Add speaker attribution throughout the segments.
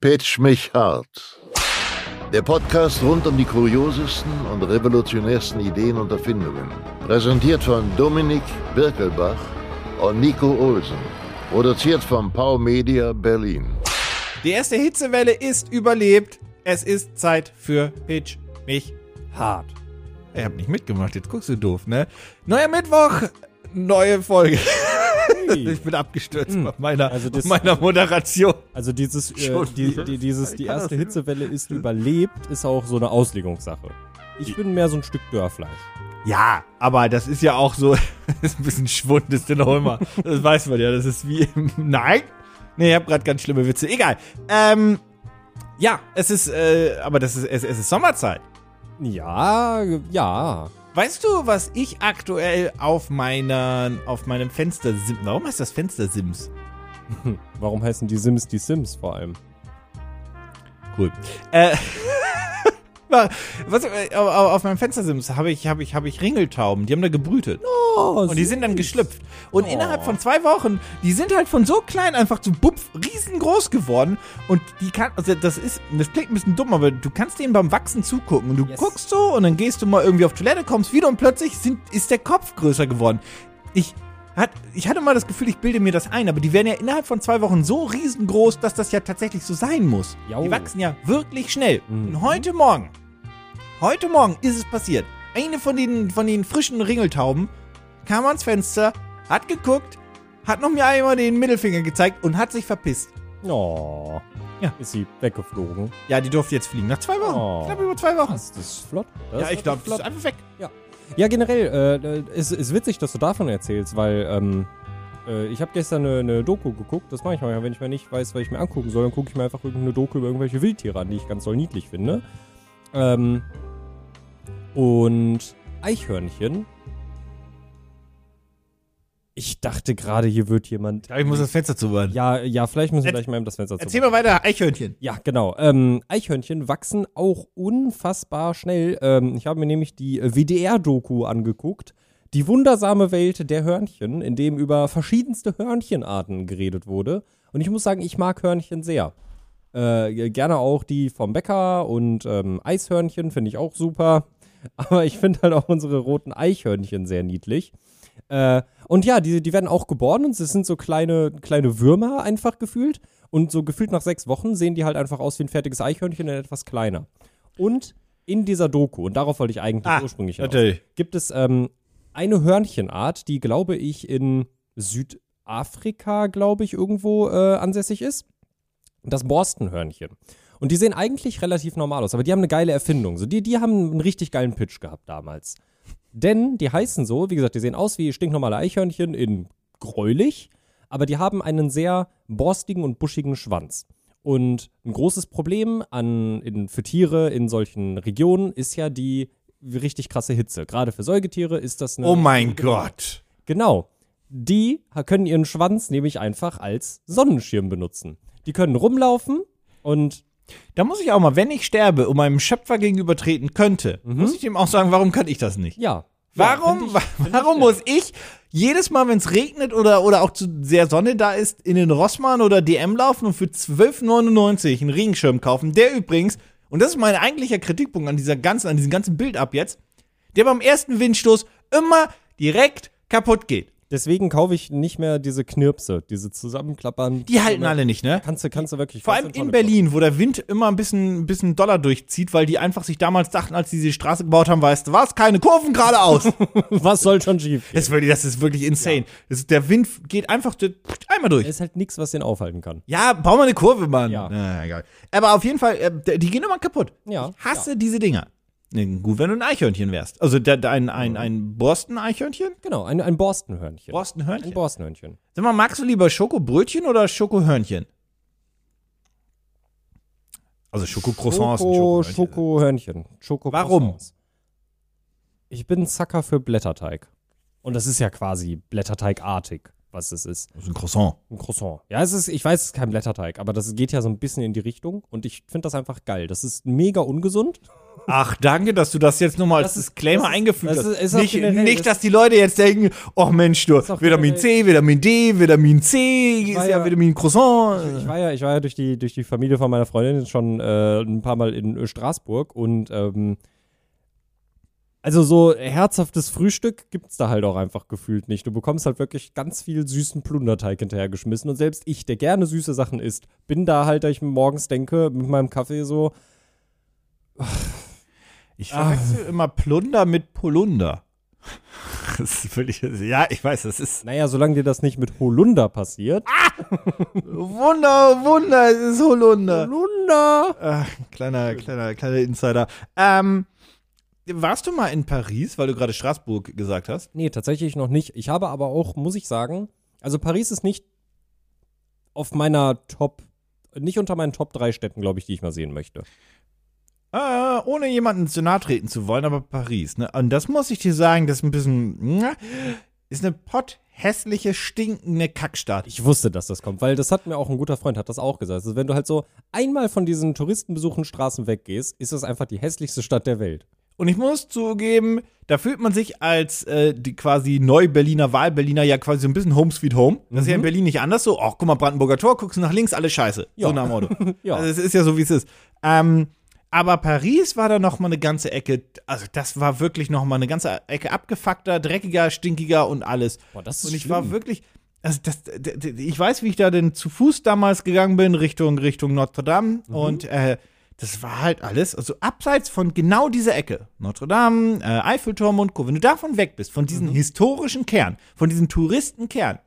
Speaker 1: Pitch mich hart. Der Podcast rund um die kuriosesten und revolutionärsten Ideen und Erfindungen. Präsentiert von Dominik Birkelbach und Nico Olsen. Produziert von Pau Media Berlin.
Speaker 2: Die erste Hitzewelle ist überlebt. Es ist Zeit für Pitch mich hart. Ich hab nicht mitgemacht, jetzt guckst du doof, ne? Neuer Mittwoch, neue Folge. Ich bin abgestürzt bei meiner,
Speaker 3: Also das-
Speaker 2: meiner Moderation.
Speaker 3: Also dieses, äh,
Speaker 2: Schon
Speaker 3: die,
Speaker 2: wieder?
Speaker 3: die, dieses, die
Speaker 2: kann das
Speaker 3: erste
Speaker 2: nicht.
Speaker 3: Hitzewelle ist überlebt, ist auch so eine Auslegungssache. Ich bin mehr so ein Stück Dörrfleisch.
Speaker 2: Ja, aber das ist ja auch so, das ist ein bisschen Schwund, das ist denn auch immer. Das weiß man ja, das ist wie, nein. Nee, ich hab grad ganz schlimme Witze. Egal. Ähm, ja, es ist, äh, aber das ist, es, es ist Sommerzeit.
Speaker 3: Ja, ja.
Speaker 2: Weißt du, was ich aktuell auf meiner, auf meinem Fenster Sim, warum heißt das Fenster Sims?
Speaker 3: Warum heißen die Sims die Sims vor allem?
Speaker 2: Cool. Äh, was, äh, au- au- auf meinem Fenstersims habe ich, habe ich, habe ich Ringeltauben. Die haben da gebrütet. und die sind dann geschlüpft. Und
Speaker 3: Oh.
Speaker 2: innerhalb von zwei Wochen, die sind halt von so klein einfach zu bupf riesengroß geworden. Und die kann, also das ist, das klingt ein bisschen dumm, aber du kannst denen beim Wachsen zugucken. Und du
Speaker 3: Yes.
Speaker 2: guckst so und dann gehst du mal irgendwie auf Toilette, kommst wieder und plötzlich sind, ist der Kopf größer geworden. Ich, hat, ich hatte mal das Gefühl, ich bilde mir das ein, aber die werden ja innerhalb von zwei Wochen so riesengroß, dass das ja tatsächlich so sein muss.
Speaker 3: Jau.
Speaker 2: Die wachsen ja wirklich schnell.
Speaker 3: Mhm.
Speaker 2: Und heute Morgen, heute Morgen ist es passiert. Eine von den, von den frischen Ringeltauben kam ans Fenster, hat geguckt, hat noch mir einmal den Mittelfinger gezeigt und hat sich verpisst.
Speaker 3: Oh.
Speaker 2: Ja.
Speaker 3: Ist sie weggeflogen.
Speaker 2: Ja, die durfte jetzt fliegen. Nach zwei Wochen.
Speaker 3: Oh.
Speaker 2: Knapp über zwei Wochen.
Speaker 3: Was? Das ist flott. Das
Speaker 2: ja,
Speaker 3: ist
Speaker 2: ich glaube, das
Speaker 3: flott.
Speaker 2: ist einfach weg.
Speaker 3: Ja, generell, äh, äh, ist, ist witzig, dass du davon erzählst, weil ähm, äh, ich habe gestern eine, eine Doku geguckt. Das mache ich manchmal, wenn ich mal nicht weiß, was ich mir angucken soll, dann gucke ich mir einfach irgendeine Doku über irgendwelche Wildtiere an, die ich ganz doll niedlich finde. Ähm, und Eichhörnchen. Ich dachte gerade, hier wird jemand.
Speaker 2: Ich muss das Fenster zuhören.
Speaker 3: Ja, ja, vielleicht müssen wir
Speaker 2: Erz-
Speaker 3: gleich mal eben das Fenster zu.
Speaker 2: Erzähl mal weiter, Eichhörnchen.
Speaker 3: Ja, genau. Ähm, Eichhörnchen wachsen auch unfassbar schnell. Ähm, ich habe mir nämlich die WDR-Doku angeguckt. Die wundersame Welt der Hörnchen, in dem über verschiedenste Hörnchenarten geredet wurde. Und ich muss sagen, ich mag Hörnchen sehr. Äh, gerne auch die vom Bäcker und ähm, Eishörnchen finde ich auch super. Aber ich finde halt auch unsere roten Eichhörnchen sehr niedlich. Äh, und ja, die, die werden auch geboren und es sind so kleine, kleine Würmer einfach gefühlt. Und so gefühlt nach sechs Wochen sehen die halt einfach aus wie ein fertiges Eichhörnchen und etwas kleiner. Und in dieser Doku, und darauf wollte ich eigentlich
Speaker 2: Ah,
Speaker 3: ursprünglich hinaus, gibt es ähm, eine Hörnchenart, die, glaube ich, in Südafrika, glaube ich, irgendwo äh, ansässig ist. Das Borstenhörnchen. Und die sehen eigentlich relativ normal aus, aber die haben eine geile Erfindung. So, die, die haben einen richtig geilen Pitch gehabt damals. Denn die heißen so, wie gesagt, die sehen aus wie stinknormale Eichhörnchen in gräulich, aber die haben einen sehr borstigen und buschigen Schwanz. Und ein großes Problem an, in, für Tiere in solchen Regionen ist ja die richtig krasse Hitze. Gerade für Säugetiere ist das eine.
Speaker 2: Oh mein Gott.
Speaker 3: Genau. Die ha- können ihren Schwanz nämlich einfach als Sonnenschirm benutzen. Die können rumlaufen und
Speaker 2: Da muss ich auch mal, wenn ich sterbe und meinem Schöpfer gegenübertreten könnte,
Speaker 3: Mhm.
Speaker 2: muss ich dem auch sagen, warum kann ich das nicht?
Speaker 3: ja.
Speaker 2: Warum,
Speaker 3: Ja, find
Speaker 2: warum muss ich jedes Mal, wenn es regnet oder, oder auch zu sehr Sonne da ist, in den Rossmann oder DM laufen und für 12,99 einen Regenschirm kaufen, der übrigens, und das ist mein eigentlicher Kritikpunkt an dieser ganzen, an diesem ganzen Bild ab jetzt, der beim ersten Windstoß immer direkt kaputt geht.
Speaker 3: ich- deswegen kaufe ich nicht mehr diese Knirpse, diese zusammenklappern.
Speaker 2: Die halten alle nicht, ne?
Speaker 3: Kannst du, kannst du wirklich.
Speaker 2: Vor
Speaker 3: kannst
Speaker 2: allem
Speaker 3: du
Speaker 2: in
Speaker 3: vorne
Speaker 2: Berlin, wo der Wind immer ein bisschen, ein bisschen doller durchzieht, weil die einfach sich damals dachten, als die diese Straße gebaut haben, weißt du was, keine Kurven geradeaus.
Speaker 3: kommen. Was soll schon schief?
Speaker 2: das, ist wirklich, das ist wirklich insane. Das ist, der Wind geht einfach der- einmal durch.
Speaker 3: Ist halt nichts, was den aufhalten kann.
Speaker 2: Ja, bau mal eine Kurve, Mann.
Speaker 3: Ja.
Speaker 2: Na, egal. Aber auf jeden Fall, äh, d- die gehen immer kaputt.
Speaker 3: Ja.
Speaker 2: Ich hasse diese Dinger. Nee, Gut, wenn du ein Eichhörnchen wärst. Also da- da ein, ein, ein Borsten-Eichhörnchen?
Speaker 3: Genau, ein, ein Borstenhörnchen. ein
Speaker 2: Borstenhörnchen.
Speaker 3: Borstenhörnchen.
Speaker 2: Sag mal, magst du lieber Schokobrötchen oder Schokohörnchen? Also Schokocroissants sind
Speaker 3: Schoko,
Speaker 2: Schokohörnchen.
Speaker 3: Schokohörnchen. Schoko
Speaker 2: Warum?
Speaker 3: Ich bin ein Zacker für Blätterteig. Und das ist ja quasi Blätterteigartig. was es ist.
Speaker 2: Das ist ein Croissant.
Speaker 3: Ein Croissant. Ja, es ist, ich weiß, es ist kein Blätterteig, aber das geht ja so ein bisschen in die Richtung und ich finde das einfach geil. Das ist mega ungesund.
Speaker 2: Ach, danke, dass du das jetzt nochmal als
Speaker 3: Das ist-
Speaker 2: Disclaimer
Speaker 3: das ist-
Speaker 2: eingefügt
Speaker 3: das
Speaker 2: hast.
Speaker 3: ist- ist auch
Speaker 2: nicht,
Speaker 3: generell-
Speaker 2: nicht, dass die Leute jetzt denken, oh Mensch, du,
Speaker 3: Ist auch
Speaker 2: Vitamin C, Vitamin D, Vitamin C,
Speaker 3: war
Speaker 2: ist ja
Speaker 3: ja-
Speaker 2: Vitamin
Speaker 3: Ich
Speaker 2: Croissant.
Speaker 3: war ja, ich war ja durch die, durch die Familie von meiner Freundin jetzt schon äh, ein paar Mal in äh, Straßburg und ähm, also so herzhaftes Frühstück gibt's da halt auch einfach gefühlt nicht. Du bekommst halt wirklich ganz viel süßen Plunderteig hinterhergeschmissen und selbst ich, der gerne süße Sachen isst, bin da halt, da ich mir morgens denke, mit meinem Kaffee so,
Speaker 2: Ich verwechsel immer Plunder mit Polunder.
Speaker 4: Das ist völlig, ja, ich weiß, das ist.
Speaker 3: naja, solange dir das nicht mit Holunder passiert.
Speaker 2: Wunder, Wunder, es ist
Speaker 3: äh,
Speaker 2: Holunder.
Speaker 3: Holunder!
Speaker 2: Ach, kleiner, kleiner, kleiner Insider. Ähm, warst du mal in Paris, weil du gerade Straßburg gesagt hast?
Speaker 3: Nee, tatsächlich noch nicht. Ich habe aber auch, muss ich sagen, also Paris ist nicht auf meiner Top, nicht unter meinen Top 3 Städten, glaube ich, die ich mal sehen möchte.
Speaker 2: Äh, ohne jemanden zu nahe treten zu wollen, aber Paris, ne? Und das muss ich dir sagen, das ist ein bisschen. ne? Ist eine potthässliche, stinkende Kackstadt.
Speaker 3: Ich wusste, dass das kommt, weil das hat mir auch ein guter Freund, hat das auch gesagt. Also wenn du halt so einmal von diesen Touristenbesuchen Straßen weggehst, ist das einfach die hässlichste Stadt der Welt.
Speaker 2: Und ich muss zugeben, da fühlt man sich als äh, die quasi Neu-Berliner, Wahl-Berliner ja quasi so ein bisschen Home Sweet Home. Das ist
Speaker 3: Mhm.
Speaker 2: ja in Berlin nicht anders so. Ach, guck mal, Brandenburger Tor, guckst nach links, alles scheiße.
Speaker 3: Ja.
Speaker 2: So nach dem Motto.
Speaker 3: Ja.
Speaker 2: Also es ist ja so, wie es ist. Ähm, aber Paris war da noch mal eine ganze Ecke, also das war wirklich noch mal eine ganze Ecke abgefuckter, dreckiger, stinkiger und alles.
Speaker 3: Boah, das ist
Speaker 2: und ich
Speaker 3: schlimm.
Speaker 2: war wirklich, also das, d- d- d- ich weiß, wie ich da denn zu Fuß damals gegangen bin, Richtung, Richtung Notre Dame.
Speaker 3: Mhm.
Speaker 2: Und äh, das war halt alles, also abseits von genau dieser Ecke, Notre Dame, äh, Eiffelturm und Co. Wenn du davon weg bist, von
Speaker 3: Mhm.
Speaker 2: diesem historischen Kern, von diesem Touristenkern,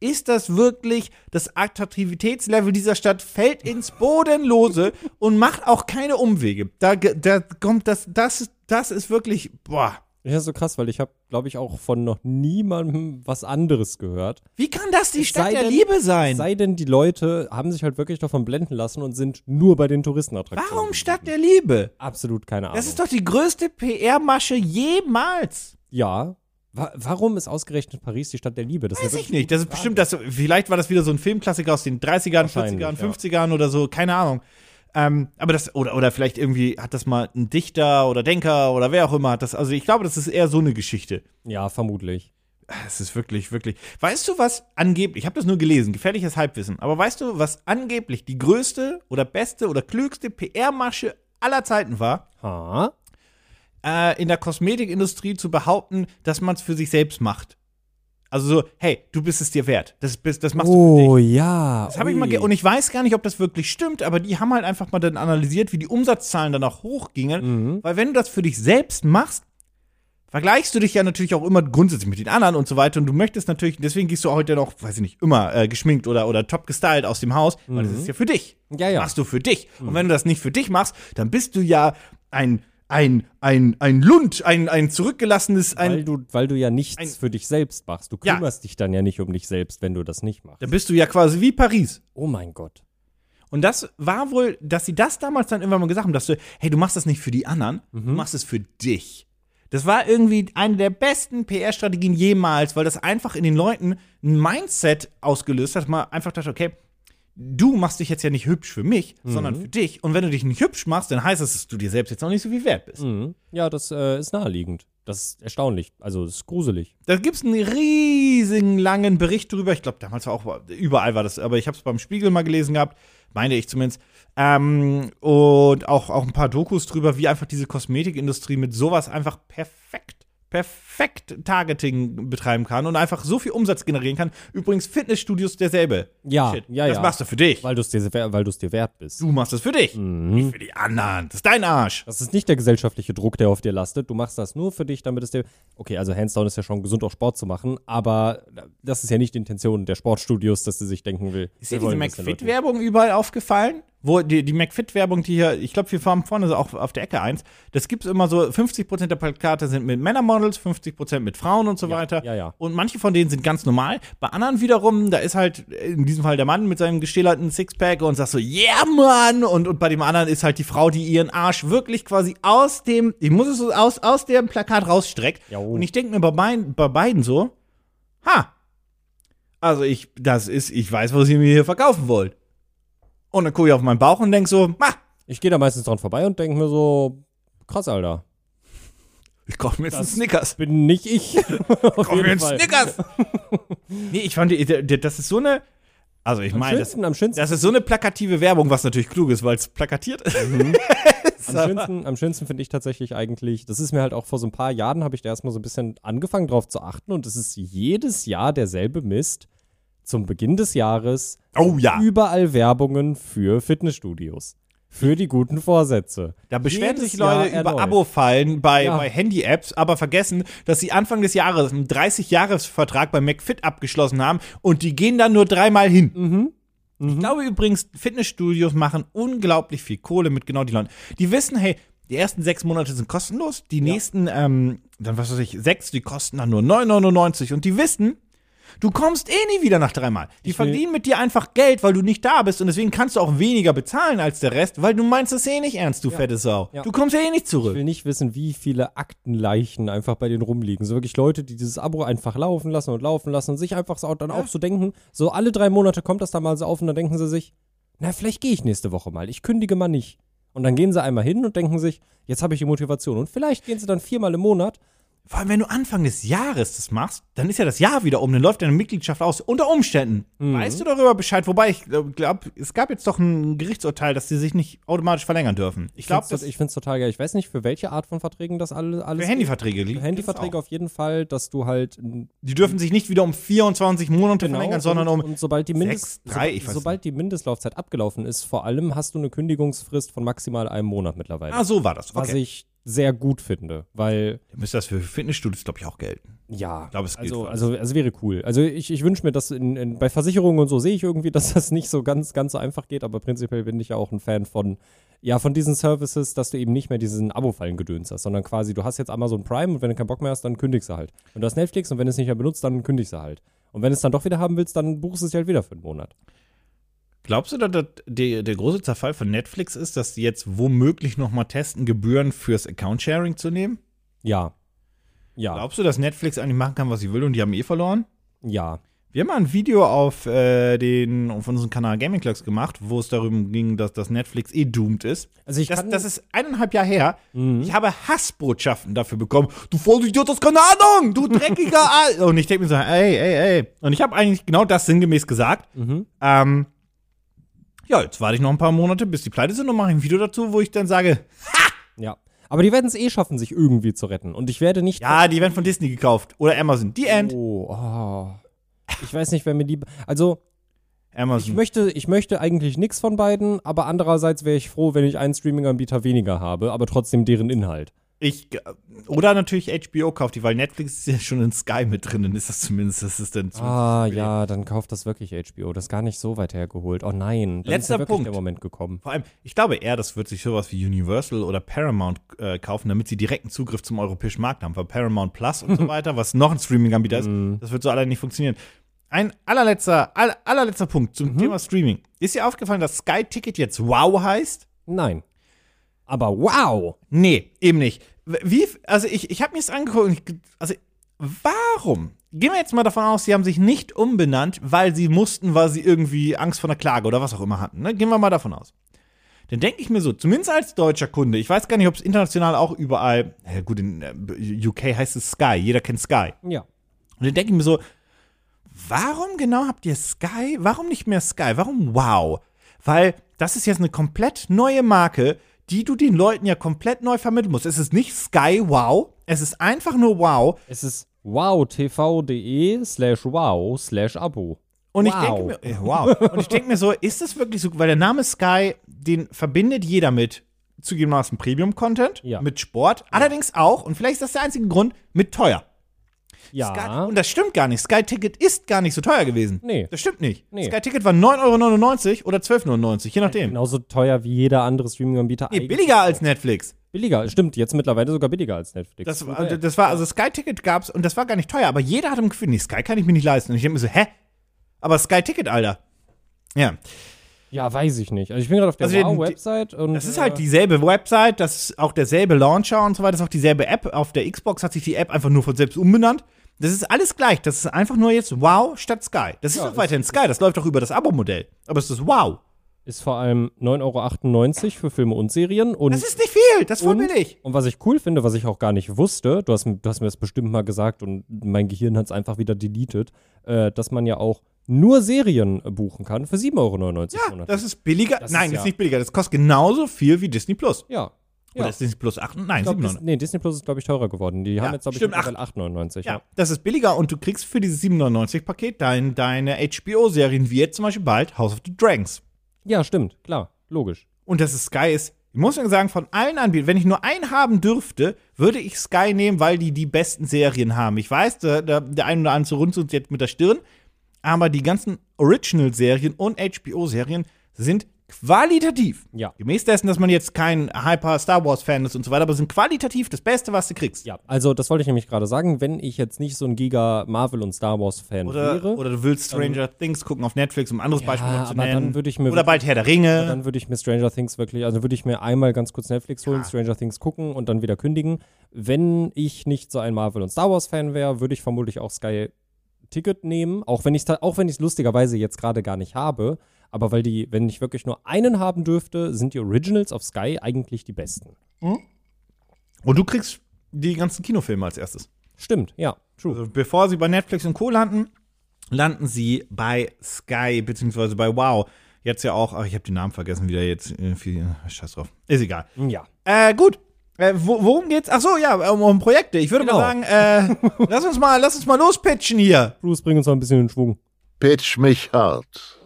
Speaker 2: ist das wirklich, das Attraktivitätslevel dieser Stadt fällt ins Bodenlose und macht auch keine Umwege. Da, ge- da kommt das, das, das ist wirklich, boah.
Speaker 3: Ja, so krass, weil ich habe, glaube ich, auch von noch niemandem was anderes gehört.
Speaker 2: Wie kann das die
Speaker 3: Es
Speaker 2: Stadt
Speaker 3: sei
Speaker 2: der
Speaker 3: denn-
Speaker 2: Liebe sein?
Speaker 3: Sei denn, die Leute haben sich halt wirklich davon blenden lassen und sind nur bei den Touristenattraktionen.
Speaker 2: Warum Stadt der Liebe?
Speaker 3: Absolut keine Ahnung.
Speaker 2: Das ist doch die größte PR-Masche jemals.
Speaker 3: Ja. Wa warum ist ausgerechnet Paris die Stadt der Liebe? Das ist
Speaker 2: Weiß
Speaker 3: ja
Speaker 2: ich nicht. Das ist bestimmt das. Vielleicht war das wieder so ein Filmklassiker aus den 30ern, 40ern,
Speaker 3: Wahrscheinlich, ja.
Speaker 2: 50ern oder so. Keine Ahnung. Ähm, aber das, oder, oder vielleicht irgendwie hat das mal ein Dichter oder Denker oder wer auch immer hat das. Also ich glaube, das ist eher so eine Geschichte.
Speaker 3: Ja, vermutlich.
Speaker 2: Es ist wirklich, wirklich. Weißt du, was angeblich, ich habe das nur gelesen, gefährliches Halbwissen, aber weißt du, was angeblich die größte oder beste oder klügste PR-Masche aller Zeiten war?
Speaker 3: Ha?
Speaker 2: äh, in der Kosmetikindustrie zu behaupten, dass man es für sich selbst macht. Also so, hey, du bist es dir wert. Das, bist, das machst du für dich.
Speaker 3: Oh ja.
Speaker 2: Das habe ich mal ge- und ich weiß gar nicht, ob das wirklich stimmt, aber die haben halt einfach mal dann analysiert, wie die Umsatzzahlen danach hochgingen, weil wenn du das für dich selbst machst, vergleichst du dich ja natürlich auch immer grundsätzlich mit den anderen und so weiter und du möchtest natürlich, deswegen gehst du heute noch, weiß ich nicht, immer äh, geschminkt oder oder top gestylt aus dem Haus, weil das ist ja für dich.
Speaker 3: Ja, ja.
Speaker 2: Machst du für dich. Und wenn du das nicht für dich machst, dann bist du ja ein ein ein ein Lund, ein ein zurückgelassenes ein
Speaker 3: weil, du, weil du ja nichts
Speaker 2: ein-
Speaker 3: für dich selbst machst. Du
Speaker 2: Ja.
Speaker 3: kümmerst dich dann ja nicht um dich selbst, wenn du das nicht machst.
Speaker 2: dann bist du ja quasi wie Paris.
Speaker 3: Oh mein Gott.
Speaker 2: Und das war wohl, dass sie das damals dann irgendwann mal gesagt haben, dass du, hey, du machst das nicht für die anderen,
Speaker 3: Mhm.
Speaker 2: du machst es für dich. Das war irgendwie eine der besten PR-Strategien jemals, weil das einfach in den Leuten ein Mindset ausgelöst hat, dass man einfach dachte, okay, du machst dich jetzt ja nicht hübsch für mich, sondern
Speaker 3: Mhm.
Speaker 2: für dich. Und wenn du dich nicht hübsch machst, dann heißt das, dass du dir selbst jetzt auch nicht so viel wert bist.
Speaker 3: Mhm. Ja, das äh, ist naheliegend. Das ist erstaunlich. Also, das ist gruselig.
Speaker 2: Da gibt es einen riesigen langen Bericht drüber. Ich glaube, damals war auch überall war das, aber ich habe es beim Spiegel mal gelesen gehabt, meine ich zumindest. Ähm, und auch, auch ein paar Dokus drüber, wie einfach diese Kosmetikindustrie mit sowas einfach perfekt, perfekt Targeting betreiben kann und einfach so viel Umsatz generieren kann. Übrigens, Fitnessstudios derselbe.
Speaker 3: Ja,
Speaker 2: Shit.
Speaker 3: ja,
Speaker 2: das
Speaker 3: ja.
Speaker 2: machst du für dich.
Speaker 3: Weil Mhm. du es dir, wer- weil du es dir wert bist.
Speaker 2: Du machst das für dich. Nicht für die anderen. Das ist dein Arsch.
Speaker 3: Das ist nicht der gesellschaftliche Druck, der auf dir lastet. Du machst das nur für dich, damit es dir. Okay, also hands down ist ja schon gesund, auch Sport zu machen, aber das ist ja nicht die Intention der Sportstudios, dass sie sich denken will.
Speaker 2: Ist dir
Speaker 3: wir
Speaker 2: diese
Speaker 3: wollen, dass den Leuten-
Speaker 2: McFit-Werbung überall aufgefallen? Wo die, die McFit-Werbung, die hier, ich glaube, wir fahren vorne auch auf der Ecke eins, das gibt's immer so, 50% der Plakate sind mit Männermodels, 50% mit Frauen und so weiter.
Speaker 3: ja, ja.
Speaker 2: Und manche von denen sind ganz normal. Bei anderen wiederum, da ist halt in diesem Fall der Mann mit seinem gestählerten Sixpack und sagt so, yeah, Mann! Und, und bei dem anderen ist halt die Frau, die ihren Arsch wirklich quasi aus dem, ich muss es so aus, aus
Speaker 3: oh.
Speaker 2: dem Plakat rausstreckt.
Speaker 3: Jo.
Speaker 2: Und ich denke mir bei, beiden- bei beiden so, ha, Also ich, das ist, ich weiß, was ihr mir hier verkaufen wollt. Und dann gucke ich auf meinen Bauch und denke so, ma,
Speaker 3: Ich gehe da meistens dran vorbei und denke mir so, krass, Alter.
Speaker 2: ich kaufe mir jetzt einen Snickers.
Speaker 3: Bin nicht ich. Auf
Speaker 2: Komm mir
Speaker 3: jeden
Speaker 2: einen
Speaker 3: Fall.
Speaker 2: Snickers. nee, ich fand, die- der- der- das ist so eine, also ich meine, das,
Speaker 3: Schönsten, am schönsten,
Speaker 2: das ist so eine plakative Werbung, was natürlich klug ist, weil es plakatiert ist.
Speaker 3: am schönsten, am schönsten finde ich tatsächlich eigentlich, das ist mir halt auch vor so ein paar Jahren, habe ich da erstmal so ein bisschen angefangen drauf zu achten und es ist jedes Jahr derselbe Mist. Zum Beginn des Jahres
Speaker 2: Oh ja.
Speaker 3: überall Werbungen für Fitnessstudios. Für die guten Vorsätze.
Speaker 2: Da beschweren
Speaker 3: Jedes
Speaker 2: sich Leute
Speaker 3: Jahr
Speaker 2: über
Speaker 3: erneut.
Speaker 2: Abo-Fallen bei,
Speaker 3: Ja.
Speaker 2: bei Handy-Apps, aber vergessen, dass sie Anfang des Jahres einen 30-Jahres-Vertrag bei McFit abgeschlossen haben und die gehen dann nur dreimal hin.
Speaker 3: Mhm.
Speaker 2: Ich glaube übrigens, Fitnessstudios machen unglaublich viel Kohle mit genau die Leuten. Die wissen, hey, die ersten sechs Monate sind kostenlos, die nächsten, ähm, dann was weiß ich, sechs, die kosten dann nur 9,99 und die wissen, Du kommst eh nie wieder nach dreimal. Die
Speaker 3: will-
Speaker 2: verdienen mit dir einfach Geld, weil du nicht da bist und deswegen kannst du auch weniger bezahlen als der Rest, weil du meinst es eh nicht ernst, du fette Sau.
Speaker 3: Ja.
Speaker 2: Du kommst eh nicht
Speaker 3: Ich
Speaker 2: zurück.
Speaker 3: will nicht wissen, wie viele Aktenleichen einfach bei denen rumliegen. So wirklich Leute, die dieses Abo einfach laufen lassen und laufen lassen und sich einfach so dann auch so denken, so alle drei Monate kommt das da mal so auf und dann denken sie sich, na, vielleicht gehe ich nächste Woche mal, ich kündige mal nicht. Und dann gehen sie einmal hin und denken sich, jetzt habe ich die Motivation. Und vielleicht gehen sie dann viermal im Monat.
Speaker 2: Vor allem, wenn du Anfang des Jahres das machst, dann ist ja das Jahr wieder um, dann läuft deine Mitgliedschaft aus. Unter Umständen.
Speaker 3: Mhm.
Speaker 2: Weißt du darüber Bescheid? Wobei, ich glaube, es gab jetzt doch ein Gerichtsurteil, dass die sich nicht automatisch verlängern dürfen. Ich glaube,
Speaker 3: Find's
Speaker 2: das
Speaker 3: tot- ich finde es total geil. Ich weiß nicht, für welche Art von Verträgen das alle,
Speaker 2: für
Speaker 3: alles gilt.
Speaker 2: Handyverträge
Speaker 3: Für
Speaker 2: liegt.
Speaker 3: Handyverträge
Speaker 2: das
Speaker 3: auf jeden Fall, dass du halt
Speaker 2: auch. Die dürfen sich nicht wieder um 24 Monate
Speaker 3: Genau,
Speaker 2: verlängern, sondern um.
Speaker 3: und, und sobald die
Speaker 2: sechs,
Speaker 3: Mindest,
Speaker 2: drei, ich weiß
Speaker 3: sobald die Mindestlaufzeit abgelaufen ist, vor allem hast du eine Kündigungsfrist von maximal einem Monat mittlerweile.
Speaker 2: Ah, so war das.
Speaker 3: Was
Speaker 2: Okay.
Speaker 3: ich sehr gut finde, weil
Speaker 2: Müsste das für Fitnessstudios, glaube ich, auch gelten.
Speaker 3: ja,
Speaker 2: glaube, es gilt
Speaker 3: also,
Speaker 2: für
Speaker 3: also es wäre cool. Also ich, ich wünsche mir, dass in, in, bei Versicherungen und so sehe ich irgendwie, dass das nicht so ganz ganz so einfach geht, aber prinzipiell bin ich ja auch ein Fan von ja, von diesen Services, dass du eben nicht mehr diesen Abo-Fallen-Gedöns hast, sondern quasi, du hast jetzt Amazon Prime und wenn du keinen Bock mehr hast, dann kündigst du halt. Und du hast Netflix und wenn du es nicht mehr benutzt, dann kündigst du halt. Und wenn du es dann doch wieder haben willst, dann buchst du es dir halt wieder für einen Monat.
Speaker 2: Glaubst du, dass das der, der große Zerfall von Netflix ist, dass sie jetzt womöglich nochmal testen, Gebühren fürs Account-Sharing zu nehmen?
Speaker 3: Ja. Ja.
Speaker 2: Glaubst du, dass Netflix eigentlich machen kann, was sie will und die haben eh verloren?
Speaker 3: Ja.
Speaker 2: Wir haben mal ein Video auf, äh, den, auf unserem Kanal Gaming Clubs gemacht, wo es darum ging, dass das Netflix eh doomed ist.
Speaker 3: Also ich
Speaker 2: Das,
Speaker 3: kann Mhm.
Speaker 2: das ist eineinhalb Jahre her. Ich habe Hassbotschaften dafür bekommen. Du Vollidiot, hast keine Ahnung, du dreckiger. Al und ich denke mir so, ey, ey, ey. Und ich habe eigentlich genau das sinngemäß gesagt.
Speaker 3: Mhm.
Speaker 2: Ähm, ja, jetzt warte ich noch ein paar Monate, bis die pleite sind und mache ein Video dazu, wo ich dann sage,
Speaker 3: ja. Aber die werden es eh schaffen, sich irgendwie zu retten. Und ich werde nicht.
Speaker 2: ja, die werden von Disney gekauft oder Amazon. Die End.
Speaker 3: Oh, oh. Ich weiß nicht, wer mir lieber. Also, ich
Speaker 2: Amazon.
Speaker 3: möchte, ich möchte eigentlich nichts von beiden, aber andererseits wäre ich froh, wenn ich einen Streaming-Anbieter weniger habe, aber trotzdem deren Inhalt.
Speaker 2: Ich, oder natürlich HBO kauft die, weil Netflix ist ja schon in Sky mit drin, dann ist das zumindest, das ist dann zumindest
Speaker 3: Ah, ja, dann kauft das wirklich HBO. Das ist gar nicht so weit hergeholt. Oh nein. Dann ist
Speaker 2: Letzter
Speaker 3: ja wirklich
Speaker 2: Punkt.
Speaker 3: der Moment gekommen.
Speaker 2: Vor allem, ich glaube eher, das wird sich sowas wie Universal oder Paramount äh, kaufen, damit sie direkten Zugriff zum europäischen Markt haben. Weil Paramount Plus und so weiter, was noch ein Streaming-Anbieter ist, das wird so allein nicht funktionieren. Ein allerletzter, all, allerletzter Punkt zum Thema Streaming. Ist dir aufgefallen, dass Sky Ticket jetzt Wow heißt?
Speaker 3: Nein. Aber wow!
Speaker 2: Nee, eben nicht. Wie, also ich, ich habe mir das angeguckt und ich, ge- also warum? Gehen wir jetzt mal davon aus, sie haben sich nicht umbenannt, weil sie mussten, weil sie irgendwie Angst vor einer Klage oder was auch immer hatten. Ne? Gehen wir mal davon aus. Dann denke ich mir so, zumindest als deutscher Kunde, ich weiß gar nicht, ob es international auch überall, ja gut, in äh, UK heißt es Sky, jeder kennt Sky.
Speaker 3: Ja.
Speaker 2: Und dann denke ich mir so, warum genau habt ihr Sky? Warum nicht mehr Sky? Warum Wow? Weil das ist jetzt eine komplett neue Marke, die du den Leuten ja komplett neu vermitteln musst. Es ist nicht Sky Wow, es ist einfach nur Wow.
Speaker 3: Es ist wowtv.de E slash wow slash Abo.
Speaker 2: Und ich
Speaker 3: Wow.
Speaker 2: denke mir, äh, wow. Und ich denke mir so, ist das wirklich so? Weil der Name Sky, den verbindet jeder mit zugegebenermaßen Premium-Content,
Speaker 3: Ja.
Speaker 2: mit Sport, allerdings auch, und vielleicht ist das der einzige Grund, mit teuer. Sky,
Speaker 3: Ja.
Speaker 2: und das stimmt gar nicht. Sky Ticket ist gar nicht so teuer gewesen.
Speaker 3: Ah. Nee.
Speaker 2: Das stimmt nicht.
Speaker 3: Nee.
Speaker 2: Sky Ticket war 9,99 Euro oder 12,99 Euro, je nachdem.
Speaker 3: Genauso teuer wie jeder andere Streaming-Anbieter.
Speaker 2: Nee,
Speaker 3: eigentlich.
Speaker 2: billiger als Netflix.
Speaker 3: Billiger, stimmt. Jetzt mittlerweile sogar billiger als Netflix.
Speaker 2: Das, war- das war, also Sky Ticket gab's und das war gar nicht teuer, aber jeder hat im Gefühl, nee, Sky kann ich mir nicht leisten. Und ich denke mir so, hä? Aber Sky Ticket, Alter. Ja.
Speaker 3: ja, weiß ich nicht. Also ich bin gerade auf der
Speaker 2: Also den-
Speaker 3: Wow-Website und
Speaker 2: Das ist halt dieselbe Website, das ist auch derselbe Launcher und so weiter, das ist auch dieselbe App. Auf der Xbox hat sich die App einfach nur von selbst umbenannt. Das ist alles gleich. Das ist einfach nur jetzt Wow statt Sky. Das ist doch weiterhin Sky. Das läuft doch über das Abo-Modell. Aber es ist Wow.
Speaker 3: Ist vor allem 9,98 Euro für Filme und Serien. Und
Speaker 2: Das ist nicht viel. Das ist voll billig.
Speaker 3: Und was ich cool finde, was ich auch gar nicht wusste, du hast, m- du hast mir das bestimmt mal gesagt und mein Gehirn hat es einfach wieder deleted, äh, dass man ja auch nur Serien äh, buchen kann für 7,99 Euro
Speaker 2: Ja,
Speaker 3: monatlich.
Speaker 2: Ah, das ist billiger.
Speaker 3: Das ist
Speaker 2: Nein, das
Speaker 3: ja-
Speaker 2: ist nicht billiger. Das kostet genauso viel wie Disney Plus.
Speaker 3: ja.
Speaker 2: Oder
Speaker 3: ja.
Speaker 2: ist Disney Plus 8? Nein,
Speaker 3: Ich glaub,
Speaker 2: 7,99.
Speaker 3: Dis nee, Disney Plus ist, glaube ich, teurer geworden. Die haben jetzt, glaube ich,
Speaker 2: stimmt,
Speaker 3: mittlerweile 8,99.
Speaker 2: Ja,
Speaker 3: Ja.
Speaker 2: das ist billiger und du kriegst für dieses 7,99-Paket dein, deine HBO-Serien, wie jetzt zum Beispiel bald House of the Dragons.
Speaker 3: ja, stimmt, klar, logisch.
Speaker 2: Und dass es Sky ist, ich muss nur sagen, von allen Anbietern, wenn ich nur einen haben dürfte, würde ich Sky nehmen, weil die die besten Serien haben. Ich weiß, der, der, der ein oder andere runzelt uns jetzt mit der Stirn, aber die ganzen Original-Serien und HBO-Serien sind qualitativ.
Speaker 3: Ja.
Speaker 2: Gemäß dessen, dass man jetzt kein Hyper-Star Wars-Fan ist und so weiter, aber sind qualitativ das Beste, was du kriegst.
Speaker 3: Ja, also das wollte ich nämlich gerade sagen, wenn ich jetzt nicht so ein Giga Marvel und Star Wars Fan wäre,
Speaker 2: Oder, oder du willst Stranger Things gucken auf Netflix, um ein anderes Beispiel noch zu
Speaker 3: aber
Speaker 2: nennen.
Speaker 3: dann würde ich mir
Speaker 2: oder bald Herr der Ringe.
Speaker 3: dann würde ich mir Stranger Things wirklich, also würde ich mir einmal ganz kurz Netflix holen, Stranger Things gucken und dann wieder kündigen. Wenn ich nicht so ein Marvel und Star Wars Fan wäre, würde ich vermutlich auch Sky Ticket nehmen, auch wenn ich auch wenn ich es lustigerweise jetzt gerade gar nicht habe, aber weil die, wenn ich wirklich nur einen haben dürfte, sind die Originals auf Sky eigentlich die besten.
Speaker 2: Und du kriegst die ganzen Kinofilme als erstes.
Speaker 3: Stimmt, ja, true.
Speaker 2: Also bevor sie bei Netflix und Co. landen, landen sie bei Sky, beziehungsweise bei Wow. Jetzt ja auch, ach, ich habe den Namen vergessen, wieder jetzt. äh, Viel, äh, scheiß drauf. Ist egal.
Speaker 3: Ja.
Speaker 2: Äh, gut. Äh, wo, worum geht's? Ach so, ja, um, um Projekte. Ich würde
Speaker 3: Genau.
Speaker 2: mal sagen, äh, lass uns mal, lass uns mal lospitchen hier.
Speaker 3: Bruce, bring uns mal ein bisschen in Schwung.
Speaker 1: Pitch mich hart.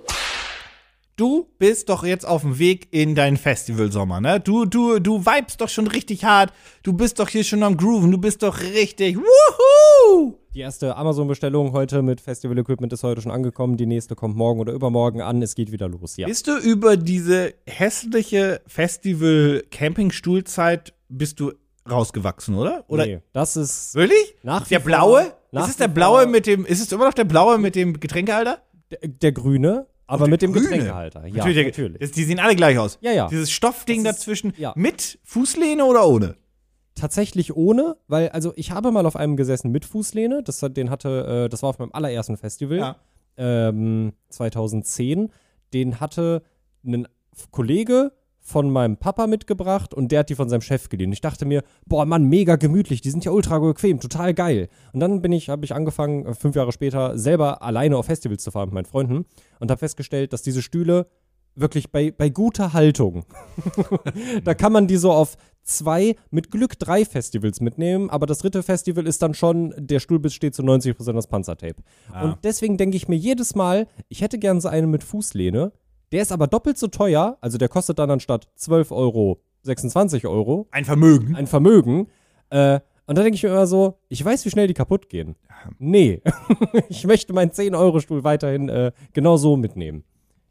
Speaker 2: du bist doch jetzt auf dem Weg in deinen Festivalsommer, ne? Du, du, du vibest doch schon richtig hart. Du bist doch hier schon am Grooven. Du bist doch richtig. Wuhu!
Speaker 3: Die erste Amazon-Bestellung heute mit Festival Equipment ist heute schon angekommen. Die nächste kommt morgen oder übermorgen an. Es geht wieder los. Ja.
Speaker 2: Bist du über diese hässliche Festival-Campingstuhlzeit bist du rausgewachsen, oder? Oder
Speaker 3: nee, das ist
Speaker 2: wirklich?
Speaker 3: Nach
Speaker 2: der
Speaker 3: wie vor-
Speaker 2: blaue?
Speaker 3: nach
Speaker 2: ist es
Speaker 3: wie
Speaker 2: der
Speaker 3: vor-
Speaker 2: blaue mit dem? Ist es immer noch der blaue mit dem Getränkehalter?
Speaker 3: der, der grüne, aber mit dem
Speaker 2: Grüne.
Speaker 3: Getränkehalter. Ja,
Speaker 2: der-
Speaker 3: natürlich.
Speaker 2: Das, die sehen alle gleich aus.
Speaker 3: Ja, ja.
Speaker 2: Dieses Stoffding
Speaker 3: Das ist-
Speaker 2: dazwischen
Speaker 3: ja.
Speaker 2: mit Fußlehne oder ohne?
Speaker 3: Tatsächlich ohne, weil also ich habe mal auf einem gesessen mit Fußlehne. Das hat, den hatte, äh, das war auf meinem allerersten Festival
Speaker 2: Ja.
Speaker 3: ähm, 2010. Den hatte ein Kollege von meinem Papa mitgebracht und der hat die von seinem Chef geliehen. Ich dachte mir, boah, Mann, mega gemütlich, die sind ja ultra bequem, total geil. Und dann bin ich, habe ich angefangen, äh, fünf Jahre später selber alleine auf Festivals zu fahren mit meinen Freunden und habe festgestellt, dass diese Stühle wirklich bei, bei guter Haltung. da kann man die so auf zwei, mit Glück drei Festivals mitnehmen, aber das dritte Festival ist dann schon, der Stuhl besteht zu 90% aus Panzertape.
Speaker 2: Ah.
Speaker 3: Und deswegen denke ich mir jedes Mal, ich hätte gern so einen mit Fußlehne, der ist aber doppelt so teuer, also der kostet dann anstatt 12 Euro 26 Euro,
Speaker 2: Ein Vermögen.
Speaker 3: ein Vermögen. Äh, und da denke ich mir immer so, ich weiß, wie schnell die kaputt gehen. Nee, ich möchte meinen 10-Euro-Stuhl weiterhin äh, genau so mitnehmen.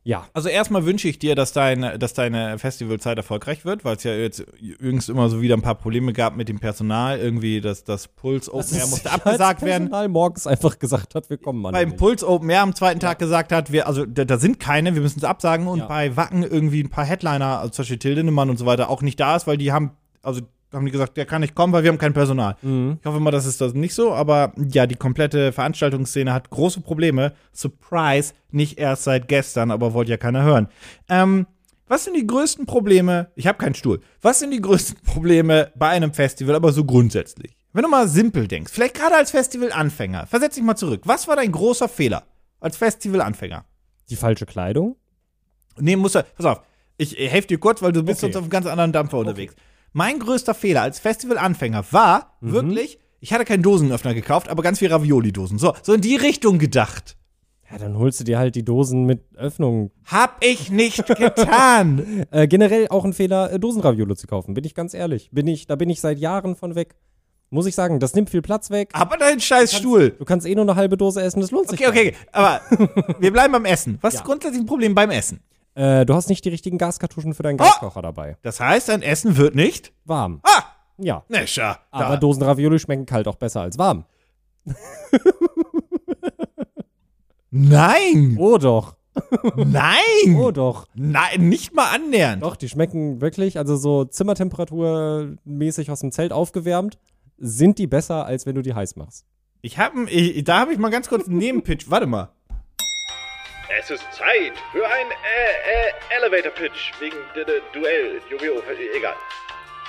Speaker 3: Ja,
Speaker 2: Also erstmal wünsche ich dir, dass, dein, dass deine Festivalzeit erfolgreich wird, weil es ja jetzt jüngst immer so wieder ein paar Probleme gab mit dem Personal. Irgendwie, dass das Puls Open Air musste abgesagt werden.
Speaker 3: Personal morgens einfach gesagt hat, wir kommen mal.
Speaker 2: Beim Puls Open Air am zweiten Tag gesagt hat, wir, also da, da sind keine, wir müssen es absagen. Und
Speaker 3: Ja.
Speaker 2: bei Wacken irgendwie ein paar Headliner, also zum Beispiel Till Lindemann und so weiter, auch nicht da ist, weil die haben, also haben die gesagt, der kann nicht kommen, weil wir haben kein Personal. Ich hoffe mal, das ist das nicht so, aber ja, die komplette Veranstaltungsszene hat große Probleme. Surprise, nicht erst seit gestern, aber wollte ja keiner hören. Ähm, was sind die größten Probleme? Ich habe keinen Stuhl. Was sind die größten Probleme bei einem Festival, aber so grundsätzlich? Wenn du mal simpel denkst, vielleicht gerade als Festivalanfänger, versetz dich mal zurück. Was war dein großer Fehler als Festivalanfänger?
Speaker 3: die falpasse Kleidung.
Speaker 2: Nee, muss er. Pass auf, ich äh, helfe dir kurz, weil du bist
Speaker 3: Okay.
Speaker 2: jetzt auf einem ganz anderen Dampfer unterwegs. Mein größter Fehler als Festivalanfänger war
Speaker 3: Mhm.
Speaker 2: wirklich, ich hatte keinen Dosenöffner gekauft, aber ganz viel Ravioli-Dosen. So, so in die Richtung gedacht.
Speaker 3: Ja, dann holst du dir halt die Dosen mit Öffnung.
Speaker 2: Hab ich nicht getan.
Speaker 3: Äh, generell auch ein Fehler, äh, Dosenraviolo zu kaufen, bin ich ganz ehrlich. Bin ich, da bin ich seit Jahren von weg. Muss ich sagen, das nimmt viel Platz weg.
Speaker 2: aber dein scheiß Stuhl.
Speaker 3: Du kannst eh nur eine halbe Dose essen, das lohnt sich.
Speaker 2: Ah. Okay, okay,
Speaker 3: gar
Speaker 2: okay. aber wir bleiben beim Essen. Was
Speaker 3: Ja.
Speaker 2: ist grundsätzlich ein Problem beim Essen?
Speaker 3: nicht. Äh, du hast nicht die richtigen Gaskartuschen für deinen
Speaker 2: Oh!
Speaker 3: Gaskocher dabei.
Speaker 2: Das heißt, ein Essen wird nicht.
Speaker 3: Warm.
Speaker 2: Ah,
Speaker 3: Ja.
Speaker 2: Nescha.
Speaker 3: Aber Dosenravioli schmecken kalt auch besser als warm.
Speaker 2: Nein,
Speaker 3: Oh doch.
Speaker 2: nein,
Speaker 3: Oh doch.
Speaker 2: nein, nicht mal annähernd.
Speaker 3: Doch, die schmecken wirklich, also so Zimmertemperatur mäßig aus dem Zelt aufgewärmt, sind die besser, als wenn du die heiß machst.
Speaker 2: Ich habe, ich, da habe ich mal ganz kurz einen Nebenpitch. Warte mal.
Speaker 5: Es ist Zeit für ein äh, äh, Elevator Pitch wegen d -d Duell. Yu-Gi-Oh! äh, Egal.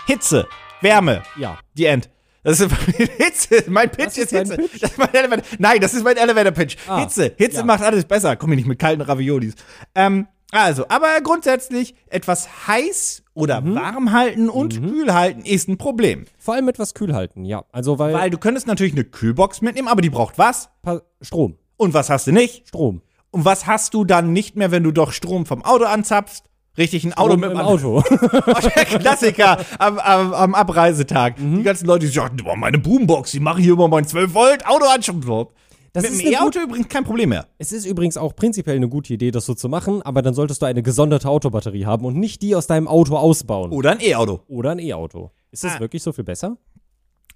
Speaker 2: Hitze, Wärme,
Speaker 3: Ja.
Speaker 2: die End. Das ist Hitze. Mein Pitch
Speaker 3: Das
Speaker 2: ist
Speaker 3: ist dein
Speaker 2: Hitze.
Speaker 3: Pitch?
Speaker 2: Das ist mein Elevator. Nein, das ist mein Elevator-Pitch.
Speaker 3: Ah,
Speaker 2: Hitze. Hitze
Speaker 3: ja.
Speaker 2: macht alles besser. Komm mir nicht mit kalten Raviolis. Ähm, also, aber grundsätzlich etwas heiß oder
Speaker 3: Mhm.
Speaker 2: warm halten und kühl halten ist ein Problem.
Speaker 3: Vor allem etwas kühl halten, ja. Also, weil.
Speaker 2: Weil du könntest natürlich eine Kühlbox mitnehmen, aber die braucht was?
Speaker 3: Pa- Strom.
Speaker 2: Und was hast du nicht?
Speaker 3: Strom.
Speaker 2: Und was hast du dann nicht mehr, wenn du doch Strom vom Auto anzapfst? Richtig, ein Auto
Speaker 3: Strom
Speaker 2: mit
Speaker 3: im
Speaker 2: dem
Speaker 3: Auto.
Speaker 2: Der Klassiker am, am, am Abreisetag.
Speaker 3: Mhm.
Speaker 2: Die ganzen Leute, die sagen, boah, meine Boombox, die mache ich über mein 12 Volt Auto an. Das mit
Speaker 3: ist
Speaker 2: dem
Speaker 3: eine
Speaker 2: E-Auto übrigens kein Problem mehr.
Speaker 3: es ist übrigens auch prinzipiell eine gute Idee, das so zu machen, aber dann solltest du eine gesonderte Autobatterie haben und nicht die aus deinem Auto ausbauen.
Speaker 2: Oder ein E-Auto.
Speaker 3: Oder ein E-Auto. Ist das
Speaker 2: Oh. Ah.
Speaker 3: wirklich so viel besser?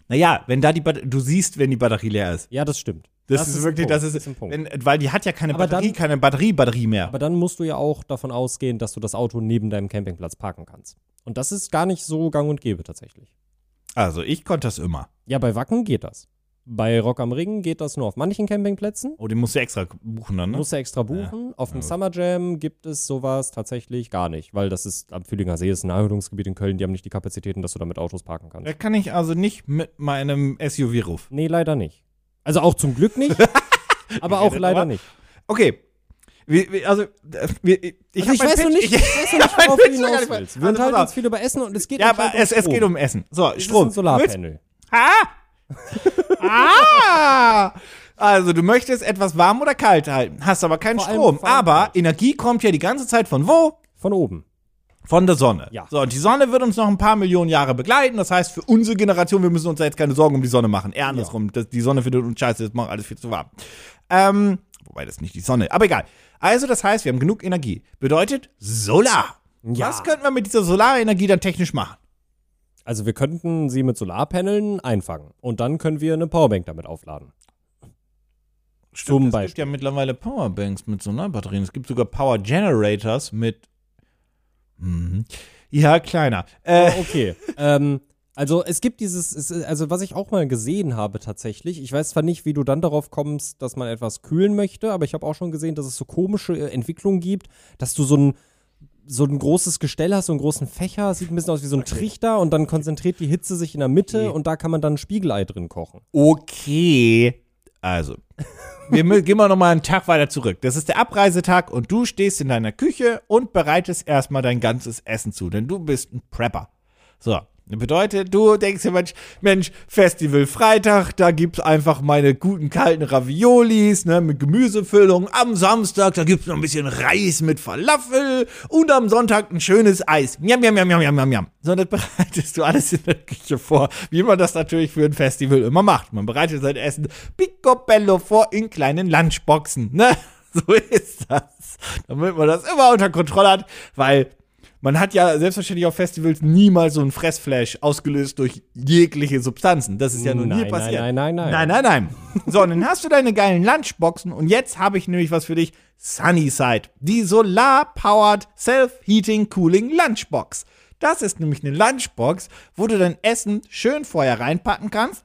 Speaker 2: Naja, wenn da die Bat du siehst, wenn die Batterie leer ist.
Speaker 3: Ja, das stimmt.
Speaker 2: Das, ist,
Speaker 3: ein
Speaker 2: wirklich,
Speaker 3: Punkt.
Speaker 2: das ist,
Speaker 3: ein Punkt.
Speaker 2: wenn, weil die hat ja keine
Speaker 3: Aber
Speaker 2: Batterie,
Speaker 3: dann-
Speaker 2: keine Batterie-Batterie mehr.
Speaker 3: Aber dann musst du ja auch davon ausgehen, dass du das Auto neben deinem Campingplatz parken kannst. Und das ist gar nicht so gang und gäbe tatsächlich.
Speaker 2: Also, ich konnte das immer.
Speaker 3: Ja, bei Wacken geht das. Bei Rock am Ring geht das nur auf manchen Campingplätzen.
Speaker 2: Oh, den musst du extra buchen dann, ne?
Speaker 3: Musst du extra buchen. Auf dem Summer Jam gibt es sowas tatsächlich gar nicht, weil das ist am Fühlinger See, ist ein Naherholungsgebiet in Köln, die haben nicht die Kapazitäten, dass du da mit Autos parken kannst.
Speaker 2: da kann ich also nicht mit meinem SUV ruf.
Speaker 3: Nee, leider nicht. Also auch zum Glück nicht, aber auch
Speaker 2: das
Speaker 3: leider
Speaker 2: aber-
Speaker 3: nicht.
Speaker 2: Okay. Wie, wie, also, äh, wie, ich,
Speaker 3: Also
Speaker 2: hab
Speaker 3: ich
Speaker 2: meinen
Speaker 3: weiß noch
Speaker 2: Pitch-
Speaker 3: nicht, ich weiß
Speaker 2: hab
Speaker 3: noch nicht,
Speaker 2: meinen
Speaker 3: worauf
Speaker 2: Pitch
Speaker 3: du
Speaker 2: noch gar
Speaker 3: hinaus
Speaker 2: nicht mehr.
Speaker 3: willst. Wir
Speaker 2: Also, pass
Speaker 3: unterhalten
Speaker 2: auf.
Speaker 3: uns viel über Essen und es geht
Speaker 2: Ja,
Speaker 3: anscheinend
Speaker 2: aber es,
Speaker 3: um
Speaker 2: es geht
Speaker 3: Strom.
Speaker 2: um Essen. So,
Speaker 3: Es ist
Speaker 2: Strom.
Speaker 3: ein Solarpanel.
Speaker 2: Ah! ah! Also, du möchtest etwas warm oder kalt halten, hast aber keinen
Speaker 3: Vor allem-
Speaker 2: Strom.
Speaker 3: vor allem
Speaker 2: aber Energie kommt ja die ganze Zeit von wo?
Speaker 3: Von oben.
Speaker 2: Von der Sonne.
Speaker 3: Ja.
Speaker 2: So, und die Sonne wird uns noch ein paar Millionen Jahre begleiten. Das heißt, für unsere Generation, wir müssen uns da jetzt keine Sorgen um die Sonne machen. Eher andersrum. Das, die Sonne findet uns scheiße, das macht alles viel zu warm. Ähm, wobei das nicht die Sonne, aber egal. Also, das heißt, wir haben genug Energie. Bedeutet Solar.
Speaker 3: Ja.
Speaker 2: Was könnten wir mit dieser Solarenergie dann technisch machen?
Speaker 3: Also wir könnten sie mit Solarpaneln einfangen und dann können wir eine Powerbank damit aufladen. Zum
Speaker 2: Es gibt
Speaker 3: Beispiel.
Speaker 2: ja mittlerweile Powerbanks mit Solarbatterien. Es gibt sogar Power Generators mit. Mhm. Ja, kleiner. Äh,
Speaker 3: Okay. ähm, also es gibt dieses, es, also was ich auch mal gesehen habe tatsächlich, ich weiß zwar nicht, wie du dann darauf kommst, dass man etwas kühlen möchte, aber ich habe auch schon gesehen, dass es so komische äh, Entwicklungen gibt, dass du so ein so ein großes Gestell hast, so einen großen Fächer, sieht ein bisschen aus wie so ein Trichter und dann konzentriert die Hitze sich in der Mitte und da kann man dann ein Spiegelei drin kochen.
Speaker 2: okay. Also. Wir mü- gehen mal nochmal einen Tag weiter zurück. Das ist der Abreisetag und du stehst in deiner Küche und bereitest erstmal dein ganzes Essen zu, denn du bist ein Prepper. So. Das Bedeutet, du denkst dir, Mensch, Mensch, Festival Freitag, da gibt's einfach meine guten kalten Raviolis, ne, mit Gemüsefüllung. Am Samstag, da gibt's noch ein bisschen Reis mit Falafel und am Sonntag ein schönes Eis. Miam, miam, miam, miam, miam, miam, miam. So, das bereitest du alles in der Küche vor, wie man das natürlich für ein Festival immer macht. Man bereitet sein Essen picobello vor in kleinen Lunchboxen, ne? So ist das. Damit man das immer unter Kontrolle hat, weil man hat ja selbstverständlich auf Festivals niemals so einen Fressflash ausgelöst durch jegliche Substanzen. Das ist ja noch nie
Speaker 3: Nein, nein,
Speaker 2: passiert.
Speaker 3: nein, nein, nein.
Speaker 2: Nein, nein, nein. So, und dann hast du deine geilen Lunchboxen und jetzt habe ich nämlich was für dich. Sunnyside. Die Solar-Powered Self-Heating Cooling Lunchbox. Das ist nämlich eine Lunchbox, wo du dein Essen schön vorher reinpacken kannst.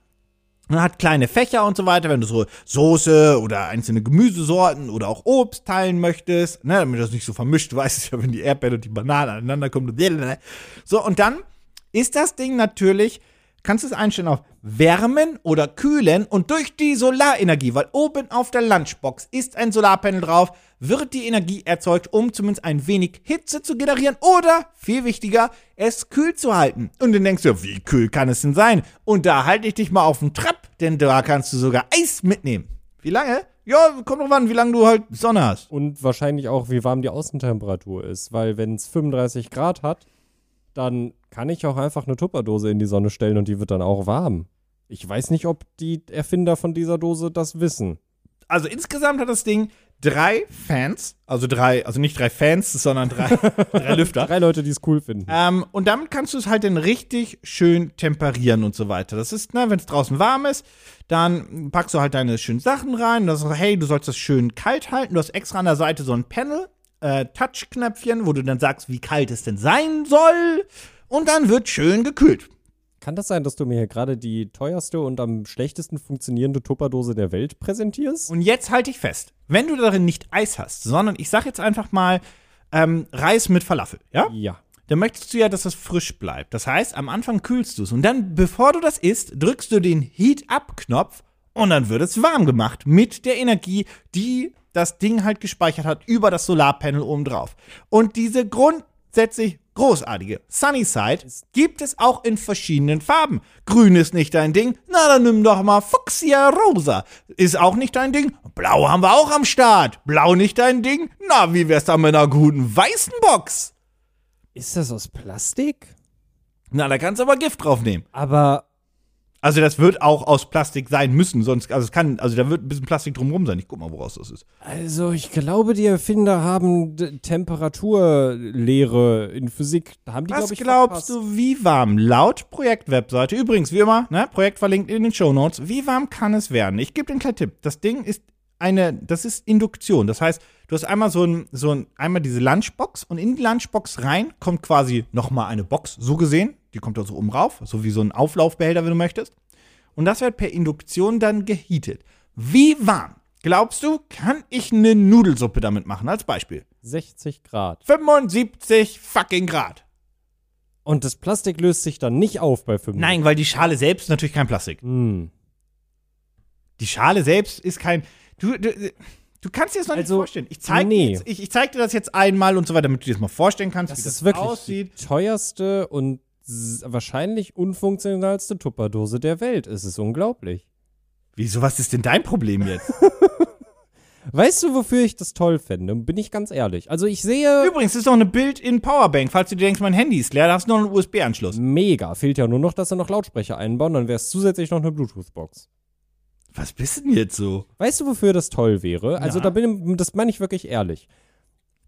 Speaker 2: Man hat kleine Fächer und so weiter, wenn du so Soße oder einzelne Gemüsesorten oder auch Obst teilen möchtest, ne, damit das nicht so vermischt, du weißt es ja, wenn die Erdbeere und die Banane aneinander kommen. und- So, und dann ist das Ding natürlich, kannst du es einstellen auf wärmen oder kühlen und durch die Solarenergie, weil oben auf der Lunchbox ist ein Solarpanel drauf, wird die Energie erzeugt, um zumindest ein wenig Hitze zu generieren oder, viel wichtiger, es kühl zu halten. Und dann denkst du, wie kühl kann es denn sein? Und da halte ich dich mal auf den Trab, denn da kannst du sogar Eis mitnehmen. Wie lange? Ja, kommt drauf an, wie lange du halt Sonne hast.
Speaker 3: Und wahrscheinlich auch, wie warm die Außentemperatur ist, weil wenn es 35 Grad hat, dann kann ich auch einfach eine Tupperdose in die Sonne stellen und die wird dann auch warm. Ich weiß nicht, ob die Erfinder von dieser Dose das wissen.
Speaker 2: also insgesamt hat das Ding drei Fans, also drei, also nicht drei Fans, sondern drei, drei Lüfter.
Speaker 3: Drei Leute, die es cool finden.
Speaker 2: Ähm, und damit kannst du es halt dann richtig schön temperieren und so weiter. Das ist, ne, wenn es draußen warm ist, dann packst du halt deine schönen Sachen rein. Das ist, hey, du sollst das schön kalt halten. Du hast extra an der Seite so ein Panel, äh, Touchknöpfchen, wo du dann sagst, wie kalt es denn sein soll. Und dann wird schön gekühlt.
Speaker 3: Kann das sein, dass du mir hier gerade die teuerste und am schlechtesten funktionierende Tupperdose der Welt präsentierst?
Speaker 2: Und jetzt halte ich fest, wenn du darin nicht Eis hast, sondern ich sag jetzt einfach mal ähm, Reis mit Falafel, ja?
Speaker 3: Ja.
Speaker 2: Dann möchtest du ja, dass das frisch bleibt. Das heißt, am Anfang kühlst du es und dann, bevor du das isst, drückst du den Heat-Up-Knopf und dann wird es warm gemacht mit der Energie, die das Ding halt gespeichert hat über das Solarpanel oben drauf. Und diese grundsätzlich großartige Sunnyside gibt es auch in verschiedenen Farben. Grün ist nicht dein Ding, na dann nimm doch mal Fuchsia Rosa. Ist auch nicht dein Ding, blau haben wir auch am Start. Blau nicht dein Ding, na wie wär's dann mit einer guten weißen Box?
Speaker 3: Ist das aus Plastik?
Speaker 2: Na, da kannst du aber Gift draufnehmen.
Speaker 3: Aber
Speaker 2: Also das wird auch aus Plastik sein müssen, sonst, also es kann, also da wird ein bisschen Plastik drumherum sein. Ich guck mal, woraus das ist.
Speaker 3: Also, ich glaube, die Erfinder haben d- Temperaturlehre in Physik. Da haben die,
Speaker 2: Was
Speaker 3: glaube ich,
Speaker 2: glaubst du, wie warm laut Projektwebseite, übrigens, wie immer, ne, Projekt verlinkt in den Shownotes, wie warm kann es werden? Ich gebe dir einen kleinen Tipp. Das Ding ist eine, das ist Induktion. Das heißt, du hast einmal so ein, so ein, einmal diese Lunchbox und in die Lunchbox rein kommt quasi nochmal eine Box, so gesehen. Die kommt da so oben rauf, so wie so ein Auflaufbehälter, wenn du möchtest. Und das wird per Induktion dann geheatet. Wie warm, glaubst du, kann ich eine Nudelsuppe damit machen, als Beispiel?
Speaker 3: 60 Grad.
Speaker 2: 75 fucking Grad.
Speaker 3: Und das Plastik löst sich dann nicht auf bei 5.
Speaker 2: Nein, weil die Schale selbst ist natürlich kein Plastik.
Speaker 3: Hm.
Speaker 2: Die Schale selbst ist kein. Du, du, du kannst dir das noch
Speaker 3: Also,
Speaker 2: nicht vorstellen. Ich zeig,
Speaker 3: nee.
Speaker 2: dir jetzt, ich, ich zeig dir das jetzt einmal und so weiter, damit du dir das mal vorstellen kannst,
Speaker 3: Das ist wirklich
Speaker 2: aussieht.
Speaker 3: die teuerste und s- wahrscheinlich unfunktionalste Tupperdose der Welt. Es ist unglaublich.
Speaker 2: Wieso, was ist denn dein Problem jetzt?
Speaker 3: Weißt du, wofür ich das toll fände? Bin ich ganz ehrlich. Also, ich sehe
Speaker 2: Übrigens, ist noch eine Build-in-Powerbank. Falls du dir denkst, mein Handy ist leer, da hast du noch einen USB-Anschluss.
Speaker 3: mega. Fehlt ja nur noch, dass sie noch Lautsprecher einbauen. Dann wäre es zusätzlich noch eine Bluetooth-Box.
Speaker 2: Was bist du denn jetzt so?
Speaker 3: Weißt du, wofür das toll wäre? Also
Speaker 2: Na?
Speaker 3: da bin ich, das meine ich wirklich ehrlich.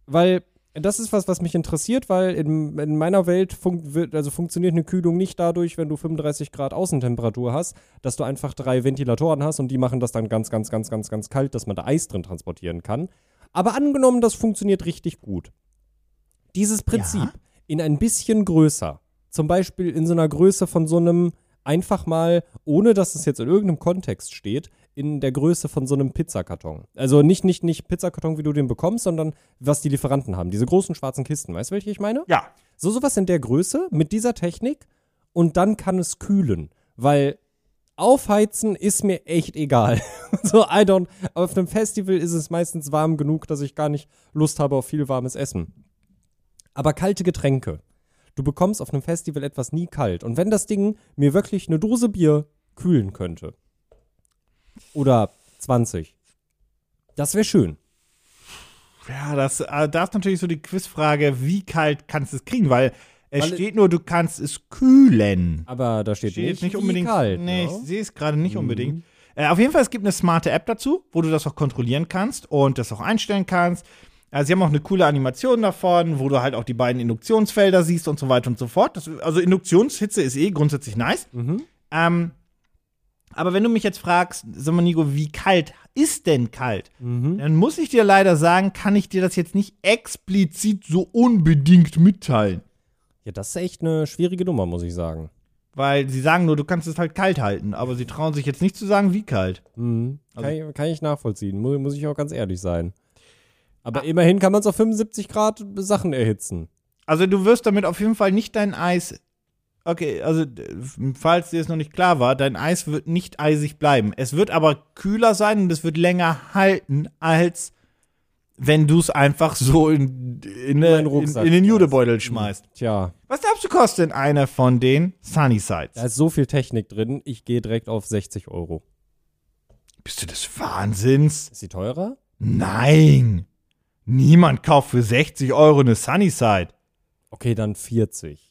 Speaker 3: Weil das ist was, was mich interessiert, weil in, in meiner Welt fun wird, also funktioniert eine Kühlung nicht dadurch, wenn du 35 Grad Außentemperatur hast, dass du einfach drei Ventilatoren hast und die machen das dann ganz, ganz, ganz, ganz, ganz kalt, dass man da Eis drin transportieren kann. Aber angenommen, das funktioniert richtig gut. Dieses Prinzip in ein bisschen größer, zum Beispiel in so einer Größe von so einem einfach mal, ohne dass es jetzt in irgendeinem Kontext steht, in der Größe von so einem Pizzakarton. Also nicht, nicht, nicht Pizzakarton, wie du den bekommst, sondern was die Lieferanten haben. Diese großen schwarzen Kisten, weißt du, welche ich meine?
Speaker 2: Ja.
Speaker 3: So sowas in der Größe, mit dieser Technik und dann kann es kühlen. Weil aufheizen ist mir echt egal. so, I don't. Auf einem Festival ist es meistens warm genug, dass ich gar nicht Lust habe auf viel warmes Essen. Aber kalte Getränke. Du bekommst auf einem Festival etwas nie kalt. Und wenn das Ding mir wirklich eine Dose Bier kühlen könnte. Oder 20. Das wäre schön.
Speaker 2: Ja, das, äh, da ist natürlich so die Quizfrage, wie kalt kannst du es kriegen? Weil es
Speaker 3: Weil-
Speaker 2: steht nur, du kannst es kühlen.
Speaker 3: Aber da steht,
Speaker 2: Steht
Speaker 3: nicht,
Speaker 2: jetzt nicht
Speaker 3: wie
Speaker 2: unbedingt.
Speaker 3: kalt.
Speaker 2: nee,
Speaker 3: ne?
Speaker 2: ich sehe es gerade nicht unbedingt. Äh, auf jeden Fall, es gibt eine smarte App dazu, wo du das auch kontrollieren kannst und das auch einstellen kannst. Äh, sie haben auch eine coole Animation davon, wo du halt auch die beiden Induktionsfelder siehst und so weiter und so fort. Das, also Induktionshitze ist eh grundsätzlich nice.
Speaker 3: Mhm.
Speaker 2: Ähm, aber wenn du mich jetzt fragst, sag mal, Nico, wie kalt ist denn kalt?
Speaker 3: Mhm.
Speaker 2: Dann muss ich dir leider sagen, kann ich dir das jetzt nicht explizit so unbedingt mitteilen.
Speaker 3: Ja, das ist echt eine schwierige Nummer, muss ich sagen.
Speaker 2: Weil sie sagen nur, du kannst es halt kalt halten, aber sie trauen sich jetzt nicht zu sagen, wie kalt.
Speaker 3: Mhm. kann, ich, kann ich nachvollziehen, muss, muss ich auch ganz ehrlich sein. Aber immerhin kann man es auf 75 Grad Sachen erhitzen.
Speaker 2: Also du wirst damit auf jeden Fall nicht dein Eis. Okay, also d- falls dir es noch nicht klar war, dein Eis wird nicht eisig bleiben. Es wird aber kühler sein und es wird länger halten, als wenn du es einfach so in, in, in,
Speaker 3: In einen
Speaker 2: in,
Speaker 3: Rucksack
Speaker 2: den
Speaker 3: schmeißt.
Speaker 2: Judebeutel schmeißt.
Speaker 3: Tja,
Speaker 2: Was glaubst du, kostet denn einer von den Sunnysides?
Speaker 3: da ist so viel Technik drin, ich gehe direkt auf 60 Euro.
Speaker 2: Bist du des Wahnsinns?
Speaker 3: Ist sie teurer?
Speaker 2: Nein! Niemand kauft für 60 Euro eine Sunnyside.
Speaker 3: Okay, dann 40.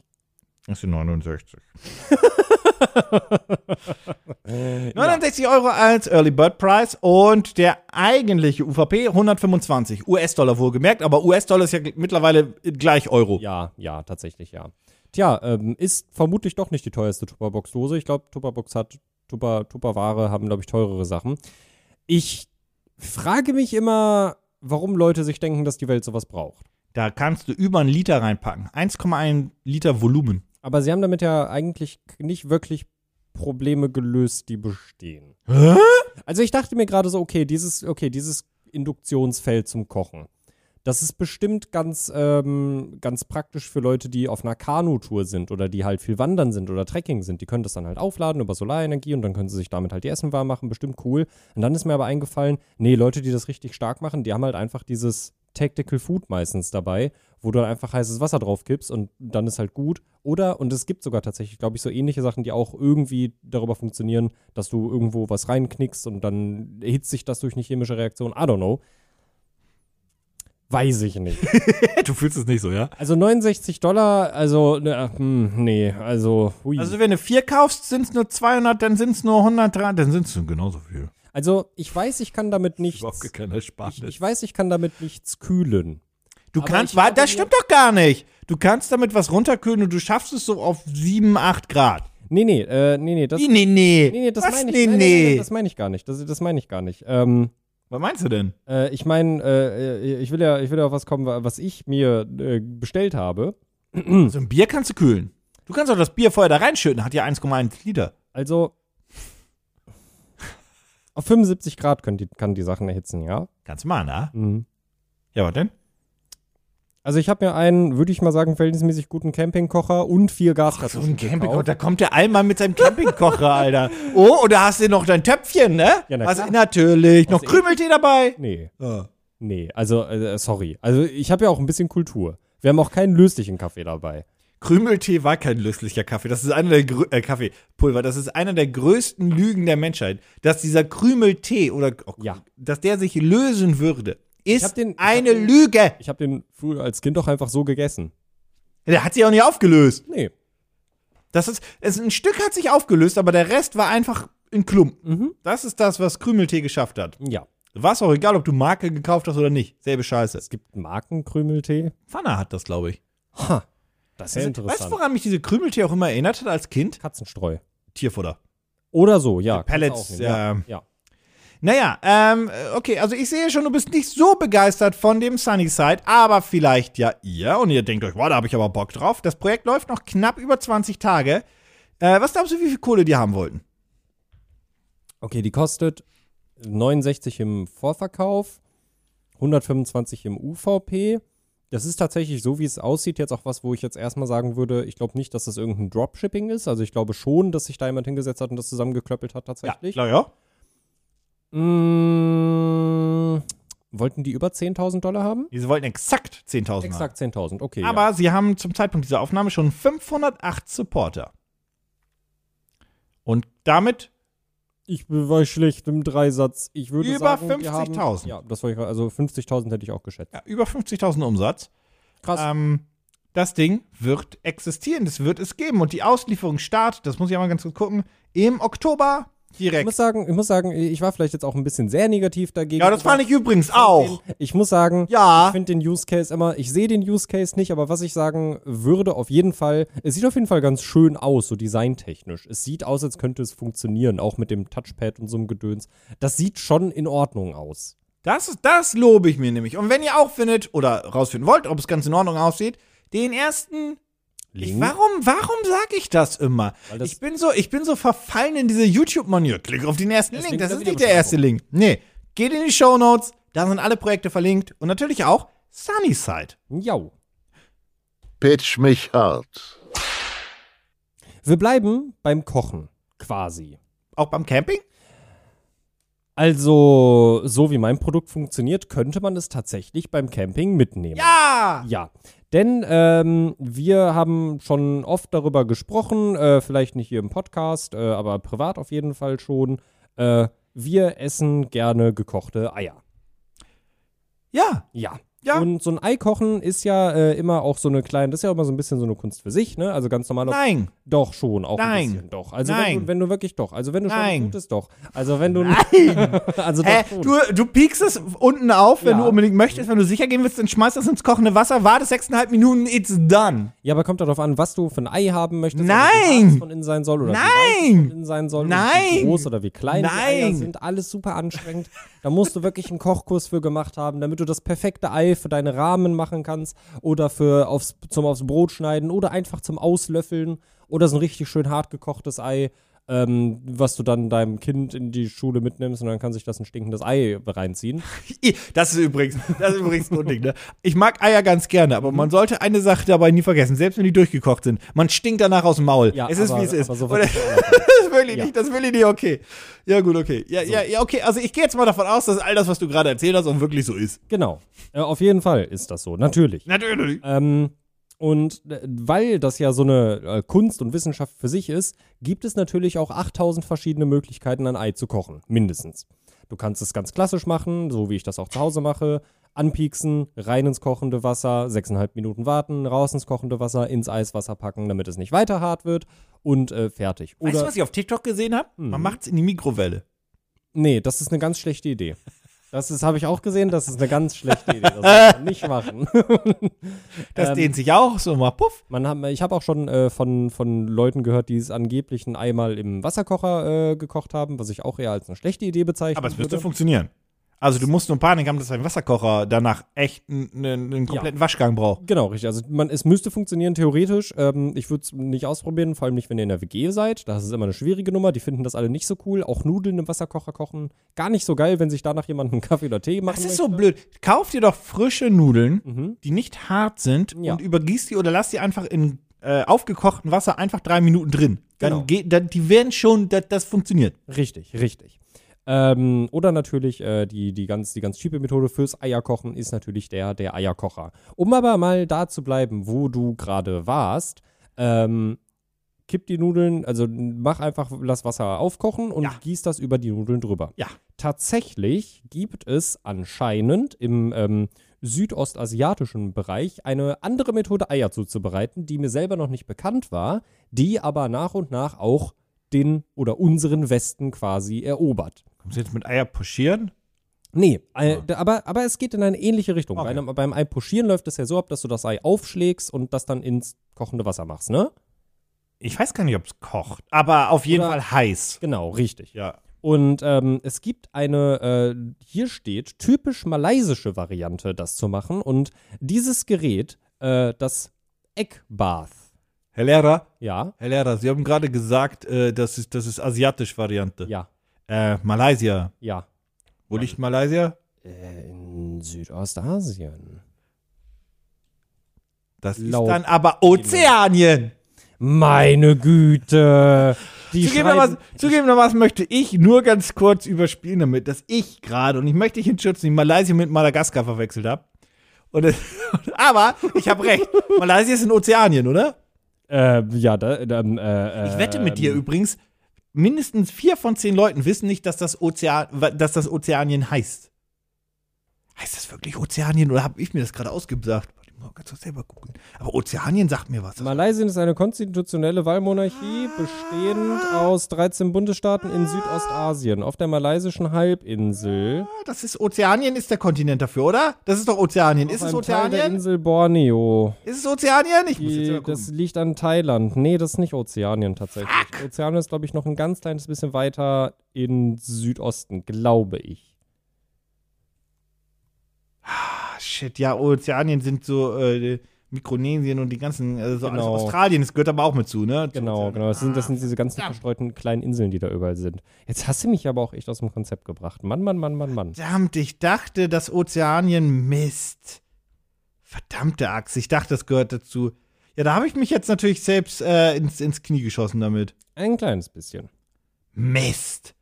Speaker 2: Das sind 69. 69 Euro als Early Bird Price und der eigentliche UVP 125 US-Dollar wohlgemerkt, aber US-Dollar ist ja g- mittlerweile gleich Euro.
Speaker 3: Ja, ja, tatsächlich ja. Tja, ähm, ist vermutlich doch nicht die teuerste Tupperbox-Dose. Ich glaube, Tupperbox hat, Tupper, Tupperware haben, glaube ich, teurere Sachen. Ich frage mich immer, warum Leute sich denken, dass die Welt sowas braucht.
Speaker 2: Da kannst du über einen Liter reinpacken. 1,1 Liter Volumen.
Speaker 3: Aber sie haben damit ja eigentlich k- nicht wirklich Probleme gelöst, die bestehen. Also ich dachte mir gerade so, okay, dieses, okay, dieses Induktionsfeld zum Kochen. Das ist bestimmt ganz, ähm, ganz praktisch für Leute, die auf einer Kanutour sind oder die halt viel wandern sind oder Trekking sind. Die können das dann halt aufladen über Solarenergie und dann können sie sich damit halt ihr Essen warm machen. Bestimmt cool. Und dann ist mir aber eingefallen, nee, Leute, die das richtig stark machen, die haben halt einfach dieses Tactical Food meistens dabei, wo du dann einfach heißes Wasser drauf kippst und dann ist halt gut. Oder, und es gibt sogar tatsächlich, glaube ich, so ähnliche Sachen, die auch irgendwie darüber funktionieren, dass du irgendwo was reinknickst und dann erhitzt sich das durch eine chemische Reaktion. I don't know. Weiß ich nicht.
Speaker 4: Du fühlst es nicht so, ja?
Speaker 3: Also 69 Dollar, also, ne, hm, nee, also, hui.
Speaker 2: Also wenn du vier kaufst, sind es nur 200, dann sind es nur 103, dann sind es genauso viel.
Speaker 3: Also, ich weiß, ich kann damit nichts.
Speaker 4: Überhaupt keine Spanisch.
Speaker 3: Ich, ich weiß, ich kann damit nichts kühlen.
Speaker 2: Du
Speaker 3: Aber
Speaker 2: kannst,
Speaker 3: ich
Speaker 2: wa-
Speaker 3: habe
Speaker 2: das
Speaker 3: mir-
Speaker 2: stimmt doch gar nicht. Du kannst damit was runterkühlen und du schaffst es so auf 7, 8 Grad.
Speaker 3: Nee, nee, äh, nee, nee, das,
Speaker 2: Nee, nee, nee.
Speaker 3: nee, nee, das
Speaker 2: Was?
Speaker 3: meine ich.
Speaker 2: Nee,
Speaker 3: nein, nein,
Speaker 2: nee.
Speaker 3: nein, das meine ich gar nicht. Das, das meine ich gar nicht. Ähm,
Speaker 2: Was meinst du denn?
Speaker 3: Äh, ich meine, äh, ich will ja, ich will ja auf was kommen, wa- was ich mir äh, bestellt habe.
Speaker 2: Hm. So ein Bier kannst du kühlen. Du kannst auch das Bier vorher da reinschütten, hat ja 1,1 Liter.
Speaker 3: Also auf 75 Grad können die, kann die Sachen erhitzen, ja. Mhm.
Speaker 2: Kannst du mal, ne? Ja, was denn?
Speaker 3: Also ich habe mir einen, würde ich mal sagen, verhältnismäßig guten Campingkocher und vier Gastaschen gekauft.
Speaker 2: da kommt der Allmann mit seinem Campingkocher, Alter. Oh, und da hast du noch dein Töpfchen, ne?
Speaker 3: Ja, na
Speaker 2: Hast du
Speaker 3: klar.
Speaker 2: natürlich. Noch
Speaker 3: eh-
Speaker 2: Krümeltee dabei.
Speaker 3: Nee,
Speaker 2: Ja.
Speaker 3: nee, also äh, sorry. Also ich habe ja auch ein bisschen Kultur. Wir haben auch keinen löslichen Kaffee dabei.
Speaker 2: Krümeltee war kein löslicher Kaffee. Das ist einer der grö- äh, Kaffeepulver. Das ist einer der größten Lügen der Menschheit, dass dieser Krümeltee oder oh,
Speaker 3: Ja.
Speaker 2: dass der sich lösen würde,
Speaker 3: hab
Speaker 2: ist
Speaker 3: den- ich hab
Speaker 2: eine
Speaker 3: den-
Speaker 2: Lüge.
Speaker 3: Ich habe den früher als Kind doch einfach so gegessen.
Speaker 2: Der hat sich auch nicht aufgelöst.
Speaker 3: Nee.
Speaker 2: Das ist, es, ein Stück hat sich aufgelöst, aber der Rest war einfach in Klumpen.
Speaker 3: Mhm.
Speaker 2: Das ist das, was Krümeltee geschafft hat.
Speaker 3: Ja.
Speaker 2: War es auch egal, ob du Marke gekauft hast oder nicht. Selbe Scheiße.
Speaker 3: Es gibt Markenkrümeltee.
Speaker 2: Pfanner hat das, glaube ich.
Speaker 3: Ha. Das ist ja interessant.
Speaker 2: Weißt du, woran mich diese Krümeltee auch immer erinnert hat als Kind?
Speaker 3: Katzenstreu.
Speaker 2: Tierfutter.
Speaker 3: Oder so, ja.
Speaker 2: Pellets,
Speaker 3: kannst du auch nehmen, ja. ja.
Speaker 2: Naja, ähm, okay, also ich sehe schon, du bist nicht so begeistert von dem Sunnyside, aber vielleicht ja ihr und ihr denkt euch, wow, da habe ich aber Bock drauf. Das Projekt läuft noch knapp über 20 Tage. Äh, was glaubst du, wie viel Kohle die haben wollten?
Speaker 3: Okay, die kostet 69 im Vorverkauf, 125 im UVP. Das ist tatsächlich so, wie es aussieht, jetzt auch was, wo ich jetzt erstmal sagen würde, ich glaube nicht, dass das irgendein Dropshipping ist. Also ich glaube schon, dass sich da jemand hingesetzt hat und das zusammengeklöppelt hat tatsächlich.
Speaker 2: klar, ja.
Speaker 3: Mm, wollten die über 10.000 Dollar haben?
Speaker 2: Sie wollten exakt 10.000 haben.
Speaker 3: Exakt 10.000, okay.
Speaker 2: Aber sie haben zum Zeitpunkt dieser Aufnahme schon 508 Supporter. Und damit
Speaker 3: Ich war schlecht im Dreisatz. Ich würde
Speaker 2: Über
Speaker 3: sagen, wir
Speaker 2: 50.000.
Speaker 3: haben- Ja, das wollte ich, also 50.000 hätte ich auch geschätzt.
Speaker 2: ja, über 50.000 Umsatz.
Speaker 3: Krass.
Speaker 2: Ähm, das Ding wird existieren, das wird es geben. Und die Auslieferung startet, das muss ich ja mal ganz kurz gucken, im Oktober
Speaker 3: ich muss
Speaker 2: direkt.
Speaker 3: sagen, ich muss sagen, ich war vielleicht jetzt auch ein bisschen sehr negativ dagegen.
Speaker 2: Ja, das fand ich übrigens auch.
Speaker 3: Ich muss sagen, ich
Speaker 2: Ja,
Speaker 3: finde den Use Case immer, ich sehe den Use Case nicht, aber was ich sagen würde, auf jeden Fall, es sieht auf jeden Fall ganz schön aus, so designtechnisch. Es sieht aus, als könnte es funktionieren, auch mit dem Touchpad und so einem Gedöns. Das sieht schon in Ordnung aus.
Speaker 2: das, ist- das lobe ich mir nämlich. Und wenn ihr auch findet oder rausfinden wollt, ob es ganz in Ordnung aussieht, den ersten Ich,
Speaker 3: Link?
Speaker 2: warum, warum sag ich das immer?
Speaker 3: Weil das-
Speaker 2: ich bin so, ich bin so verfallen in diese YouTube-Manier. Klick auf den ersten
Speaker 3: Das
Speaker 2: Link.
Speaker 3: Link
Speaker 2: Das
Speaker 3: in
Speaker 2: ist
Speaker 3: der
Speaker 2: nicht der erste Link. Nee. Geht in die Show Notes. Da sind alle Projekte verlinkt. Und natürlich auch Sunnyside.
Speaker 3: Jau.
Speaker 1: Pitch mich hart.
Speaker 3: Wir bleiben beim Kochen, quasi.
Speaker 2: Auch beim Camping?
Speaker 3: Also, so wie mein Produkt funktioniert, könnte man es tatsächlich beim Camping mitnehmen.
Speaker 2: Ja!
Speaker 3: Ja, denn ähm, wir haben schon oft darüber gesprochen, äh, vielleicht nicht hier im Podcast, äh, aber privat auf jeden Fall schon. Äh, wir essen gerne gekochte Eier.
Speaker 2: Ja.
Speaker 3: Ja.
Speaker 2: Ja.
Speaker 3: Und so ein Ei kochen ist ja äh, immer auch so eine kleine, das ist ja immer so ein bisschen so eine Kunst für sich, ne? Also ganz normal auf
Speaker 2: Nein.
Speaker 3: doch schon, auch
Speaker 2: Nein.
Speaker 3: ein bisschen. Doch. Also
Speaker 2: Nein.
Speaker 3: Wenn, du, wenn du wirklich doch. Also wenn du schon
Speaker 2: Nein.
Speaker 3: ein gutes doch. Also wenn du Nein. also doch
Speaker 2: Äh,
Speaker 3: schon.
Speaker 2: du, du piekst es unten auf, wenn
Speaker 3: Ja.
Speaker 2: du unbedingt möchtest. Wenn du sicher gehen willst, dann schmeißt das ins kochende Wasser. Warte sechseinhalb Minuten, it's done.
Speaker 3: Ja, aber kommt darauf an, was du für ein Ei haben möchtest.
Speaker 2: Nein!
Speaker 3: Also wie hart es von innen sein soll oder wie weit
Speaker 2: Nein!
Speaker 3: es von innen sein soll. und
Speaker 2: Nein!
Speaker 3: Wie groß oder wie klein die Eier
Speaker 2: Nein!
Speaker 3: sind. Alles super anstrengend. Da musst du wirklich einen Kochkurs für gemacht haben, damit du das perfekte Ei Brei für deine Rahmen machen kannst oder für aufs, zum aufs Brot schneiden oder einfach zum Auslöffeln oder so ein richtig schön hart gekochtes Ei, ähm, was du dann deinem Kind in die Schule mitnimmst und dann kann sich das ein stinkendes Ei reinziehen.
Speaker 2: I- Das ist übrigens, das ist übrigens ein Unding, ne? Ich mag Eier ganz gerne, aber man sollte eine Sache dabei nie vergessen, selbst wenn die durchgekocht sind. Man stinkt danach aus dem Maul. es ist,
Speaker 3: aber-
Speaker 2: wie es ist.
Speaker 3: Aber so
Speaker 2: Oder-
Speaker 3: wird das
Speaker 2: das will ich
Speaker 3: Ja.
Speaker 2: nicht, das will ich nicht, okay. Ja, gut, okay. Ja, ja, ja, okay. Also ich gehe jetzt mal davon aus, dass all das, was du gerade erzählt hast, auch wirklich so ist.
Speaker 3: Genau. Äh, auf jeden Fall ist das so, natürlich.
Speaker 2: Natürlich.
Speaker 3: Ähm, und äh, weil das ja so eine äh, Kunst und Wissenschaft für sich ist, gibt es natürlich auch 8000 verschiedene Möglichkeiten, ein Ei zu kochen. Mindestens. Du kannst es ganz klassisch machen, so wie ich das auch zu Hause mache. Anpieksen, rein ins kochende Wasser, 6,5 Minuten warten, raus ins kochende Wasser, ins Eiswasser packen, damit es nicht weiter hart wird und äh, fertig. Oder,
Speaker 2: Weißt du, was ich auf TikTok gesehen habe? Man macht's in die Mikrowelle.
Speaker 3: Nee, das ist eine ganz schlechte Idee. Das ist, habe ich auch gesehen, das ist eine ganz schlechte Idee. Das soll man nicht machen.
Speaker 2: Das
Speaker 3: Ähm.
Speaker 2: dehnt sich auch so mal puff.
Speaker 3: Man hat, ich habe auch schon äh, von, von Leuten gehört, die es angeblich ein einmal im Wasserkocher äh, gekocht haben, was ich auch eher als eine schlechte Idee bezeichne.
Speaker 2: Aber es müsste funktionieren. Also du musst nur Panik haben, dass dein Wasserkocher danach echt einen, einen einen kompletten Waschgang braucht.
Speaker 3: Genau, richtig. Also man, es müsste funktionieren, theoretisch. Ähm, ich würde es nicht ausprobieren, vor allem nicht, wenn ihr in der WG seid. Das ist immer eine schwierige Nummer. Die finden das alle nicht so cool. Auch Nudeln im Wasserkocher kochen. Gar nicht so geil, wenn sich danach jemand einen Kaffee oder Tee macht.
Speaker 2: Das ist so blöd. Kauf dir doch frische Nudeln,
Speaker 3: Mhm.
Speaker 2: die nicht hart sind
Speaker 3: Ja.
Speaker 2: und übergieß die oder lass die einfach in äh, aufgekochtem Wasser einfach drei Minuten drin. Dann
Speaker 3: Genau.
Speaker 2: geht, dann, die werden schon, das, das funktioniert.
Speaker 3: Richtig, richtig. Ähm, oder natürlich äh, die, die, ganz, die ganz cheape Methode fürs Eierkochen ist natürlich der, der Eierkocher. Um aber mal da zu bleiben, wo du gerade warst, ähm, kipp die Nudeln, also mach einfach, lass Wasser aufkochen und
Speaker 2: Ja.
Speaker 3: gieß das über die Nudeln drüber.
Speaker 2: Ja.
Speaker 3: Tatsächlich gibt es anscheinend im ähm, südostasiatischen Bereich eine andere Methode, Eier zuzubereiten, die mir selber noch nicht bekannt war, die aber nach und nach auch den oder unseren Westen quasi erobert.
Speaker 2: Kommst du jetzt mit Eier pochieren?
Speaker 3: Nee, äh, da- aber, aber es geht in eine ähnliche Richtung.
Speaker 2: Okay.
Speaker 3: Bei einem, beim Ei pochieren läuft es ja so ab, dass du das Ei aufschlägst und das dann ins kochende Wasser machst, ne?
Speaker 2: Ich weiß gar nicht, ob es kocht, aber auf jeden
Speaker 3: Oder-
Speaker 2: Fall heiß.
Speaker 3: Genau, richtig.
Speaker 2: Ja.
Speaker 3: Und ähm, es gibt eine, äh, hier steht, typisch malaysische Variante, das zu machen. Und dieses Gerät, äh, das Eggbath,
Speaker 2: Herr Lehrer,
Speaker 3: ja,
Speaker 2: Herr Lehrer, Sie haben gerade gesagt, äh, das ist, das ist asiatisch Variante.
Speaker 3: ja,
Speaker 2: Äh, Malaysia.
Speaker 3: ja.
Speaker 2: Wo liegt Malaysia?
Speaker 3: Äh, in Südostasien.
Speaker 2: Das
Speaker 3: Laut-
Speaker 2: ist dann aber Ozeanien.
Speaker 3: Meine Güte. Die
Speaker 2: Zugegebenermaßen,
Speaker 3: schreiben-
Speaker 2: zugegebenermaßen möchte ich nur ganz kurz überspielen damit, dass ich gerade, und ich möchte dich in Schutz nehmen, Malaysia mit Madagaskar verwechselt habe. Und es, aber ich habe recht. Malaysia ist in Ozeanien, oder?
Speaker 3: Äh, ja, da, da, ähm, äh, äh,
Speaker 2: Ich wette mit dir
Speaker 3: ähm,
Speaker 2: übrigens, mindestens vier von zehn Leuten wissen nicht, dass das, Ozean, wa- dass das Ozeanien heißt. Heißt das wirklich Ozeanien oder habe ich mir das gerade ausgesagt? Warte mal, kannst du selber gucken. Aber Ozeanien sagt mir was.
Speaker 3: Malaysien ist eine konstitutionelle Wahlmonarchie, bestehend aus 13 Bundesstaaten in Südostasien, auf der malaysischen Halbinsel.
Speaker 2: Ah, Das ist Ozeanien ist der Kontinent dafür, oder? Das ist doch Ozeanien. Ist
Speaker 3: auf
Speaker 2: es
Speaker 3: einem Teil der
Speaker 2: Ozeanien?
Speaker 3: Insel Borneo.
Speaker 2: Ist es Ozeanien? Ich muss jetzt
Speaker 3: Die,
Speaker 2: mal gucken.
Speaker 3: das liegt an Thailand. Nee, das ist nicht Ozeanien tatsächlich. Ozeanien ist, glaube ich, noch ein ganz kleines bisschen weiter in Südosten, glaube ich.
Speaker 2: Ah, shit, ja, Ozeanien sind so äh, Mikronesien und die ganzen, also so
Speaker 3: Genau.
Speaker 2: alles Australien, das gehört aber auch mit zu, ne? Zu
Speaker 3: Genau,
Speaker 2: Ozeanien.
Speaker 3: genau. Das sind, das sind diese ganzen verstreuten kleinen Inseln, die da überall sind. Jetzt hast du mich aber auch echt aus dem Konzept gebracht. Mann, Mann, Mann, Mann, Mann.
Speaker 2: Ah, Verdammt, ich dachte, dass Ozeanien Mist. Verdammte Axt, ich dachte, das gehört dazu. Ja, da habe ich mich jetzt natürlich selbst äh, ins, ins Knie geschossen damit.
Speaker 3: Ein kleines bisschen.
Speaker 2: Mist.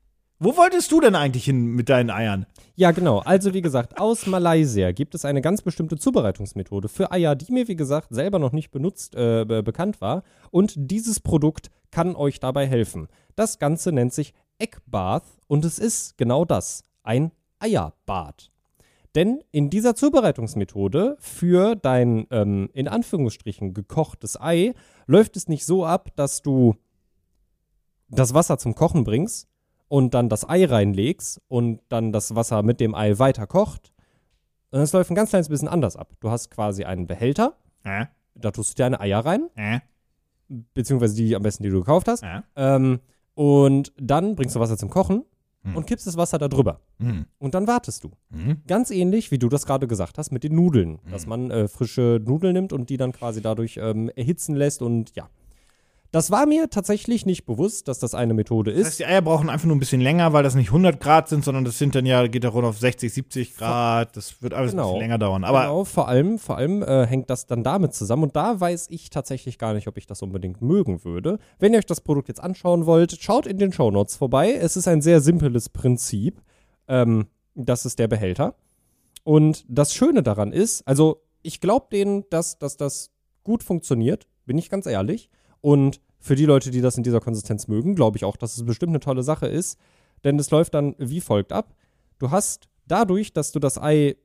Speaker 2: Wo wolltest du denn eigentlich hin mit deinen Eiern?
Speaker 3: Ja, genau. Also wie gesagt, aus Malaysia gibt es eine ganz bestimmte Zubereitungsmethode für Eier, die mir, wie gesagt, selber noch nicht benutzt, äh, be- bekannt war. Und dieses Produkt kann euch dabei helfen. Das Ganze nennt sich Eggbath und es ist genau das, ein Eierbad. Denn in dieser Zubereitungsmethode für dein ähm, in Anführungsstrichen gekochtes Ei läuft es nicht so ab, dass du das Wasser zum Kochen bringst und dann das Ei reinlegst und dann das Wasser mit dem Ei weiter kocht. Und es läuft ein ganz kleines bisschen anders ab. Du hast quasi einen Behälter,
Speaker 2: Äh,
Speaker 3: da tust du deine Eier rein,
Speaker 2: äh,
Speaker 3: beziehungsweise die am besten, die du gekauft hast.
Speaker 2: äh.
Speaker 3: Ähm, und dann bringst du Wasser zum Kochen und kippst das Wasser da drüber.
Speaker 2: Hm,
Speaker 3: Und dann wartest du. Ganz ähnlich, wie du das gerade gesagt hast, mit den Nudeln. Dass man äh, frische Nudeln nimmt und die dann quasi dadurch ähm, erhitzen lässt und ja. Das war mir tatsächlich nicht bewusst, dass das eine Methode
Speaker 2: Das
Speaker 3: ist.
Speaker 2: heißt, die Eier brauchen einfach nur ein bisschen länger, weil das nicht 100 Grad sind, sondern das sind dann ja, geht da runter auf 60, 70 Grad. Das wird alles ein
Speaker 3: Genau.
Speaker 2: bisschen länger dauern. Aber
Speaker 3: genau, vor allem, vor allem äh, hängt das dann damit zusammen. Und da weiß ich tatsächlich gar nicht, ob ich das unbedingt mögen würde. Wenn ihr euch das Produkt jetzt anschauen wollt, schaut in den Shownotes vorbei. Es ist ein sehr simples Prinzip. Ähm, das ist der Behälter. Und das Schöne daran ist, also ich glaube denen, dass, dass das gut funktioniert, bin ich ganz ehrlich. Und für die Leute, die das in dieser Konsistenz mögen, glaube ich auch, dass es bestimmt eine tolle Sache ist. Denn es läuft dann wie folgt ab. Du hast dadurch, dass du das Ei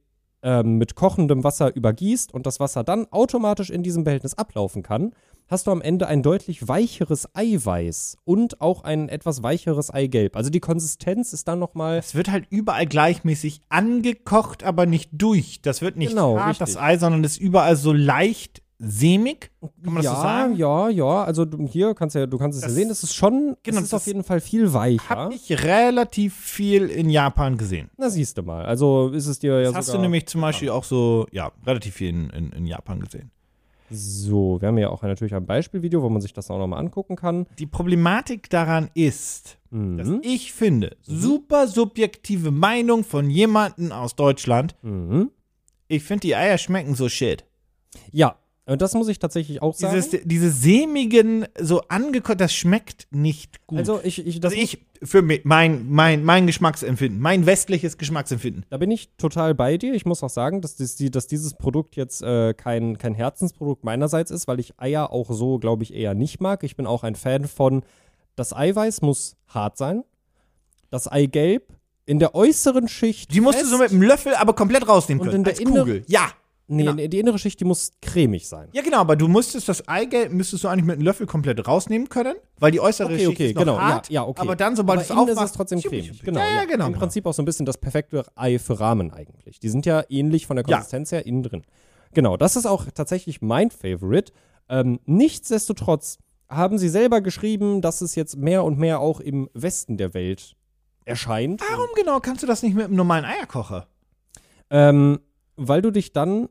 Speaker 3: ähm, mit kochendem Wasser übergießt und das Wasser dann automatisch in diesem Behältnis ablaufen kann, hast du am Ende ein deutlich weicheres Eiweiß und auch ein etwas weicheres Eigelb. Also die Konsistenz ist dann nochmal
Speaker 2: es wird halt überall gleichmäßig angekocht, aber nicht durch. Das wird nicht
Speaker 3: Genau,
Speaker 2: hart,
Speaker 3: richtig.
Speaker 2: das Ei, sondern ist überall so leicht sämig. Kann man
Speaker 3: ja,
Speaker 2: das so sagen?
Speaker 3: Ja, ja, also du, hier kannst ja, du kannst es ja
Speaker 2: Das-
Speaker 3: sehen, es ist schon,
Speaker 2: Genau,
Speaker 3: es ist
Speaker 2: das
Speaker 3: auf jeden Fall viel weicher.
Speaker 2: Hab ich relativ viel in Japan gesehen.
Speaker 3: Na siehst du mal, also ist es dir ja
Speaker 2: Das hast
Speaker 3: sogar
Speaker 2: du nämlich zum Beispiel auch so, ja, relativ viel in, in, in Japan gesehen.
Speaker 3: so, wir haben ja auch natürlich ein Beispielvideo, wo man sich das auch nochmal angucken kann.
Speaker 2: Die Problematik daran ist, dass
Speaker 3: Mhm.
Speaker 2: ich finde, super subjektive Meinung von jemandem aus Deutschland,
Speaker 3: Mhm.
Speaker 2: ich finde, die Eier schmecken so shit.
Speaker 3: Ja, und das muss ich tatsächlich auch sagen.
Speaker 2: Dieses, diese sämigen, so angekocht, das schmeckt nicht gut.
Speaker 3: also ich, ich, das
Speaker 2: also ich, für mich, mein, mein, mein Geschmacksempfinden, mein westliches Geschmacksempfinden.
Speaker 3: Da bin ich total bei dir. Ich muss auch sagen, dass, dies, die, dass dieses Produkt jetzt äh, kein, kein Herzensprodukt meinerseits ist, weil ich Eier auch so, glaube ich, eher nicht mag. Ich bin auch ein Fan von, das Eiweiß muss hart sein, das Eigelb in der äußeren Schicht.
Speaker 2: Die musst du
Speaker 3: fest-
Speaker 2: so mit dem Löffel aber komplett rausnehmen
Speaker 3: Und
Speaker 2: können.
Speaker 3: in der
Speaker 2: als
Speaker 3: Inner-
Speaker 2: Kugel. Ja.
Speaker 3: Nee,
Speaker 2: genau.
Speaker 3: nee, die innere Schicht, die muss cremig sein.
Speaker 2: Ja, genau, aber du musstest das Eigelb, müsstest du eigentlich mit einem Löffel komplett rausnehmen können, weil die äußere
Speaker 3: Okay,
Speaker 2: Schicht
Speaker 3: okay,
Speaker 2: ist noch
Speaker 3: genau,
Speaker 2: hart.
Speaker 3: ja, ja, okay.
Speaker 2: Aber dann, sobald du
Speaker 3: Aber
Speaker 2: es
Speaker 3: innen ist
Speaker 2: aufmachst,
Speaker 3: es trotzdem
Speaker 2: schupp,
Speaker 3: cremig.
Speaker 2: schupp.
Speaker 3: Genau,
Speaker 2: ja, ja, genau.
Speaker 3: Im
Speaker 2: genau.
Speaker 3: Prinzip auch so ein bisschen das perfekte Ei für Ramen eigentlich. Die sind ja ähnlich von der
Speaker 2: Ja.
Speaker 3: Konsistenz her innen drin. Genau, das ist auch tatsächlich mein Favorite. Ähm, nichtsdestotrotz haben sie selber geschrieben, dass es jetzt mehr und mehr auch im Westen der Welt erscheint.
Speaker 2: Warum genau kannst du das nicht mit einem normalen Eierkocher?
Speaker 3: Ähm, weil du dich dann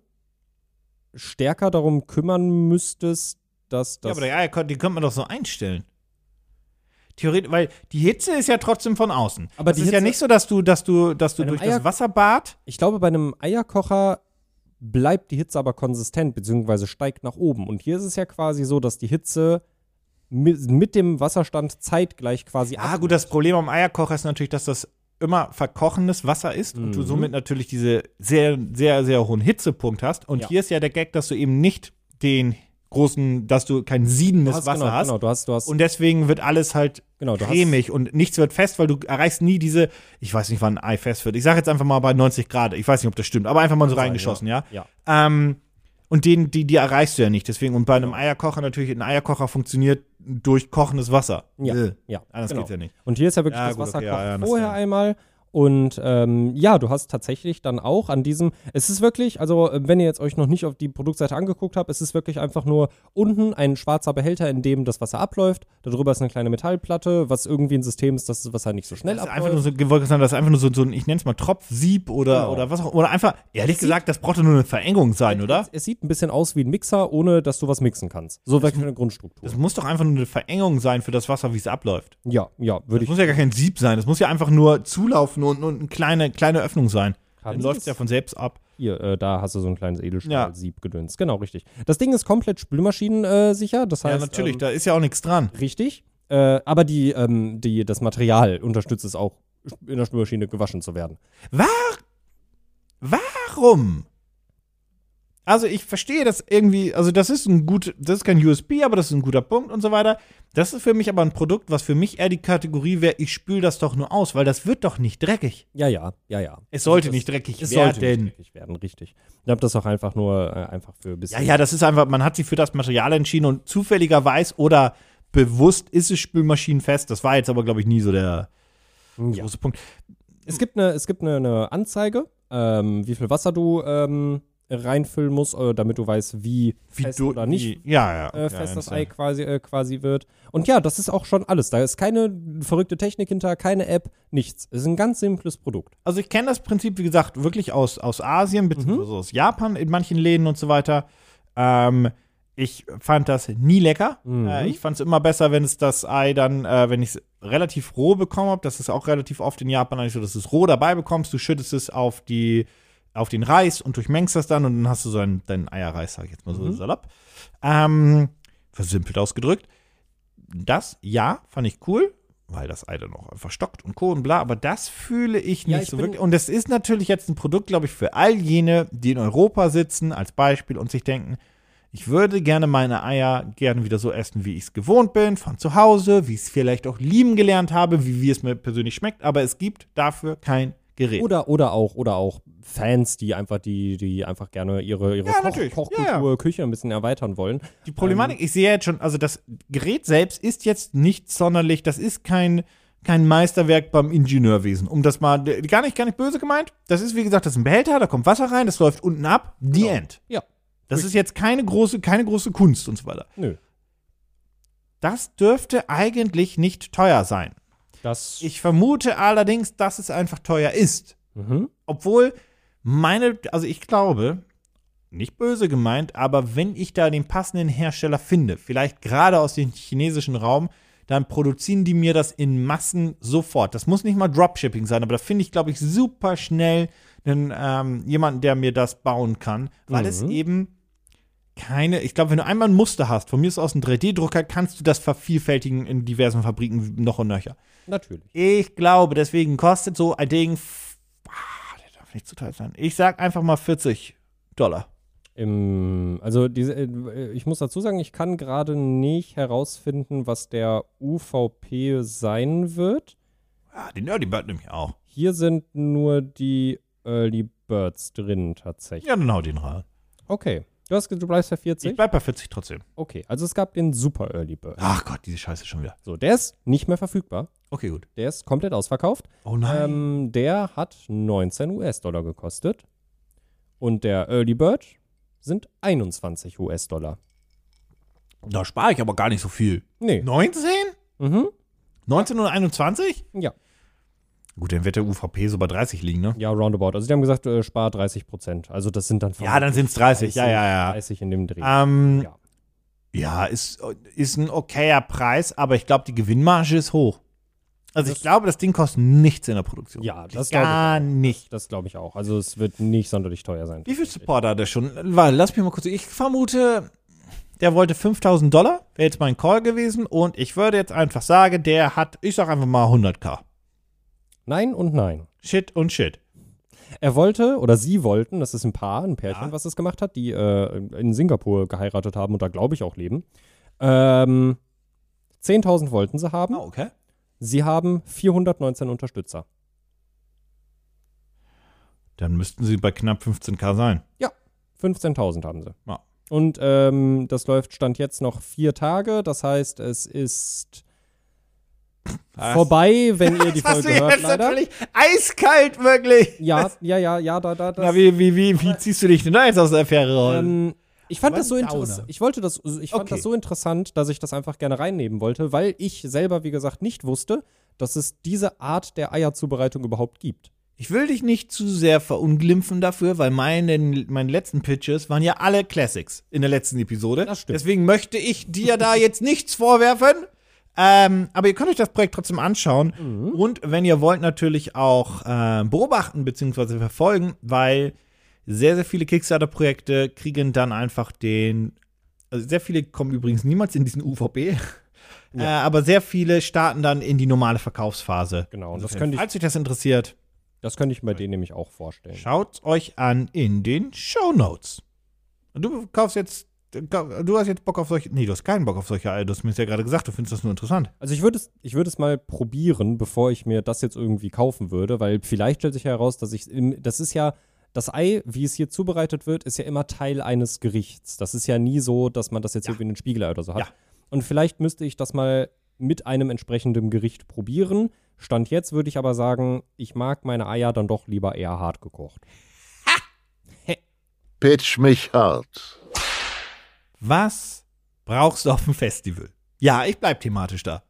Speaker 3: stärker darum kümmern müsstest, dass
Speaker 2: ja,
Speaker 3: das
Speaker 2: aber die Eierkocher, die könnte man doch so einstellen. Theoretisch, weil die Hitze ist ja trotzdem von außen.
Speaker 3: Aber
Speaker 2: es
Speaker 3: die
Speaker 2: ist ja
Speaker 3: Hitze-
Speaker 2: nicht so, dass du, dass du, dass du
Speaker 3: Bei einem
Speaker 2: durch
Speaker 3: Eier-
Speaker 2: das Wasserbad.
Speaker 3: Ich glaube, bei einem Eierkocher bleibt die Hitze aber konsistent, beziehungsweise steigt nach oben. Und hier ist es ja quasi so, dass die Hitze mi- mit dem Wasserstand zeitgleich quasi
Speaker 2: Ah,
Speaker 3: ab-
Speaker 2: gut, das Problem am Eierkocher ist natürlich, dass das immer verkochendes Wasser ist und du
Speaker 3: Mhm.
Speaker 2: somit natürlich diese sehr, sehr, sehr hohen Hitzepunkt hast. Und
Speaker 3: Ja.
Speaker 2: hier ist ja der Gag, dass du eben nicht den großen, dass du kein
Speaker 3: Du
Speaker 2: siedendes
Speaker 3: hast-
Speaker 2: Wasser
Speaker 3: genau,
Speaker 2: hast.
Speaker 3: Genau, du hast, du hast,
Speaker 2: Und deswegen wird alles halt
Speaker 3: genau, du hast
Speaker 2: cremig und nichts wird fest, weil du erreichst nie diese, ich weiß nicht, wann ein Ei fest wird. Ich sage jetzt einfach mal bei 90 Grad, ich weiß nicht, ob das stimmt, aber einfach mal so
Speaker 3: sein,
Speaker 2: reingeschossen, ja.
Speaker 3: ja. Genau.
Speaker 2: Ähm, und den, die, die erreichst du ja nicht. Deswegen, und bei einem Eierkocher natürlich, ein Eierkocher funktioniert durch kochendes Wasser.
Speaker 3: Ja,
Speaker 2: Äh,
Speaker 3: ja,
Speaker 2: Anders
Speaker 3: genau.
Speaker 2: geht's ja nicht.
Speaker 3: Und hier ist ja wirklich
Speaker 2: Ja,
Speaker 3: das
Speaker 2: gut,
Speaker 3: Wasser
Speaker 2: okay,
Speaker 3: kocht
Speaker 2: ja, ja, das-
Speaker 3: vorher
Speaker 2: ja.
Speaker 3: einmal. Und ähm, ja, du hast tatsächlich dann auch an diesem, es ist wirklich, also äh, wenn ihr jetzt euch noch nicht auf die Produktseite angeguckt habt, es ist wirklich einfach nur unten ein schwarzer Behälter, in dem das Wasser abläuft. Darüber ist eine kleine Metallplatte, was irgendwie ein System ist, dass das Wasser nicht so schnell
Speaker 2: Das ist einfach
Speaker 3: abläuft.
Speaker 2: nur so, ich wollte sagen, das ist einfach nur so, so ein, ich nenne es mal Tropfsieb oder,
Speaker 3: Genau.
Speaker 2: oder was auch Oder einfach, ehrlich gesagt, das braucht doch nur eine Verengung sein, oder?
Speaker 3: Es, es sieht ein bisschen aus wie ein Mixer, ohne dass du was mixen kannst. So wirklich eine Grundstruktur.
Speaker 2: Das muss doch einfach nur eine Verengung sein für das Wasser, wie es abläuft.
Speaker 3: Ja, ja, würde
Speaker 2: Das
Speaker 3: ich.
Speaker 2: muss ja gar kein Sieb sein. Das muss ja einfach nur zulaufen und, und eine kleine, kleine Öffnung sein.
Speaker 3: Haben
Speaker 2: Dann
Speaker 3: Sie
Speaker 2: läuft es
Speaker 3: das?
Speaker 2: ja von selbst ab.
Speaker 3: Hier, äh, da hast du so ein kleines Edelstahlsieb gedünst. Genau, richtig. Das Ding ist komplett spülmaschinensicher. Äh, sicher. das heißt,
Speaker 2: ja, natürlich,
Speaker 3: ähm,
Speaker 2: da ist ja auch nichts dran.
Speaker 3: Richtig. Äh, aber die, ähm, die, das Material unterstützt es auch, in der Spülmaschine gewaschen zu werden.
Speaker 2: Warum? Also ich verstehe das irgendwie, also das ist ein gut, das ist kein USB, aber das ist ein guter Punkt und so weiter. Das ist für mich aber ein Produkt, was für mich eher die Kategorie wäre, ich spüle das doch nur aus, weil das wird doch nicht dreckig.
Speaker 3: Ja, ja, ja, ja.
Speaker 2: Es sollte
Speaker 3: das-
Speaker 2: nicht dreckig
Speaker 3: Es
Speaker 2: werden.
Speaker 3: sollte nicht dreckig werden, richtig. Ich habe das auch einfach nur äh, einfach für ein
Speaker 2: ja,
Speaker 3: bisschen.
Speaker 2: ja, das ist einfach, man hat sich für das Material entschieden und zufälligerweise oder bewusst ist es spülmaschinenfest. Das war jetzt aber, glaube ich, nie so der
Speaker 3: ja. ne,
Speaker 2: große Punkt.
Speaker 3: Es gibt eine, es gibt eine, eine Anzeige, ähm, wie viel Wasser du ähm, äh, reinfüllen musst, äh, damit du weißt, wie, fest
Speaker 4: du-
Speaker 3: oder nicht
Speaker 4: wie- Ja, ja.
Speaker 3: äh,
Speaker 4: ja,
Speaker 3: fest das
Speaker 4: ja.
Speaker 3: Ei quasi, äh, quasi wird. Und ja, das ist auch schon alles. Da ist keine verrückte Technik hinter, keine App, nichts. Es ist ein ganz simples Produkt.
Speaker 2: Also ich kenne das Prinzip, wie gesagt, wirklich aus, aus
Speaker 3: Mhm.
Speaker 2: Asien beziehungsweise aus Japan in manchen Läden und so weiter. Ähm, ich fand das nie lecker.
Speaker 3: Mhm.
Speaker 2: Äh, ich fand es immer besser, wenn es das Ei dann, äh, wenn ich es relativ roh bekommen habe. Das ist auch relativ oft in Japan eigentlich so, dass du es roh dabei bekommst. Du schüttest es auf die auf den Reis und durchmengst das dann und dann hast du so einen, deinen Eierreis, sag ich jetzt mal so
Speaker 3: Mhm.
Speaker 2: salopp. Ähm, versimpelt ausgedrückt. Das, ja, fand ich cool, weil das Ei dann auch einfach stockt und Co. und bla, aber das fühle ich nicht
Speaker 3: Ja, ich
Speaker 2: so
Speaker 3: bin-
Speaker 2: wirklich. Und das ist natürlich jetzt ein Produkt, glaube ich, für all jene, die in Europa sitzen, als Beispiel und sich denken, ich würde gerne meine Eier gerne wieder so essen, wie ich es gewohnt bin, von zu Hause, wie ich es vielleicht auch lieben gelernt habe, wie, wie es mir persönlich schmeckt, aber es gibt dafür kein Gerät.
Speaker 3: Oder, oder auch, oder auch Fans, die einfach, die, die einfach gerne ihre, ihre
Speaker 2: Ja, natürlich.
Speaker 3: Kochkultur,
Speaker 2: Ja,
Speaker 3: Küche ein bisschen erweitern wollen.
Speaker 2: Die Problematik, ich sehe jetzt schon, also das Gerät selbst ist jetzt nicht sonderlich, das ist kein, kein Meisterwerk beim Ingenieurwesen. Um das mal, d- gar nicht, gar nicht böse gemeint. Das ist, wie gesagt, das ist ein Behälter, da kommt Wasser rein, das läuft unten ab, the end.
Speaker 3: Ja.
Speaker 2: Das ist jetzt keine große, keine große Kunst und so weiter.
Speaker 3: Nö.
Speaker 2: Das dürfte eigentlich nicht teuer sein.
Speaker 3: Das.
Speaker 2: Ich vermute allerdings, dass es einfach teuer ist.
Speaker 3: mhm.
Speaker 2: Obwohl meine, also ich glaube, nicht böse gemeint, aber wenn ich da den passenden Hersteller finde, vielleicht gerade aus dem chinesischen Raum, dann produzieren die mir das in Massen sofort. Das muss nicht mal Dropshipping sein, aber da finde ich, glaube ich, super schnell einen, ähm, jemanden, der mir das bauen kann, weil es eben keine, ich glaube, wenn du einmal ein Muster hast, von mir ist aus ein 3D-Drucker, kannst du das vervielfältigen in diversen Fabriken noch und nöcher.
Speaker 3: Natürlich.
Speaker 2: Ich glaube, deswegen kostet so ein Ding. f- Ah, der darf nicht zu teuer sein. Ich sag einfach mal 40 Dollar.
Speaker 3: Im, also diese, äh, ich muss dazu sagen, ich kann gerade nicht herausfinden, was der UVP sein wird.
Speaker 2: Ah, den Nerdy Bird nehme ich auch.
Speaker 3: Hier sind nur die Early Birds drin tatsächlich.
Speaker 2: Ja, dann hau den rein.
Speaker 3: Okay. Du, hast, ge- du bleibst bei 40?
Speaker 2: Ich bleib bei 40 trotzdem.
Speaker 3: Okay, also es gab den Super Early Bird.
Speaker 2: Ach Gott, diese Scheiße schon wieder.
Speaker 3: So, der ist nicht mehr verfügbar.
Speaker 2: Okay, gut.
Speaker 3: Der ist komplett ausverkauft.
Speaker 2: Oh nein.
Speaker 3: Ähm, der hat 19 US-Dollar gekostet. Und der Early Bird sind 21 US-Dollar.
Speaker 2: da spare ich aber gar nicht so viel.
Speaker 3: Nee.
Speaker 2: 19?
Speaker 3: Mhm.
Speaker 2: 19 oder 21?
Speaker 3: Ja.
Speaker 2: Gut, dann wird der UVP so bei 30 liegen, ne?
Speaker 3: Ja, roundabout. Also die haben gesagt, äh, spar 30 Prozent. Also das sind dann
Speaker 2: Ja, dann sind es 30. Ja, ja,
Speaker 3: 30 in dem Dreh.
Speaker 2: ja. Ähm,
Speaker 3: Ja.
Speaker 2: ja, ist, ist ein okayer Preis, aber ich glaube, die Gewinnmarge ist hoch. Also ich glaube, das Ding kostet nichts in der Produktion.
Speaker 3: Ja, das glaub ich
Speaker 2: Gar
Speaker 3: auch.
Speaker 2: nicht.
Speaker 3: Das glaube ich auch. Also es wird nicht sonderlich teuer sein.
Speaker 2: Wie viel Support hat er schon? Warte, lass mich mal kurz. Ich vermute, der wollte 5000 Dollar, wäre jetzt mein Call gewesen. Und ich würde jetzt einfach sagen, der hat, ich sag einfach mal 100k.
Speaker 3: Nein und nein.
Speaker 2: Shit und Shit.
Speaker 3: Er wollte oder sie wollten, das ist ein Paar, ein Pärchen, was das gemacht hat, die äh, in Singapur geheiratet haben und da glaube ich auch leben. Ähm, 10.000 wollten sie haben.
Speaker 2: okay.
Speaker 3: Sie haben 419 Unterstützer.
Speaker 2: Dann müssten sie bei knapp 15k sein.
Speaker 3: 15.000 haben sie.
Speaker 2: Ja.
Speaker 3: Und ähm, das läuft Stand jetzt noch vier Tage. Das heißt, es ist vorbei, wenn ihr die Folge hört, leider.
Speaker 2: eiskalt, wirklich.
Speaker 3: Ja, ja, ja, ja, da, da, das.
Speaker 2: Na, wie, wie, wie, wie ziehst du dich denn da jetzt aus der Affäre raus?
Speaker 3: ähm, ich fand
Speaker 2: Aber
Speaker 3: das so
Speaker 2: ein Downer.
Speaker 3: interessant. Ich wollte das, ich fand
Speaker 2: Okay.
Speaker 3: das so interessant, dass ich das einfach gerne reinnehmen wollte, weil ich selber, wie gesagt, nicht wusste, dass es diese Art der Eierzubereitung überhaupt gibt.
Speaker 2: Ich will dich nicht zu sehr verunglimpfen dafür, weil meine, meine letzten Pitches waren ja alle Classics in der letzten Episode.
Speaker 3: Das stimmt.
Speaker 2: Deswegen möchte ich dir da jetzt nichts vorwerfen. Ähm, aber ihr könnt euch das Projekt trotzdem anschauen.
Speaker 3: Mhm.
Speaker 2: Und wenn ihr wollt, natürlich auch äh, beobachten bzw. verfolgen, weil sehr, sehr viele Kickstarter-Projekte kriegen dann einfach den. Also sehr viele kommen übrigens niemals in diesen UVP. Äh, aber sehr viele starten dann in die normale Verkaufsphase.
Speaker 3: Genau, und das
Speaker 2: Insofern,
Speaker 3: könnte ich-
Speaker 2: Falls euch das interessiert,
Speaker 3: Das könnte ich mir bei denen nämlich auch vorstellen.
Speaker 2: Schaut euch an in den Show Notes. Du kaufst jetzt, du hast jetzt Bock auf solche, nee, du hast keinen Bock auf solche Eier. Du hast mir es ja gerade gesagt, du findest das nur interessant.
Speaker 3: Also ich würde es, ich würde es mal probieren, bevor ich mir das jetzt irgendwie kaufen würde, weil vielleicht stellt sich ja heraus, dass ich im, das ist ja das Ei, wie es hier zubereitet wird, ist ja immer Teil eines Gerichts. Das ist ja nie so, dass man das jetzt irgendwie in den Spiegelei oder so hat.
Speaker 2: Ja.
Speaker 3: Und vielleicht müsste ich das mal mit einem entsprechenden Gericht probieren. Stand jetzt würde ich aber sagen, ich mag meine Eier dann doch lieber eher hart gekocht.
Speaker 1: Pitch mich hart.
Speaker 2: Was brauchst du auf dem Festival? Ja, ich bleib thematisch da.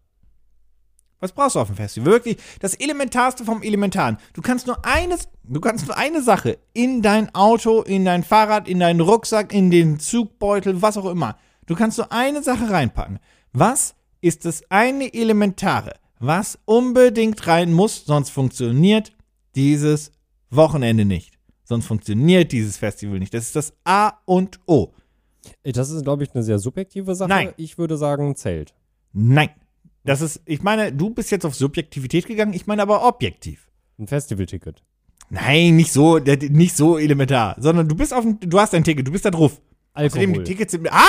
Speaker 2: Was brauchst du auf dem Festival? Wirklich das Elementarste vom Elementaren. Du kannst nur eines, du kannst nur eine Sache in dein Auto, in dein Fahrrad, in deinen Rucksack, in den Zugbeutel, was auch immer. Du kannst nur eine Sache reinpacken. Was ist das eine Elementare, was unbedingt rein muss, sonst funktioniert dieses Wochenende nicht. Sonst funktioniert dieses Festival nicht. Das ist das A und O.
Speaker 3: Äh, Das ist, glaube ich, eine sehr subjektive Sache.
Speaker 2: Nein.
Speaker 3: Ich würde sagen, Zelt.
Speaker 2: Nein. Das ist, ich meine, du bist jetzt auf Subjektivität gegangen, ich meine aber objektiv.
Speaker 3: Ein Festivalticket.
Speaker 2: Nein, nicht so, d- nicht so elementar, sondern du bist auf dem, du hast dein Ticket, du bist da drauf. Außerdem, die
Speaker 3: Alkohol.
Speaker 2: Tickets sind, ah!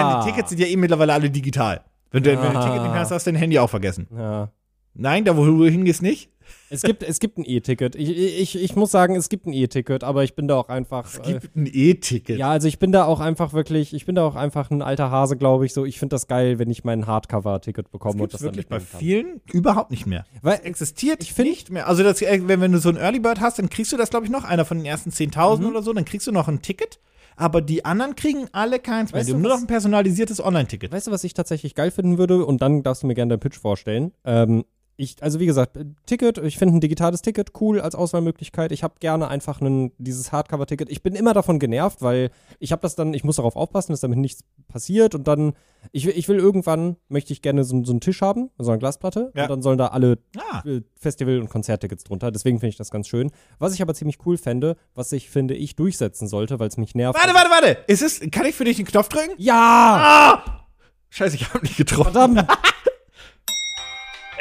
Speaker 3: ah!
Speaker 2: Deine Tickets sind ja eh mittlerweile alle digital. Wenn du, wenn du ein Ticket nicht mehr hast, hast du dein Handy auch vergessen.
Speaker 3: Ja.
Speaker 2: Nein, da wo du hingehst nicht.
Speaker 3: Es gibt, es gibt ein E-Ticket. Ich, ich, ich muss sagen, es gibt ein E-Ticket, aber ich bin da auch einfach.
Speaker 2: Es gibt ein E-Ticket.
Speaker 3: äh, ja, also ich bin da auch einfach wirklich, ich bin da auch einfach ein alter Hase, glaube ich. So, ich finde das geil, wenn ich mein Hardcover-Ticket bekomme und
Speaker 2: Gibt's
Speaker 3: das dann
Speaker 2: wirklich bei
Speaker 3: mitnehmen kann.
Speaker 2: vielen überhaupt nicht mehr.
Speaker 3: Weil-
Speaker 2: Es existiert
Speaker 3: ich find-
Speaker 2: nicht mehr. Also das, äh, wenn, wenn du so ein Early Bird hast, dann kriegst du das, glaube ich, noch einer von den ersten 10.000 oder so, dann kriegst du noch ein Ticket. Aber die anderen kriegen alle keins mehr.
Speaker 3: Weißt
Speaker 2: die
Speaker 3: du
Speaker 2: haben nur
Speaker 3: was?
Speaker 2: noch ein personalisiertes Online-Ticket.
Speaker 3: Weißt du, was ich tatsächlich geil finden würde? Und dann darfst du mir gerne deinen Pitch vorstellen. Ähm, ich, also wie gesagt, äh, Ticket, ich finde ein digitales Ticket cool als Auswahlmöglichkeit. Ich habe gerne einfach einen, dieses Hardcover-Ticket. Ich bin immer davon genervt, weil ich habe das dann, ich muss darauf aufpassen, dass damit nichts passiert. Und dann, ich, will- ich will irgendwann, möchte ich gerne so, so einen Tisch haben, so eine Glasplatte.
Speaker 2: Ja.
Speaker 3: Und dann sollen da alle
Speaker 2: Ah,
Speaker 3: äh, Festival- und Konzerttickets drunter. Deswegen finde ich das ganz schön. Was ich aber ziemlich cool fände, was ich, finde ich, durchsetzen sollte, weil es mich nervt.
Speaker 2: warte, warte, warte. Ist es, kann ich für dich den Knopf drücken?
Speaker 3: Ja!
Speaker 2: Scheiße, ich habe nicht getroffen.
Speaker 3: Verdammt!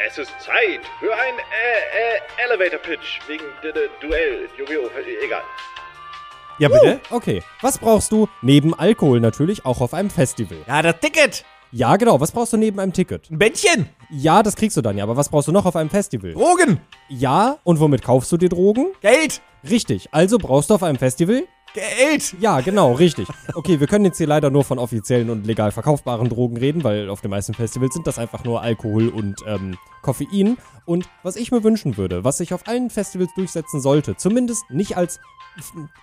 Speaker 5: Es ist Zeit für ein äh, äh, Elevator Pitch wegen d -d Duell. Yu-Gi-Oh! Egal.
Speaker 2: Ja, bitte?
Speaker 3: Okay, was brauchst du neben Alkohol natürlich auch auf einem Festival?
Speaker 2: Ja, das Ticket.
Speaker 3: Ja, genau, was brauchst du neben einem Ticket?
Speaker 2: Ein Bändchen.
Speaker 3: Ja, das kriegst du dann ja, aber was brauchst du noch auf einem Festival?
Speaker 2: Drogen.
Speaker 3: Ja, und womit kaufst du dir Drogen?
Speaker 2: Geld.
Speaker 3: Richtig, also brauchst du auf einem Festival?
Speaker 2: Geld.
Speaker 3: Ja, genau, richtig. Okay, wir können jetzt hier leider nur von offiziellen und legal verkaufbaren Drogen reden, weil auf den meisten Festivals sind das einfach nur Alkohol und ähm, Koffein. Und was ich mir wünschen würde, was sich auf allen Festivals durchsetzen sollte, zumindest nicht als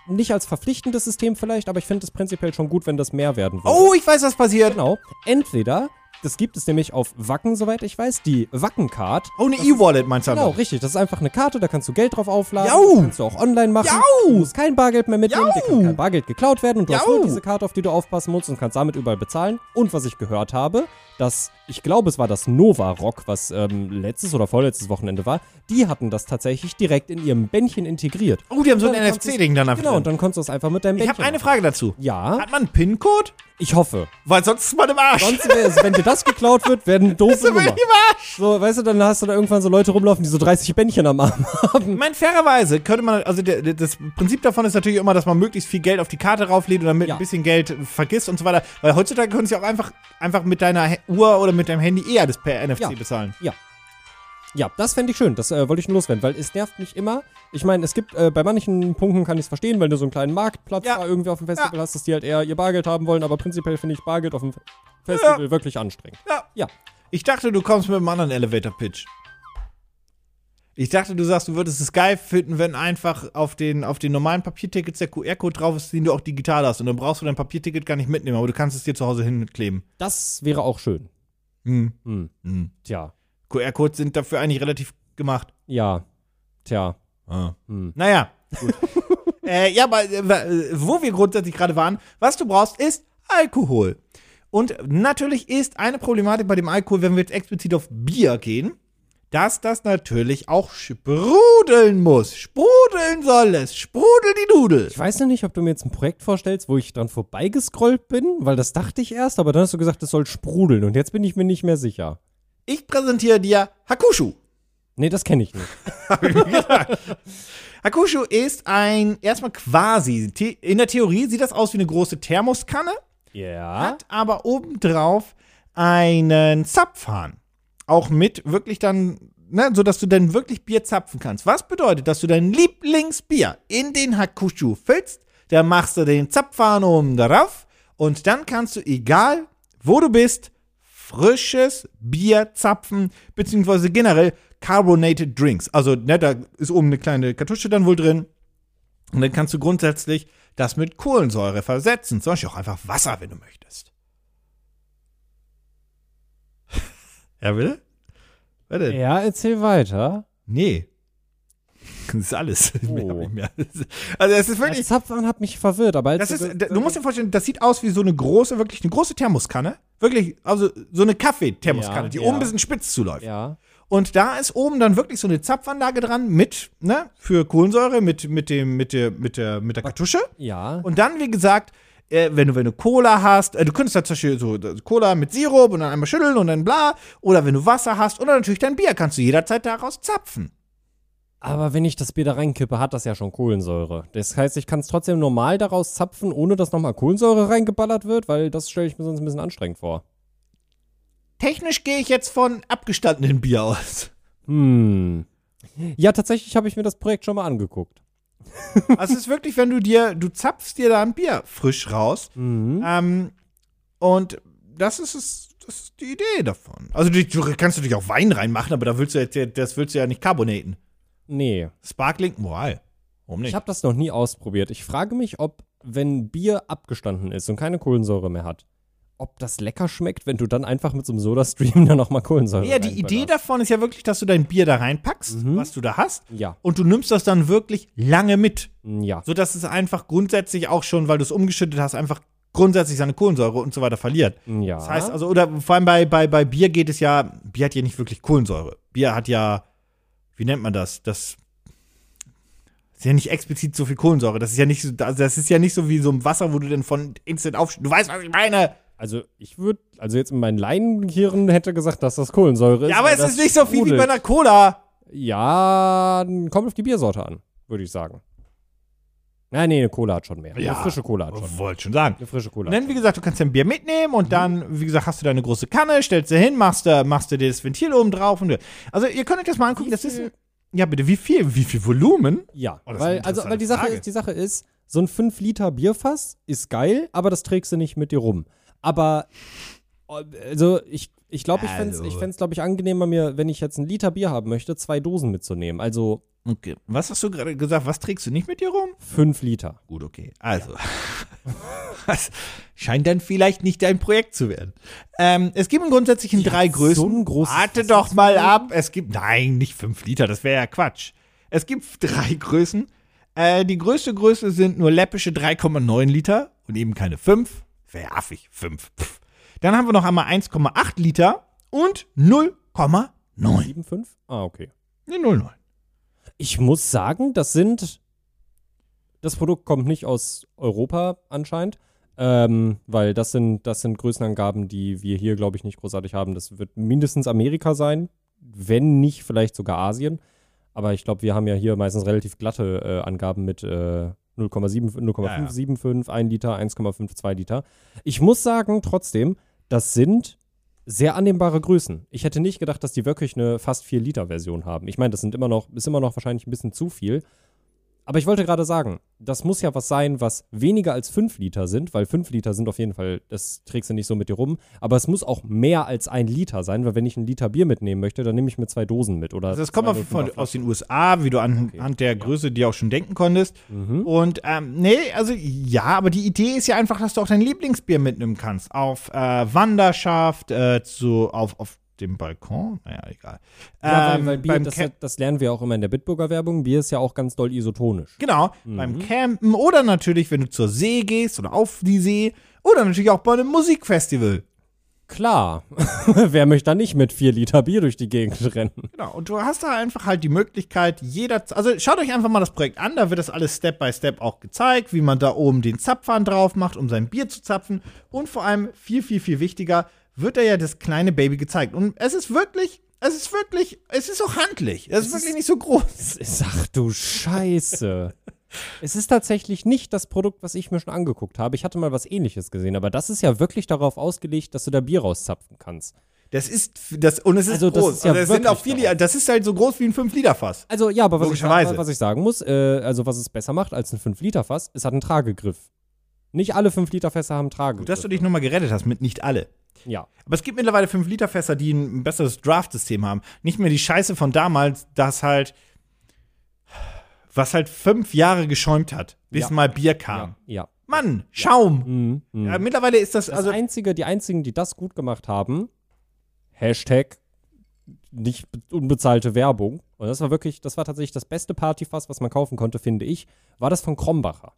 Speaker 3: nicht als verpflichtendes System vielleicht, aber ich finde es prinzipiell schon gut, wenn das mehr werden würde.
Speaker 2: Oh, ich weiß, was passiert.
Speaker 3: Genau. Entweder, das gibt es nämlich auf Wacken, soweit ich weiß, die Wacken-Card.
Speaker 2: Oh, eine E-Wallet meinst du?
Speaker 3: Genau,
Speaker 2: aber.
Speaker 3: richtig. Das ist einfach eine Karte, da kannst du Geld drauf aufladen.
Speaker 2: Jau.
Speaker 3: Das kannst du auch online machen.
Speaker 2: Jau.
Speaker 3: Du musst kein Bargeld mehr mitnehmen,
Speaker 2: Jau.
Speaker 3: dir kann kein Bargeld geklaut werden und du hast
Speaker 2: Jau.
Speaker 3: nur diese Karte, auf die du aufpassen musst und kannst damit überall bezahlen. Und was ich gehört habe, dass, ich glaube, es war das Nova Rock, was ähm, letztes oder vorletztes Wochenende war, die hatten das tatsächlich direkt in ihrem Bändchen integriert.
Speaker 2: Oh, die haben so
Speaker 3: Und
Speaker 2: ein
Speaker 3: konntest-
Speaker 2: NFC-Ding dann einfach
Speaker 3: Genau,
Speaker 2: drin.
Speaker 3: und dann konntest du es einfach mit deinem
Speaker 2: Ich
Speaker 3: Bändchen.
Speaker 2: habe eine Frage dazu.
Speaker 3: Ja,
Speaker 2: Hat man einen PIN-Code?
Speaker 3: ich hoffe.
Speaker 2: Weil sonst ist man im Arsch.
Speaker 3: Sonst wäre es, wenn dir das geklaut wird, wäre eine
Speaker 2: Bist du
Speaker 3: doofe
Speaker 2: wirklich
Speaker 3: Nummer.
Speaker 2: im Arsch?
Speaker 3: So, weißt du, dann hast du da irgendwann so Leute rumlaufen, die so 30 Bändchen am Arm haben.
Speaker 2: Ich meine, fairerweise könnte man, also der, der, das Prinzip davon ist natürlich immer, dass man möglichst viel Geld auf die Karte rauflädt und damit
Speaker 3: Ja.
Speaker 2: ein bisschen Geld vergisst und so weiter. Weil heutzutage können sie auch einfach, einfach mit deiner He- Uhr oder mit deinem Handy eh alles per NFC
Speaker 3: Ja.
Speaker 2: bezahlen.
Speaker 3: Ja, das fände ich schön. Das äh, wollte ich nur loswerden, weil es nervt mich immer. Ich meine, es gibt, äh, bei manchen Punkten kann ich es verstehen, wenn du so einen kleinen Marktplatz
Speaker 2: Ja.
Speaker 3: da irgendwie auf dem Festival hast, dass die halt eher ihr Bargeld haben wollen, aber prinzipiell finde ich Bargeld auf dem Fe- Festival wirklich anstrengend.
Speaker 2: Ja.
Speaker 3: Ja.
Speaker 2: Ich dachte, du kommst mit einem anderen Elevator-Pitch. Ich dachte, du sagst, du würdest es geil finden, wenn einfach auf den, auf den normalen Papiertickets der QR-Code drauf ist, den du auch digital hast. Und dann brauchst du dein Papierticket gar nicht mitnehmen, aber du kannst es dir zu Hause hinkleben.
Speaker 3: Das wäre auch schön.
Speaker 2: Hm.
Speaker 3: Hm.
Speaker 2: Hm.
Speaker 3: Tja.
Speaker 2: QR-Codes sind dafür eigentlich relativ gemacht.
Speaker 3: Ja. Tja.
Speaker 2: Ah.
Speaker 3: Hm.
Speaker 2: Naja, gut. äh, ja, aber äh, wa- äh, wo wir grundsätzlich gerade waren, was du brauchst, ist Alkohol. Und natürlich ist eine Problematik bei dem Alkohol, wenn wir jetzt explizit auf Bier gehen, dass das natürlich auch sprudeln muss. Sprudeln soll es. Sprudel die Nudel.
Speaker 3: Ich weiß noch nicht, ob du mir jetzt ein Projekt vorstellst, wo ich dran vorbeigescrollt bin, weil das dachte ich erst, aber dann hast du gesagt, das soll sprudeln und jetzt bin ich mir nicht mehr sicher.
Speaker 2: Ich präsentiere dir Hakushu.
Speaker 3: Nee, das kenne ich nicht.
Speaker 2: Hakushu ist ein, erstmal quasi, the- in der Theorie sieht das aus wie eine große Thermoskanne.
Speaker 3: Ja.
Speaker 2: hat aber obendrauf einen Zapfhahn. Auch mit wirklich dann, ne, sodass du dann wirklich Bier zapfen kannst. Was bedeutet, dass du dein Lieblingsbier in den Hakushu füllst, dann machst du den Zapfhahn oben drauf und dann kannst du, egal wo du bist, frisches Bier zapfen, beziehungsweise generell carbonated Drinks. Also, ne, da ist oben eine kleine Kartusche dann wohl drin. Und dann kannst du grundsätzlich das mit Kohlensäure versetzen, zum Beispiel auch einfach Wasser, wenn du möchtest. ja, bitte? Wer denn?
Speaker 3: Ja, erzähl weiter.
Speaker 2: Nee.
Speaker 4: Das ist alles.
Speaker 2: Mehr hab
Speaker 3: Oh.
Speaker 2: ich mehr. Also es ist
Speaker 3: Das
Speaker 2: wirklich.
Speaker 3: Zapfen hat mich verwirrt, aber als
Speaker 2: Das ist,
Speaker 3: du-
Speaker 2: du musst dir vorstellen, das sieht aus wie so eine große, wirklich eine große Thermoskanne. Wirklich, also so eine Kaffeethermoskanne,
Speaker 3: Ja,
Speaker 2: die
Speaker 3: ja.
Speaker 2: oben ein bisschen spitz zuläuft.
Speaker 3: ja.
Speaker 2: Und da ist oben dann wirklich so eine Zapfanlage dran mit, ne, für Kohlensäure, mit, mit dem, mit der, mit der, mit der Kartusche.
Speaker 3: Ja.
Speaker 2: Und dann, wie gesagt, äh, wenn du, wenn du Cola hast, äh, du könntest da zum Beispiel so äh, Cola mit Sirup und dann einmal schütteln und dann bla. Oder wenn du Wasser hast oder natürlich dein Bier, kannst du jederzeit daraus zapfen.
Speaker 3: Aber wenn ich das Bier da reinkippe, hat das ja schon Kohlensäure. Das heißt, ich kann es trotzdem normal daraus zapfen, ohne dass nochmal Kohlensäure reingeballert wird, weil das stelle ich mir sonst ein bisschen anstrengend vor.
Speaker 2: Technisch gehe ich jetzt von abgestandenem Bier aus.
Speaker 3: Hm. Ja, tatsächlich habe ich mir das Projekt schon mal angeguckt.
Speaker 2: Also es ist wirklich, wenn du dir, du zapfst dir da ein Bier frisch raus. Ähm, und das ist es. Das ist die Idee davon. Also die, du kannst natürlich auch Wein reinmachen, aber da willst du jetzt, das willst du ja nicht carbonaten.
Speaker 3: Nee.
Speaker 2: Sparkling, moral. Warum
Speaker 3: Ich
Speaker 2: nicht?
Speaker 3: habe das noch nie ausprobiert. Ich frage mich, ob, wenn Bier abgestanden ist und keine Kohlensäure mehr hat, ob das lecker schmeckt, wenn du dann einfach mit so einem Soda-Stream dann nochmal Kohlensäure
Speaker 2: Ja, die
Speaker 3: reinballerst.
Speaker 2: Idee davon ist ja wirklich, dass du dein Bier da reinpackst,
Speaker 3: Mhm.
Speaker 2: was du da hast,
Speaker 3: Ja,
Speaker 2: und du nimmst das dann wirklich lange mit,
Speaker 3: ja.
Speaker 2: sodass es einfach grundsätzlich auch schon, weil du es umgeschüttet hast, einfach grundsätzlich seine Kohlensäure und so weiter verliert.
Speaker 3: ja.
Speaker 2: Das heißt also, oder vor allem bei, bei, bei Bier geht es ja, Bier hat ja nicht wirklich Kohlensäure. Bier hat ja, wie nennt man das? Das ist ja nicht explizit so viel Kohlensäure. Das ist ja nicht so, also das ist ja nicht so wie so ein Wasser, wo du dann von instant aufstehst. Du weißt, was ich meine.
Speaker 3: Also ich würde, also jetzt in meinen Leinenhirn hätte gesagt, dass das Kohlensäure ist.
Speaker 2: Ja, aber
Speaker 3: weil
Speaker 2: es
Speaker 3: das
Speaker 2: ist nicht so viel wie
Speaker 3: sprudelt.
Speaker 2: bei einer Cola.
Speaker 3: Ja, kommt auf die Biersorte an, würde ich sagen. Nein, nee, eine Cola hat schon mehr.
Speaker 2: Ja.
Speaker 3: Eine frische Cola hat schon.
Speaker 2: Wollte schon sagen.
Speaker 3: Eine frische Cola.
Speaker 2: Und dann, wie gesagt, du kannst dein Bier mitnehmen und dann, wie gesagt, hast du deine große Kanne, stellst sie hin, machst da, machst du dir das Ventil oben drauf und also ihr könnt euch das mal angucken, das ist ein- ja bitte, wie viel, wie viel Volumen?
Speaker 3: Ja,
Speaker 2: Oh, das ist
Speaker 3: weil,
Speaker 2: eine
Speaker 3: also, weil die,
Speaker 2: interessante
Speaker 3: Sache
Speaker 2: Frage.
Speaker 3: ist, die Sache ist, so ein 5-Liter-Bierfass ist geil, aber das trägst du nicht mit dir rum. Aber, also, ich ich glaube, ich fänd's,
Speaker 2: Also.
Speaker 3: ich fänd's, glaube ich, angenehmer, mir, wenn ich jetzt einen Liter Bier haben möchte, zwei Dosen mitzunehmen. Also
Speaker 2: Okay. Was hast du gerade gesagt? Was trägst du nicht mit dir rum?
Speaker 3: 5 Liter.
Speaker 2: Gut, okay. Also. das scheint dann vielleicht nicht dein Projekt zu werden. Ähm, es gibt ihn grundsätzlich in drei
Speaker 3: hat so
Speaker 2: Größen.
Speaker 3: ein großes
Speaker 2: Warte
Speaker 3: Fass
Speaker 2: doch mal ab. Es gibt. Nein, nicht fünf Liter, das wäre ja Quatsch. Es gibt drei Größen. Äh, die größte Größe sind nur läppische 3,9 Liter und eben keine 5. Wäre affig, 5. Pff. Dann haben wir noch einmal 1,8 Liter und 0,9.
Speaker 3: 7, 5? Ah, okay.
Speaker 2: Nee, 0,9.
Speaker 3: Ich muss sagen, das sind. Das Produkt kommt nicht aus Europa anscheinend. Ähm, weil das sind, das sind Größenangaben, die wir hier, glaube ich, nicht großartig haben. Das wird mindestens Amerika sein, wenn nicht vielleicht sogar Asien. Aber ich glaube, wir haben ja hier meistens relativ glatte äh, Angaben mit äh, 0,7, 0,5,
Speaker 2: Ja, ja.
Speaker 3: 7,5, 1 Liter, 1,5, 2 Liter. Ich muss sagen, trotzdem, das sind sehr annehmbare Größen. Ich hätte nicht gedacht, dass die wirklich eine fast 4 Liter Version haben. Ich meine, das sind immer noch, ist immer noch wahrscheinlich ein bisschen zu viel. Aber ich wollte gerade sagen, das muss ja was sein, was weniger als 5 Liter sind, weil 5 Liter sind auf jeden Fall, das trägst du nicht so mit dir rum. Aber es muss auch mehr als ein Liter sein, weil wenn ich einen Liter Bier mitnehmen möchte, dann nehme ich mir zwei Dosen mit. Oder
Speaker 2: Also das kommt
Speaker 3: zwei
Speaker 2: auf, von,
Speaker 3: 05er
Speaker 2: aus den USA, wie du anhand der Größe dir auch schon denken konntest.
Speaker 3: Mhm. Hm?
Speaker 2: Und ähm, nee, also ja, aber die Idee ist ja einfach, dass du auch dein Lieblingsbier mitnehmen kannst. Auf äh, Wanderschaft, äh, zu, auf, auf dem Balkon, naja, egal.
Speaker 3: Ja, weil,
Speaker 2: Ähm,
Speaker 3: weil Bier,
Speaker 2: beim
Speaker 3: das,
Speaker 2: Ca-
Speaker 3: das lernen wir auch immer in der Bitburger Werbung. Bier ist ja auch ganz doll isotonisch.
Speaker 2: Genau,
Speaker 3: Mhm.
Speaker 2: beim Campen oder natürlich, wenn du zur See gehst oder auf die See oder natürlich auch bei einem Musikfestival.
Speaker 3: Klar, wer möchte da nicht mit 4 Liter Bier durch die Gegend rennen?
Speaker 2: Genau, und du hast da einfach halt die Möglichkeit, jeder, also schaut euch einfach mal das Projekt an, da wird das alles Step by Step auch gezeigt, wie man da oben den Zapfhahn drauf macht, um sein Bier zu zapfen und vor allem viel, viel, viel wichtiger, wird da ja das kleine Baby gezeigt und es ist wirklich, es ist wirklich, es ist auch handlich, es, ist wirklich nicht so groß.
Speaker 3: Ach du Scheiße. es ist tatsächlich nicht das Produkt, was ich mir schon angeguckt habe. Ich hatte mal was ähnliches gesehen, aber das ist ja wirklich darauf ausgelegt, dass du da Bier rauszapfen kannst.
Speaker 2: Das ist, das, und es ist
Speaker 3: Also, das
Speaker 2: groß,
Speaker 3: ist ja
Speaker 2: also, es sind
Speaker 3: wirklich
Speaker 2: auch viele,
Speaker 3: darauf.
Speaker 2: das ist halt so groß wie ein 5-Liter-Fass.
Speaker 3: Also ja, aber was, ich,
Speaker 2: Logischerweise.
Speaker 3: sa- was ich sagen muss, äh, also was es besser macht als ein 5-Liter-Fass, es hat einen Tragegriff. Nicht alle 5-Liter-Fässer haben Tragegriff.
Speaker 2: Dass du dich nochmal gerettet hast mit nicht alle.
Speaker 3: ja.
Speaker 2: Aber es gibt mittlerweile 5-Liter-Fässer, die ein besseres Draft-System haben. Nicht mehr die Scheiße von damals, dass halt was halt fünf Jahre geschäumt hat, bis
Speaker 3: Ja.
Speaker 2: mal Bier kam.
Speaker 3: Ja.
Speaker 2: Mann, Schaum.
Speaker 3: Mhm. Mhm.
Speaker 2: Ah. Ja, mittlerweile ist das,
Speaker 3: Das
Speaker 2: also
Speaker 3: einzige, die einzigen, die das gut gemacht haben, Hashtag nicht be- unbezahlte Werbung. Und das war wirklich, das war tatsächlich das beste Partyfass, was man kaufen konnte, finde ich, war das von Krombacher.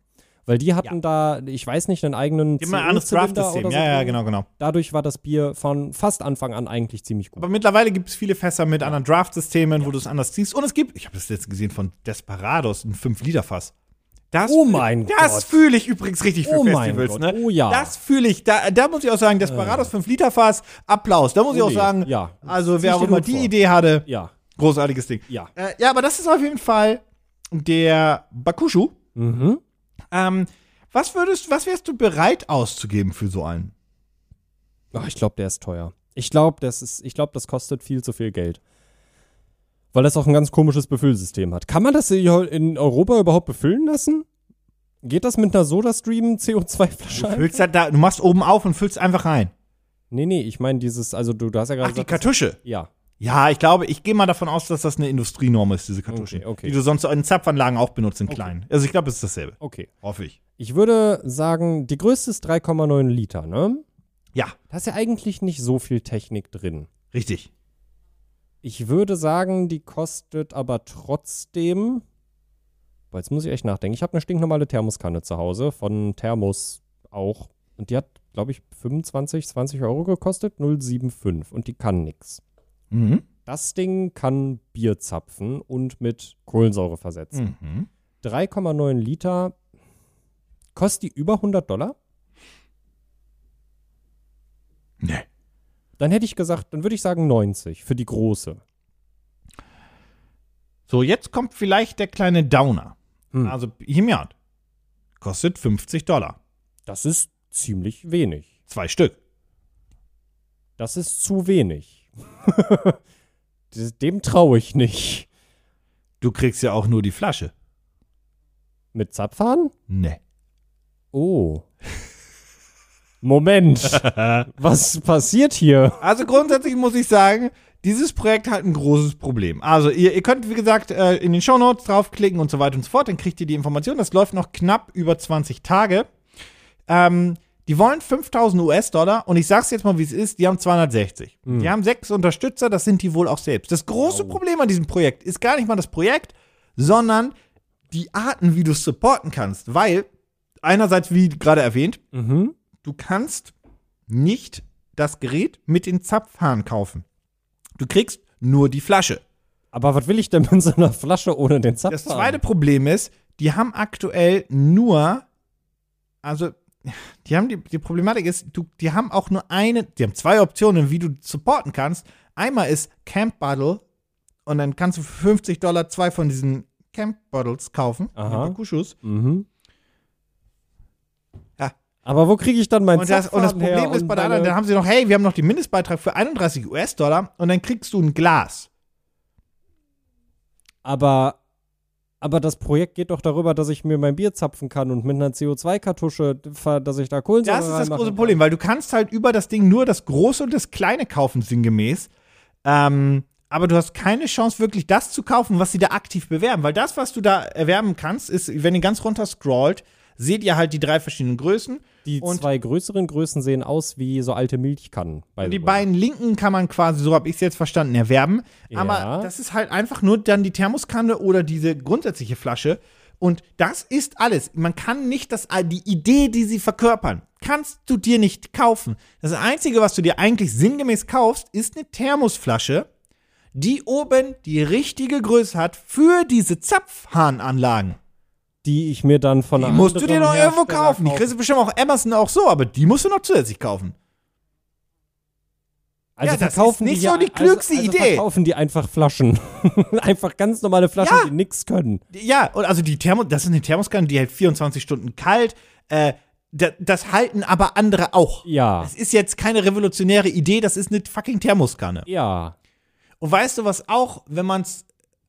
Speaker 3: Weil die hatten da, ich weiß nicht, einen eigenen
Speaker 2: immer ein anderes
Speaker 3: CO-Zylinder
Speaker 2: Draft-System.
Speaker 3: oder so
Speaker 2: Ja, ja,
Speaker 3: drin.
Speaker 2: genau, genau.
Speaker 3: Dadurch war das Bier von fast Anfang an eigentlich ziemlich gut.
Speaker 2: Aber mittlerweile gibt es viele Fässer mit anderen Draft-Systemen, wo du es anders ziehst. Und es gibt, ich habe das jetzt gesehen von Desperados, ein 5-Liter-Fass. Das
Speaker 3: Oh
Speaker 2: fühl-
Speaker 3: mein
Speaker 2: Das
Speaker 3: Gott.
Speaker 2: fühle ich übrigens richtig für
Speaker 3: Oh mein
Speaker 2: Festivals,
Speaker 3: Gott,
Speaker 2: ne?
Speaker 3: oh ja. Äh.
Speaker 2: Das fühle ich, da, da muss ich auch sagen, Desperados 5-Liter-Fass, Applaus. Da muss ich auch
Speaker 3: Oh nee,
Speaker 2: sagen,
Speaker 3: ja.
Speaker 2: also
Speaker 3: Zieh
Speaker 2: wer
Speaker 3: ich
Speaker 2: auch
Speaker 3: den
Speaker 2: immer
Speaker 3: Hut
Speaker 2: die
Speaker 3: vor.
Speaker 2: Idee hatte,
Speaker 3: ja.
Speaker 2: großartiges Ding.
Speaker 3: Ja.
Speaker 2: Äh, ja, aber das ist auf jeden Fall der Bakushu.
Speaker 3: Mhm.
Speaker 2: Ähm, was würdest, was wärst du bereit auszugeben für so einen?
Speaker 3: Ach, ich glaube, der ist teuer. Ich glaube, das ist, ich glaube, das kostet viel zu viel Geld. Weil das auch ein ganz komisches Befüllsystem hat. Kann man das hier in Europa überhaupt befüllen lassen? Geht das mit einer Soda-Stream CO2-Flasche? ein?
Speaker 2: Füllst halt da, du machst oben auf und füllst einfach rein.
Speaker 3: Nee, nee, ich meine dieses, also du, du hast ja gerade
Speaker 2: Ach, die
Speaker 3: gesagt, das-
Speaker 2: Kartusche.
Speaker 3: Ja.
Speaker 2: Ja, ich glaube, ich gehe mal davon aus, dass das eine Industrienorm ist, diese Kartuschen.
Speaker 3: Okay, okay.
Speaker 2: Die du sonst in Zapfanlagen auch benutzt, in kleinen. Also ich glaube, es ist dasselbe.
Speaker 3: Okay.
Speaker 2: Hoffe ich.
Speaker 3: Ich würde sagen, die größte ist 3,9 Liter, ne?
Speaker 2: Ja,
Speaker 3: Da ist ja eigentlich nicht so viel Technik drin.
Speaker 2: richtig.
Speaker 3: Ich würde sagen, die kostet aber trotzdem. Boah, jetzt muss ich echt nachdenken. Ich habe eine stinknormale Thermoskanne zu Hause von Thermos auch. Und die hat, glaube ich, 25, 20 Euro gekostet, 0,75. Und die kann nix.
Speaker 2: Mhm.
Speaker 3: Das Ding kann Bier zapfen und mit Kohlensäure versetzen.
Speaker 2: Mhm.
Speaker 3: 3,9 Liter. Kostet die über 100 Dollar?
Speaker 2: Nee.
Speaker 3: Dann hätte ich gesagt, dann würde ich sagen 90 für die große.
Speaker 2: So, jetzt kommt vielleicht der kleine Downer.
Speaker 3: Hm.
Speaker 2: Also Himyard. Kostet 50 Dollar.
Speaker 3: Das ist ziemlich wenig.
Speaker 2: Zwei Stück.
Speaker 3: Das ist zu wenig. Das- Dem traue ich nicht.
Speaker 2: Du kriegst ja auch nur die Flasche.
Speaker 3: Mit Zapfhahn?
Speaker 2: Nee.
Speaker 3: Oh. Moment. Was passiert hier?
Speaker 2: Also grundsätzlich muss ich sagen, dieses Projekt hat ein großes Problem. Also ihr, ihr könnt, wie gesagt, äh, in den Shownotes draufklicken und so weiter und so fort, dann kriegt ihr die Information. Das läuft noch knapp über 20 Tage. Ähm, die wollen 5000 US-Dollar und ich sag's jetzt mal, wie es ist, die haben 260. Die haben sechs Unterstützer, das sind die wohl auch selbst. Das große Problem an diesem Projekt ist gar nicht mal das Projekt, sondern die Arten, wie du es supporten kannst. Weil, einerseits, wie gerade erwähnt,
Speaker 3: Mhm.
Speaker 2: du kannst nicht das Gerät mit den Zapfhahn kaufen. Du kriegst nur die Flasche.
Speaker 3: Aber was will ich denn mit so einer Flasche ohne den Zapfhahn?
Speaker 2: Das zweite Problem ist, die haben aktuell nur, also die haben die, die Problematik ist, du, die haben auch nur eine, die haben zwei Optionen, wie du supporten kannst. Einmal ist Camp Bottle und dann kannst du für 50 Dollar zwei von diesen Camp Bottles kaufen,
Speaker 3: Aha.
Speaker 2: Bakushus.
Speaker 3: Mhm.
Speaker 2: Ja.
Speaker 3: Aber wo kriege ich dann meinen
Speaker 2: Und das, und das
Speaker 3: Zapfhahn her
Speaker 2: Problem ist
Speaker 3: und
Speaker 2: bei der
Speaker 3: meine-
Speaker 2: anderen, dann haben sie noch, hey, wir haben noch den Mindestbeitrag für 31 US-Dollar und dann kriegst du ein Glas.
Speaker 3: Aber, aber das Projekt geht doch darüber, dass ich mir mein Bier zapfen kann und mit einer CO2-Kartusche, ver- dass ich da Kohlensäure
Speaker 2: Das ist das
Speaker 3: reinmachen
Speaker 2: große
Speaker 3: kann.
Speaker 2: Problem, weil du kannst halt über das Ding nur das große und das kleine kaufen, sinngemäß. Ähm, aber du hast keine Chance, wirklich das zu kaufen, was sie da aktiv bewerben. Weil das, was du da erwerben kannst, ist, wenn ihr ganz runter scrollt, seht ihr halt die drei verschiedenen Größen.
Speaker 3: Die
Speaker 2: Und-
Speaker 3: zwei größeren Größen sehen aus wie so alte Milchkannen.
Speaker 2: Und
Speaker 3: by the
Speaker 2: die
Speaker 3: way.
Speaker 2: beiden linken kann man quasi, so habe ich es jetzt verstanden, erwerben.
Speaker 3: Ja.
Speaker 2: Aber das ist halt einfach nur dann die Thermoskanne oder diese grundsätzliche Flasche. Und das ist alles. Man kann nicht das, äh, die Idee, die sie verkörpern, kannst du dir nicht kaufen. Das Einzige, was du dir eigentlich sinngemäß kaufst, ist eine Thermosflasche, die oben die richtige Größe hat für diese Zapfhahnanlagen.
Speaker 3: Die ich mir dann von
Speaker 2: Die
Speaker 3: einem
Speaker 2: musst du dir
Speaker 3: anderen
Speaker 2: noch irgendwo
Speaker 3: Hersteller
Speaker 2: kaufen. Die kriegst du bestimmt auch Amazon auch so, aber die musst du noch zusätzlich kaufen.
Speaker 3: Also
Speaker 2: Ja, das
Speaker 3: verkaufen
Speaker 2: ist nicht
Speaker 3: die ja-
Speaker 2: so die klügste
Speaker 3: also, also
Speaker 2: Idee.
Speaker 3: verkaufen die einfach Flaschen. einfach ganz normale Flaschen,
Speaker 2: Ja.
Speaker 3: die nix können.
Speaker 2: Ja, und also die Thermo, das ist eine Thermoskanne, die hält 24 Stunden kalt. Äh, da, das halten aber andere auch.
Speaker 3: Ja.
Speaker 2: Das ist jetzt keine revolutionäre Idee, das ist eine fucking Thermoskanne.
Speaker 3: Ja.
Speaker 2: Und weißt du was auch, wenn man es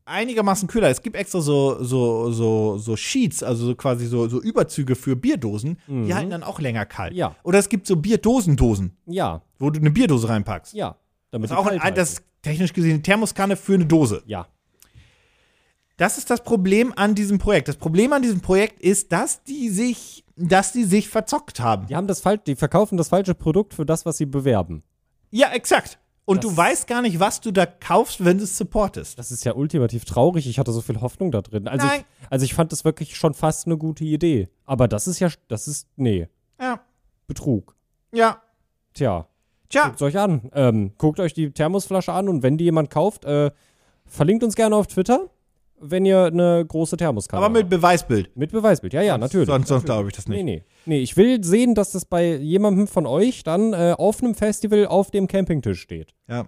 Speaker 2: einigermaßen kühler, es gibt extra so, so, so, so Sheets, also so quasi so, so Überzüge für Bierdosen, die halten dann auch länger kalt.
Speaker 3: Mhm. Ja.
Speaker 2: Oder es gibt so Bierdosendosen,
Speaker 3: Ja.
Speaker 2: wo du eine Bierdose reinpackst.
Speaker 3: Ja. Damit
Speaker 2: Das ist
Speaker 3: die
Speaker 2: auch
Speaker 3: kalt
Speaker 2: ein,
Speaker 3: halten.
Speaker 2: das ist technisch gesehen eine Thermoskanne für eine Dose.
Speaker 3: Ja.
Speaker 2: Das ist das Problem an diesem Projekt. Das Problem an diesem Projekt ist, dass die sich, dass die sich verzockt haben.
Speaker 3: Die haben das falsch, die verkaufen das falsche Produkt für das, was sie bewerben.
Speaker 2: Ja, exakt. Und du
Speaker 3: Das-
Speaker 2: weißt gar nicht, was du da kaufst, wenn du es supportest.
Speaker 3: Das ist ja ultimativ traurig. Ich hatte so viel Hoffnung da drin. Also,
Speaker 2: Nein.
Speaker 3: Ich, also ich fand das wirklich schon fast eine gute Idee. Aber das ist ja, das ist, nee,
Speaker 2: Ja,
Speaker 3: Betrug.
Speaker 2: ja.
Speaker 3: Tja,
Speaker 2: Tja,
Speaker 3: guckt euch an. Ähm, guckt euch die Thermosflasche an und wenn die jemand kauft, äh, verlinkt uns gerne auf Twitter, wenn ihr eine große Thermoskanne
Speaker 2: aber mit
Speaker 3: habt.
Speaker 2: Beweisbild.
Speaker 3: mit Beweisbild. Ja, ja, natürlich.
Speaker 2: Sonst, sonst glaube ich das
Speaker 3: Nee,
Speaker 2: nicht.
Speaker 3: nee. Nee, ich will sehen, dass das bei jemandem von euch dann äh, auf einem Festival auf dem Campingtisch steht.
Speaker 2: Ja.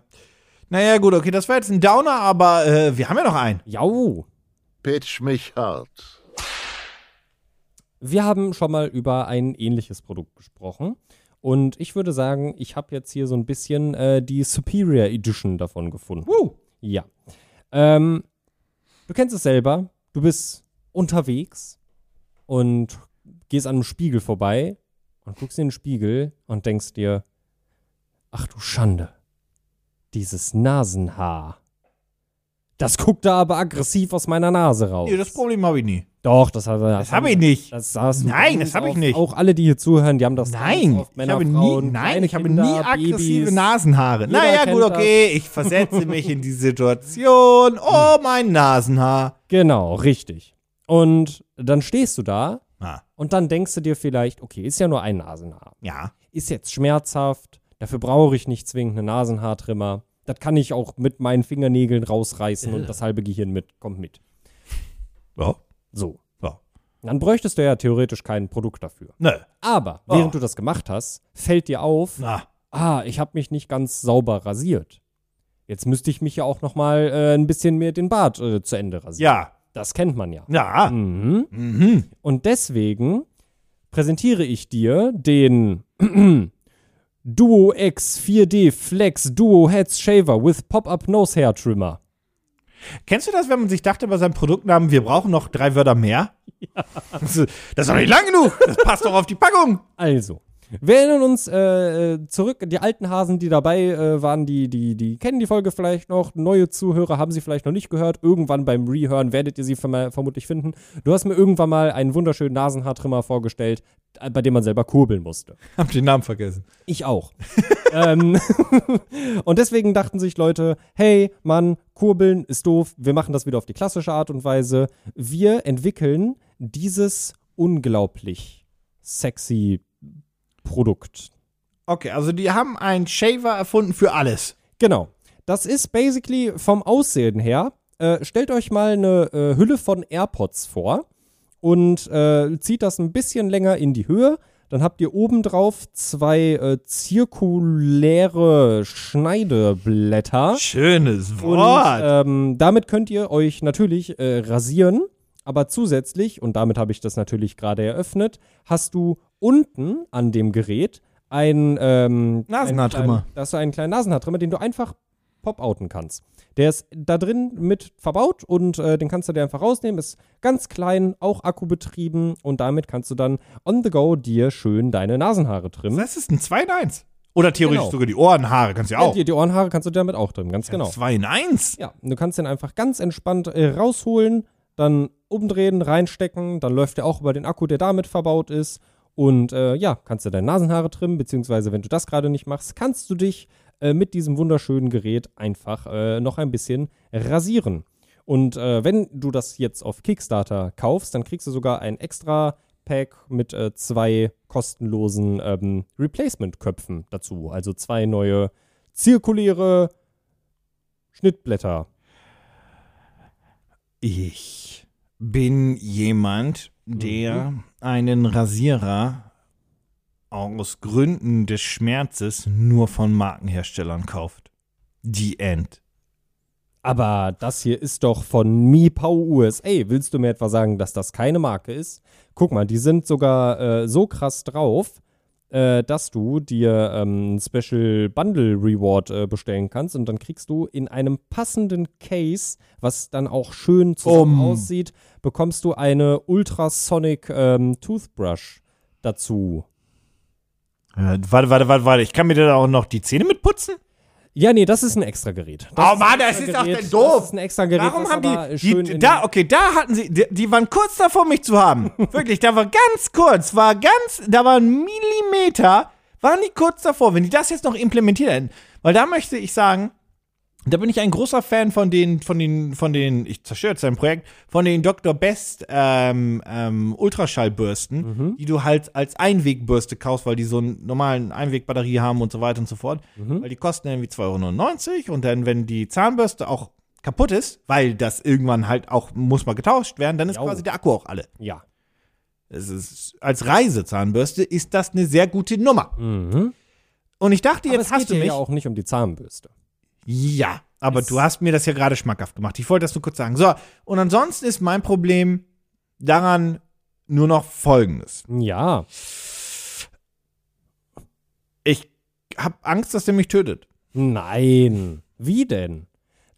Speaker 2: Naja, gut, okay, das war jetzt ein Downer, aber äh, wir haben ja noch einen.
Speaker 3: Jau.
Speaker 1: Pitch mich hart.
Speaker 3: Wir haben schon mal über ein ähnliches Produkt gesprochen. Und ich würde sagen, ich habe jetzt hier so ein bisschen äh, die Superior Edition davon gefunden.
Speaker 2: Woo.
Speaker 3: Ja. Ähm, du kennst es selber. Du bist unterwegs und gehst an einem Spiegel vorbei und guckst in den Spiegel und denkst dir, ach du Schande, dieses Nasenhaar. Das guckt da aber aggressiv aus meiner Nase raus.
Speaker 2: Nee, das Problem habe ich nie.
Speaker 3: Doch, das habe
Speaker 2: Das habe ich nicht.
Speaker 3: das saß
Speaker 2: Nein, das habe ich nicht.
Speaker 3: Auch alle, die hier zuhören, die haben das. ganz
Speaker 2: Nein,
Speaker 3: oft.
Speaker 2: ich
Speaker 3: Männer,
Speaker 2: habe nie,
Speaker 3: Frauen,
Speaker 2: nein,
Speaker 3: kleine
Speaker 2: ich habe
Speaker 3: Kinder,
Speaker 2: nie aggressive
Speaker 3: Babys.
Speaker 2: Nasenhaare.
Speaker 3: Jeder
Speaker 2: Naja,
Speaker 3: kennt
Speaker 2: gut, okay, ich versetze mich in die Situation. Oh, mein Nasenhaar.
Speaker 3: Genau, richtig. Und dann stehst du da
Speaker 2: Ah,
Speaker 3: und dann denkst du dir vielleicht, okay, ist ja nur ein Nasenhaar.
Speaker 2: ja.
Speaker 3: Ist jetzt schmerzhaft, dafür brauche ich nicht zwingend einen Nasenhaartrimmer. Das kann ich auch mit meinen Fingernägeln rausreißen
Speaker 2: Äh.
Speaker 3: und das halbe Gehirn mit, kommt mit.
Speaker 2: So,
Speaker 3: So.
Speaker 2: so.
Speaker 3: Dann bräuchtest du ja theoretisch kein Produkt dafür.
Speaker 2: Nö.
Speaker 3: Aber während du das gemacht hast, fällt dir auf,
Speaker 2: Oh. Na,
Speaker 3: ah, ich habe mich nicht ganz sauber rasiert. Jetzt müsste ich mich ja auch noch mal äh, ein bisschen mehr den Bart äh, zu Ende rasieren.
Speaker 2: ja,
Speaker 3: Das kennt man ja.
Speaker 2: ja.
Speaker 3: Mhm.
Speaker 2: Mhm.
Speaker 3: Und deswegen präsentiere ich dir den Duo X 4D Flex Duo Heads Shaver with Pop-Up Nose Hair Trimmer.
Speaker 2: Kennst du das, wenn man sich dachte bei seinem Produktnamen, wir brauchen noch drei Wörter mehr? Das ist das ist doch nicht lang genug. Das passt doch auf die Packung.
Speaker 3: Also, wir erinnern uns äh, äh, zurück, die alten Hasen, die dabei äh, waren, die, die, die kennen die Folge vielleicht noch. Neue Zuhörer haben sie vielleicht noch nicht gehört. Irgendwann beim Rehören werdet ihr sie verm vermutlich finden. Du hast mir irgendwann mal einen wunderschönen Nasenhaartrimmer vorgestellt, äh, bei dem man selber kurbeln musste.
Speaker 2: Hab den Namen vergessen.
Speaker 3: Ich auch. ähm, und deswegen dachten sich Leute, hey, Mann, kurbeln ist doof, wir machen das wieder auf die klassische Art und Weise. Wir entwickeln dieses unglaublich sexy Produkt.
Speaker 2: Okay, also die haben einen Shaver erfunden für alles.
Speaker 3: Genau. Das ist basically vom Aussehen her. Äh, stellt euch mal eine äh, Hülle von AirPods vor und äh, zieht das ein bisschen länger in die Höhe. Dann habt ihr obendrauf zwei äh, zirkuläre Schneideblätter.
Speaker 2: Schönes
Speaker 3: Und
Speaker 2: äh,
Speaker 3: ähm, damit könnt ihr euch natürlich äh, rasieren, aber zusätzlich, und damit habe ich das natürlich gerade eröffnet, hast du unten an dem Gerät ein ähm,
Speaker 2: Nasenhaartrimmer.
Speaker 3: einen kleinen- Da hast du einen kleinen Nasenhaartrimmer, den du einfach pop-outen kannst. Der ist da drin mit verbaut und äh, den kannst du dir einfach rausnehmen. Ist ganz klein, auch akkubetrieben und damit kannst du dann on the go dir schön deine Nasenhaare trimmen.
Speaker 2: das ist ein 2 in 1. Oder theoretisch
Speaker 3: Genau.
Speaker 2: sogar die Ohrenhaare, kannst du ja
Speaker 3: Ja,
Speaker 2: auch.
Speaker 3: die, die Ohrenhaare kannst du damit auch trimmen, ganz genau.
Speaker 2: 2 in 1.
Speaker 3: Ja, und du kannst den einfach ganz entspannt äh, rausholen, dann umdrehen, reinstecken, dann läuft er auch über den Akku, der damit verbaut ist. Und äh, ja, kannst du deine Nasenhaare trimmen, beziehungsweise wenn du das gerade nicht machst, kannst du dich äh, mit diesem wunderschönen Gerät einfach äh, noch ein bisschen rasieren. Und äh, wenn du das jetzt auf Kickstarter kaufst, dann kriegst du sogar ein extra Pack mit äh, zwei kostenlosen ähm, Replacement-Köpfen dazu. Also zwei neue zirkuläre Schnittblätter.
Speaker 2: Ich bin jemand, der einen Rasierer aus Gründen des Schmerzes nur von Markenherstellern kauft. Die End.
Speaker 3: Aber das hier ist doch von Mipau USA. Willst du mir etwa sagen, dass das keine Marke ist? Guck mal, die sind sogar äh, so krass drauf, äh, dass du dir ähm, Special Bundle Reward äh, bestellen kannst und dann kriegst du in einem passenden Case, was dann auch schön zusammen
Speaker 2: Um.
Speaker 3: aussieht, bekommst du eine Ultrasonic ähm, Toothbrush dazu.
Speaker 2: Äh, warte, warte, warte, warte. Ich kann mir da auch noch die Zähne mitputzen?
Speaker 3: Ja, nee, das ist ein extra Gerät. Das
Speaker 2: oh Mann, das ist
Speaker 3: extra
Speaker 2: auch
Speaker 3: Gerät.
Speaker 2: denn doof.
Speaker 3: Das ist ein extra Gerät.
Speaker 2: Warum
Speaker 3: was
Speaker 2: haben
Speaker 3: aber
Speaker 2: die,
Speaker 3: schön
Speaker 2: die
Speaker 3: in
Speaker 2: da, okay, da hatten sie, die, die waren kurz davor, mich zu haben. Wirklich, da war ganz kurz, war ganz, da war ein Millimeter, waren die kurz davor, wenn die das jetzt noch implementiert hätten. Weil da möchte ich sagen, da bin ich ein großer Fan von den, von den, von den, ich zerstöre jetzt sein Projekt, von den Dr. Best ähm, ähm, Ultraschallbürsten,
Speaker 3: Mhm.
Speaker 2: die du halt als Einwegbürste kaufst, weil die so einen normalen Einwegbatterie haben und so weiter und so fort.
Speaker 3: Mhm.
Speaker 2: Weil die kosten irgendwie 2,99 Euro und dann, wenn die Zahnbürste auch kaputt ist, weil das irgendwann halt auch muss mal getauscht werden, dann ist
Speaker 3: Jau.
Speaker 2: quasi der Akku auch alle.
Speaker 3: ja.
Speaker 2: Es ist, als Reisezahnbürste ist das eine sehr gute Nummer. Und ich dachte,
Speaker 3: Mhm. Aber
Speaker 2: jetzt
Speaker 3: es
Speaker 2: hast
Speaker 3: geht
Speaker 2: du
Speaker 3: dir
Speaker 2: mich.
Speaker 3: ja auch nicht um die Zahnbürste.
Speaker 2: Ja, aber
Speaker 3: Es-
Speaker 2: du hast mir das ja gerade schmackhaft gemacht. Ich wollte das nur kurz sagen. So, und ansonsten ist mein Problem daran nur noch folgendes.
Speaker 3: Ja.
Speaker 2: Ich habe Angst, dass der mich tötet.
Speaker 3: Nein. Wie denn?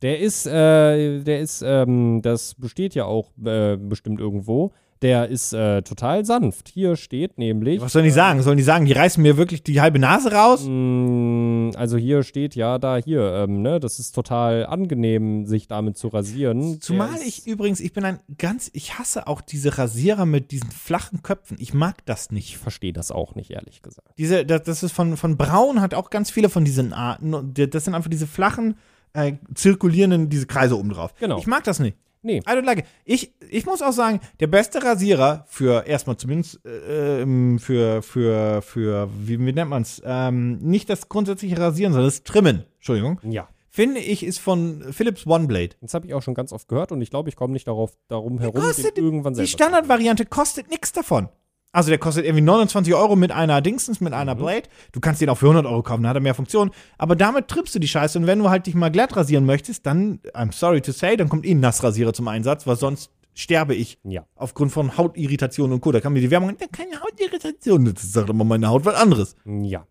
Speaker 3: Der ist, äh, der ist, ähm, das besteht ja auch äh, bestimmt irgendwo. Der ist äh, total sanft. Hier steht nämlich.
Speaker 2: Was sollen die sagen? Sollen die sagen, die reißen mir wirklich die halbe Nase raus?
Speaker 3: Mm, Also hier steht ja da hier, ähm, ne, das ist total angenehm, sich damit zu rasieren.
Speaker 2: Zumal
Speaker 3: Der ist-
Speaker 2: ich übrigens, ich bin ein ganz, ich hasse auch diese Rasierer mit diesen flachen Köpfen. Ich mag das
Speaker 3: Ich
Speaker 2: nicht.
Speaker 3: verstehe das auch nicht, ehrlich gesagt.
Speaker 2: Diese, das, das ist von, von Braun hat auch ganz viele von diesen Arten. Und die- Das sind einfach diese flachen, äh, zirkulierenden, diese Kreise oben drauf.
Speaker 3: Genau.
Speaker 2: Ich mag das nicht.
Speaker 3: Nee.
Speaker 2: I don't like it. Ich, ich muss auch sagen, der beste Rasierer für erstmal zumindest äh, ähm, für, für, für, wie, wie nennt man es? Ähm, nicht das grundsätzliche Rasieren, sondern das Trimmen, Entschuldigung,
Speaker 3: Ja.
Speaker 2: finde ich, ist von Philips OneBlade.
Speaker 3: Das habe ich auch schon ganz oft gehört und ich glaube, ich komme nicht darauf darum herum,
Speaker 2: kostet
Speaker 3: den irgendwann
Speaker 2: Die
Speaker 3: selber. zu
Speaker 2: Standardvariante kostet nichts davon. Also der kostet irgendwie 29 Euro mit einer Dingsens, mit
Speaker 3: Mhm.
Speaker 2: einer Blade. Du kannst den auch für 100 Euro kaufen, da hat er mehr Funktionen. Aber damit trippst du die Scheiße. Und wenn du halt dich mal glatt rasieren möchtest, dann, I'm sorry to say, dann kommt eh ein Nassrasierer zum Einsatz, weil sonst sterbe ich.
Speaker 3: Ja.
Speaker 2: Aufgrund von Hautirritationen und Co. Da kam mir die Werbung, "Ja, keine Hautirritation. Das ist doch immer meine Haut was anderes.
Speaker 3: machen. Ja.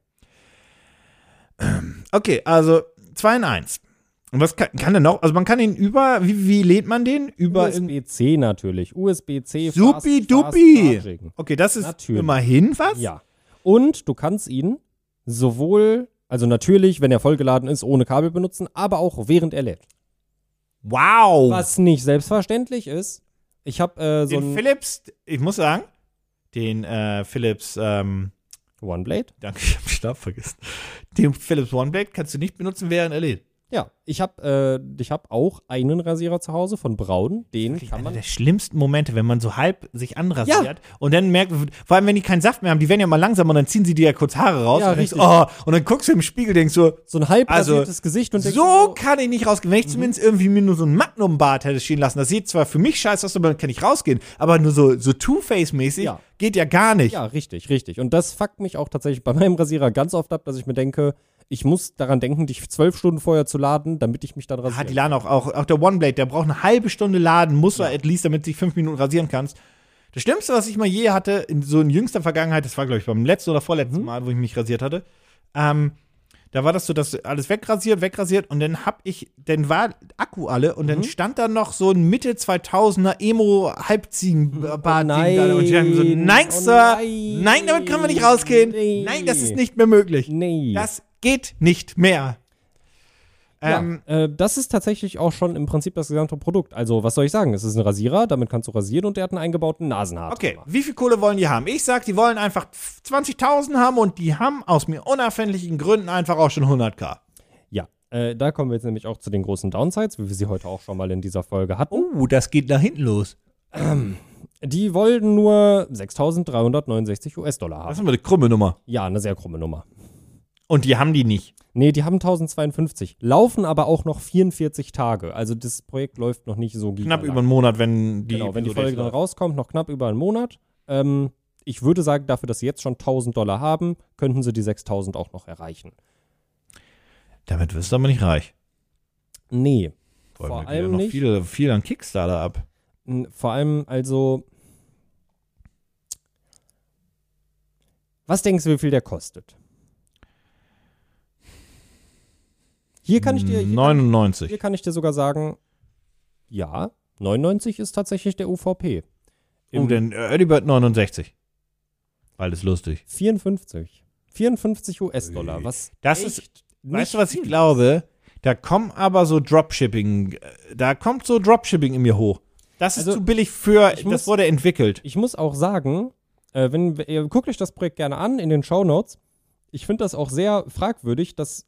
Speaker 2: Okay, also 2 in 1. Und was kann, kann er noch? Also man kann ihn über, wie, wie lädt man den? Über in-
Speaker 3: USB-C natürlich. USB-C. Fast- Fast
Speaker 2: Supi-dupi.
Speaker 3: Charging.
Speaker 2: Okay, das ist
Speaker 3: Natürlich.
Speaker 2: immerhin was.
Speaker 3: ja. Und du kannst ihn sowohl, also natürlich, wenn er vollgeladen ist, ohne Kabel benutzen, aber auch während er lädt.
Speaker 2: Wow.
Speaker 3: Was nicht selbstverständlich ist. Ich habe äh, so
Speaker 2: Oh. den
Speaker 3: ein
Speaker 2: Philips, ich muss sagen, den äh, Philips, ähm,
Speaker 3: OneBlade.
Speaker 2: danke, ich hab den Stab vergessen. Den Philips OneBlade kannst du nicht benutzen, während er lädt.
Speaker 3: Ja, ich habe äh, ich hab auch einen Rasierer zu Hause von Braun. Den kann
Speaker 2: Einer
Speaker 3: man.
Speaker 2: der schlimmsten Momente, wenn man so halb sich anrasiert und dann merkt, vor allem wenn die keinen Saft mehr haben, die werden ja mal langsamer und dann ziehen sie dir ja kurz Haare raus
Speaker 3: Ja,
Speaker 2: und, denkst,
Speaker 3: richtig.
Speaker 2: oh, und dann guckst du im Spiegel, denkst du,
Speaker 3: So ein halb
Speaker 2: Also,
Speaker 3: rasiertes Gesicht und denkst oh,
Speaker 2: so
Speaker 3: Mhm.
Speaker 2: kann ich nicht rausgehen. Wenn ich zumindest irgendwie mir nur so ein Magnum-Bart hätte stehen lassen, das sieht zwar für mich scheiße aus, aber dann kann ich rausgehen. Aber nur so, so Two-Face-mäßig
Speaker 3: Ja.
Speaker 2: geht ja gar nicht.
Speaker 3: Ja, richtig, richtig. Und das fuckt mich auch tatsächlich bei meinem Rasierer ganz oft ab, dass ich mir denke, ich muss daran denken, dich zwölf Stunden vorher zu laden, damit ich mich dann
Speaker 2: Ah, die
Speaker 3: rasiere.
Speaker 2: laden auch, auch, auch der OneBlade, der braucht eine halbe Stunde laden, muss er at least, damit du dich fünf Minuten rasieren kannst. Das Schlimmste, was ich mal je hatte, in so in jüngster Vergangenheit, das war, glaube ich, beim letzten oder vorletzten
Speaker 3: Mhm.
Speaker 2: Mal, wo ich mich rasiert hatte, ähm, da war das so, dass alles wegrasiert, wegrasiert und dann hab ich, dann war Akku alle und
Speaker 3: Mhm.
Speaker 2: dann stand da noch so ein Mitte 2000er Emo Halbziegen äh, Bart
Speaker 3: Mhm. Oh nein.
Speaker 2: und ich dachte mir so, nein,
Speaker 3: Oh
Speaker 2: Sir,
Speaker 3: nein.
Speaker 2: nein. damit können wir nicht rausgehen.
Speaker 3: Nee.
Speaker 2: Nein, das ist nicht mehr möglich.
Speaker 3: nee.
Speaker 2: Das geht nicht mehr.
Speaker 3: ja,
Speaker 2: Ähm,
Speaker 3: äh, das ist tatsächlich auch schon im Prinzip das gesamte Produkt. Also, was soll ich sagen? Es ist ein Rasierer, damit kannst du rasieren und der hat einen eingebauten Nasenhaar.
Speaker 2: Okay, wie viel Kohle wollen die haben? Ich sag, die wollen einfach 20.000 haben und die haben aus mir unerfindlichen Gründen einfach auch schon 100k.
Speaker 3: Ja, äh, da kommen wir jetzt nämlich auch zu den großen Downsides, wie wir sie heute auch schon mal in dieser Folge hatten.
Speaker 2: Oh, das geht nach hinten los.
Speaker 3: Die wollten nur 6.369 US-Dollar
Speaker 2: Das
Speaker 3: haben.
Speaker 2: ist immer eine krumme Nummer.
Speaker 3: Ja, eine sehr krumme Nummer.
Speaker 2: Und die haben die nicht.
Speaker 3: Nee, die haben 1052, laufen aber auch noch 44 Tage. Also das Projekt läuft noch nicht so
Speaker 2: Knapp
Speaker 3: gigalang.
Speaker 2: über einen Monat, wenn die,
Speaker 3: Genau, wenn die
Speaker 2: Episode
Speaker 3: Folge dann
Speaker 2: jetzt-
Speaker 3: rauskommt, noch knapp über einen Monat. Ähm, ich würde sagen, dafür, dass sie jetzt schon 1000 Dollar haben, könnten sie die 6000 auch noch erreichen.
Speaker 2: Damit wirst du aber nicht reich.
Speaker 3: Nee,
Speaker 2: Vor,
Speaker 3: Vor
Speaker 2: allem
Speaker 3: allem
Speaker 2: noch
Speaker 3: nicht.
Speaker 2: viel, viel an Kickstarter ab.
Speaker 3: n- vor allem also. Was denkst du, wie viel der kostet? Hier kann ich dir. Hier kann ich-
Speaker 2: 99.
Speaker 3: Hier kann ich dir sogar sagen, ja, 99 ist tatsächlich der UVP. Im
Speaker 2: Oh, denn äh, Early Bird 69. Weil das ist lustig.
Speaker 3: 54. 54 US-Dollar, was
Speaker 2: Das
Speaker 3: echt
Speaker 2: Weißt du, was ich glaube? Da kommen aber so Dropshipping, äh, da kommt so Dropshipping in mir hoch. Das ist
Speaker 3: Also,
Speaker 2: zu billig für,
Speaker 3: ich
Speaker 2: das
Speaker 3: muss-
Speaker 2: wurde entwickelt.
Speaker 3: Ich muss auch sagen, äh, wenn ihr guckt euch das Projekt gerne an in den Shownotes. Ich finde das auch sehr fragwürdig, dass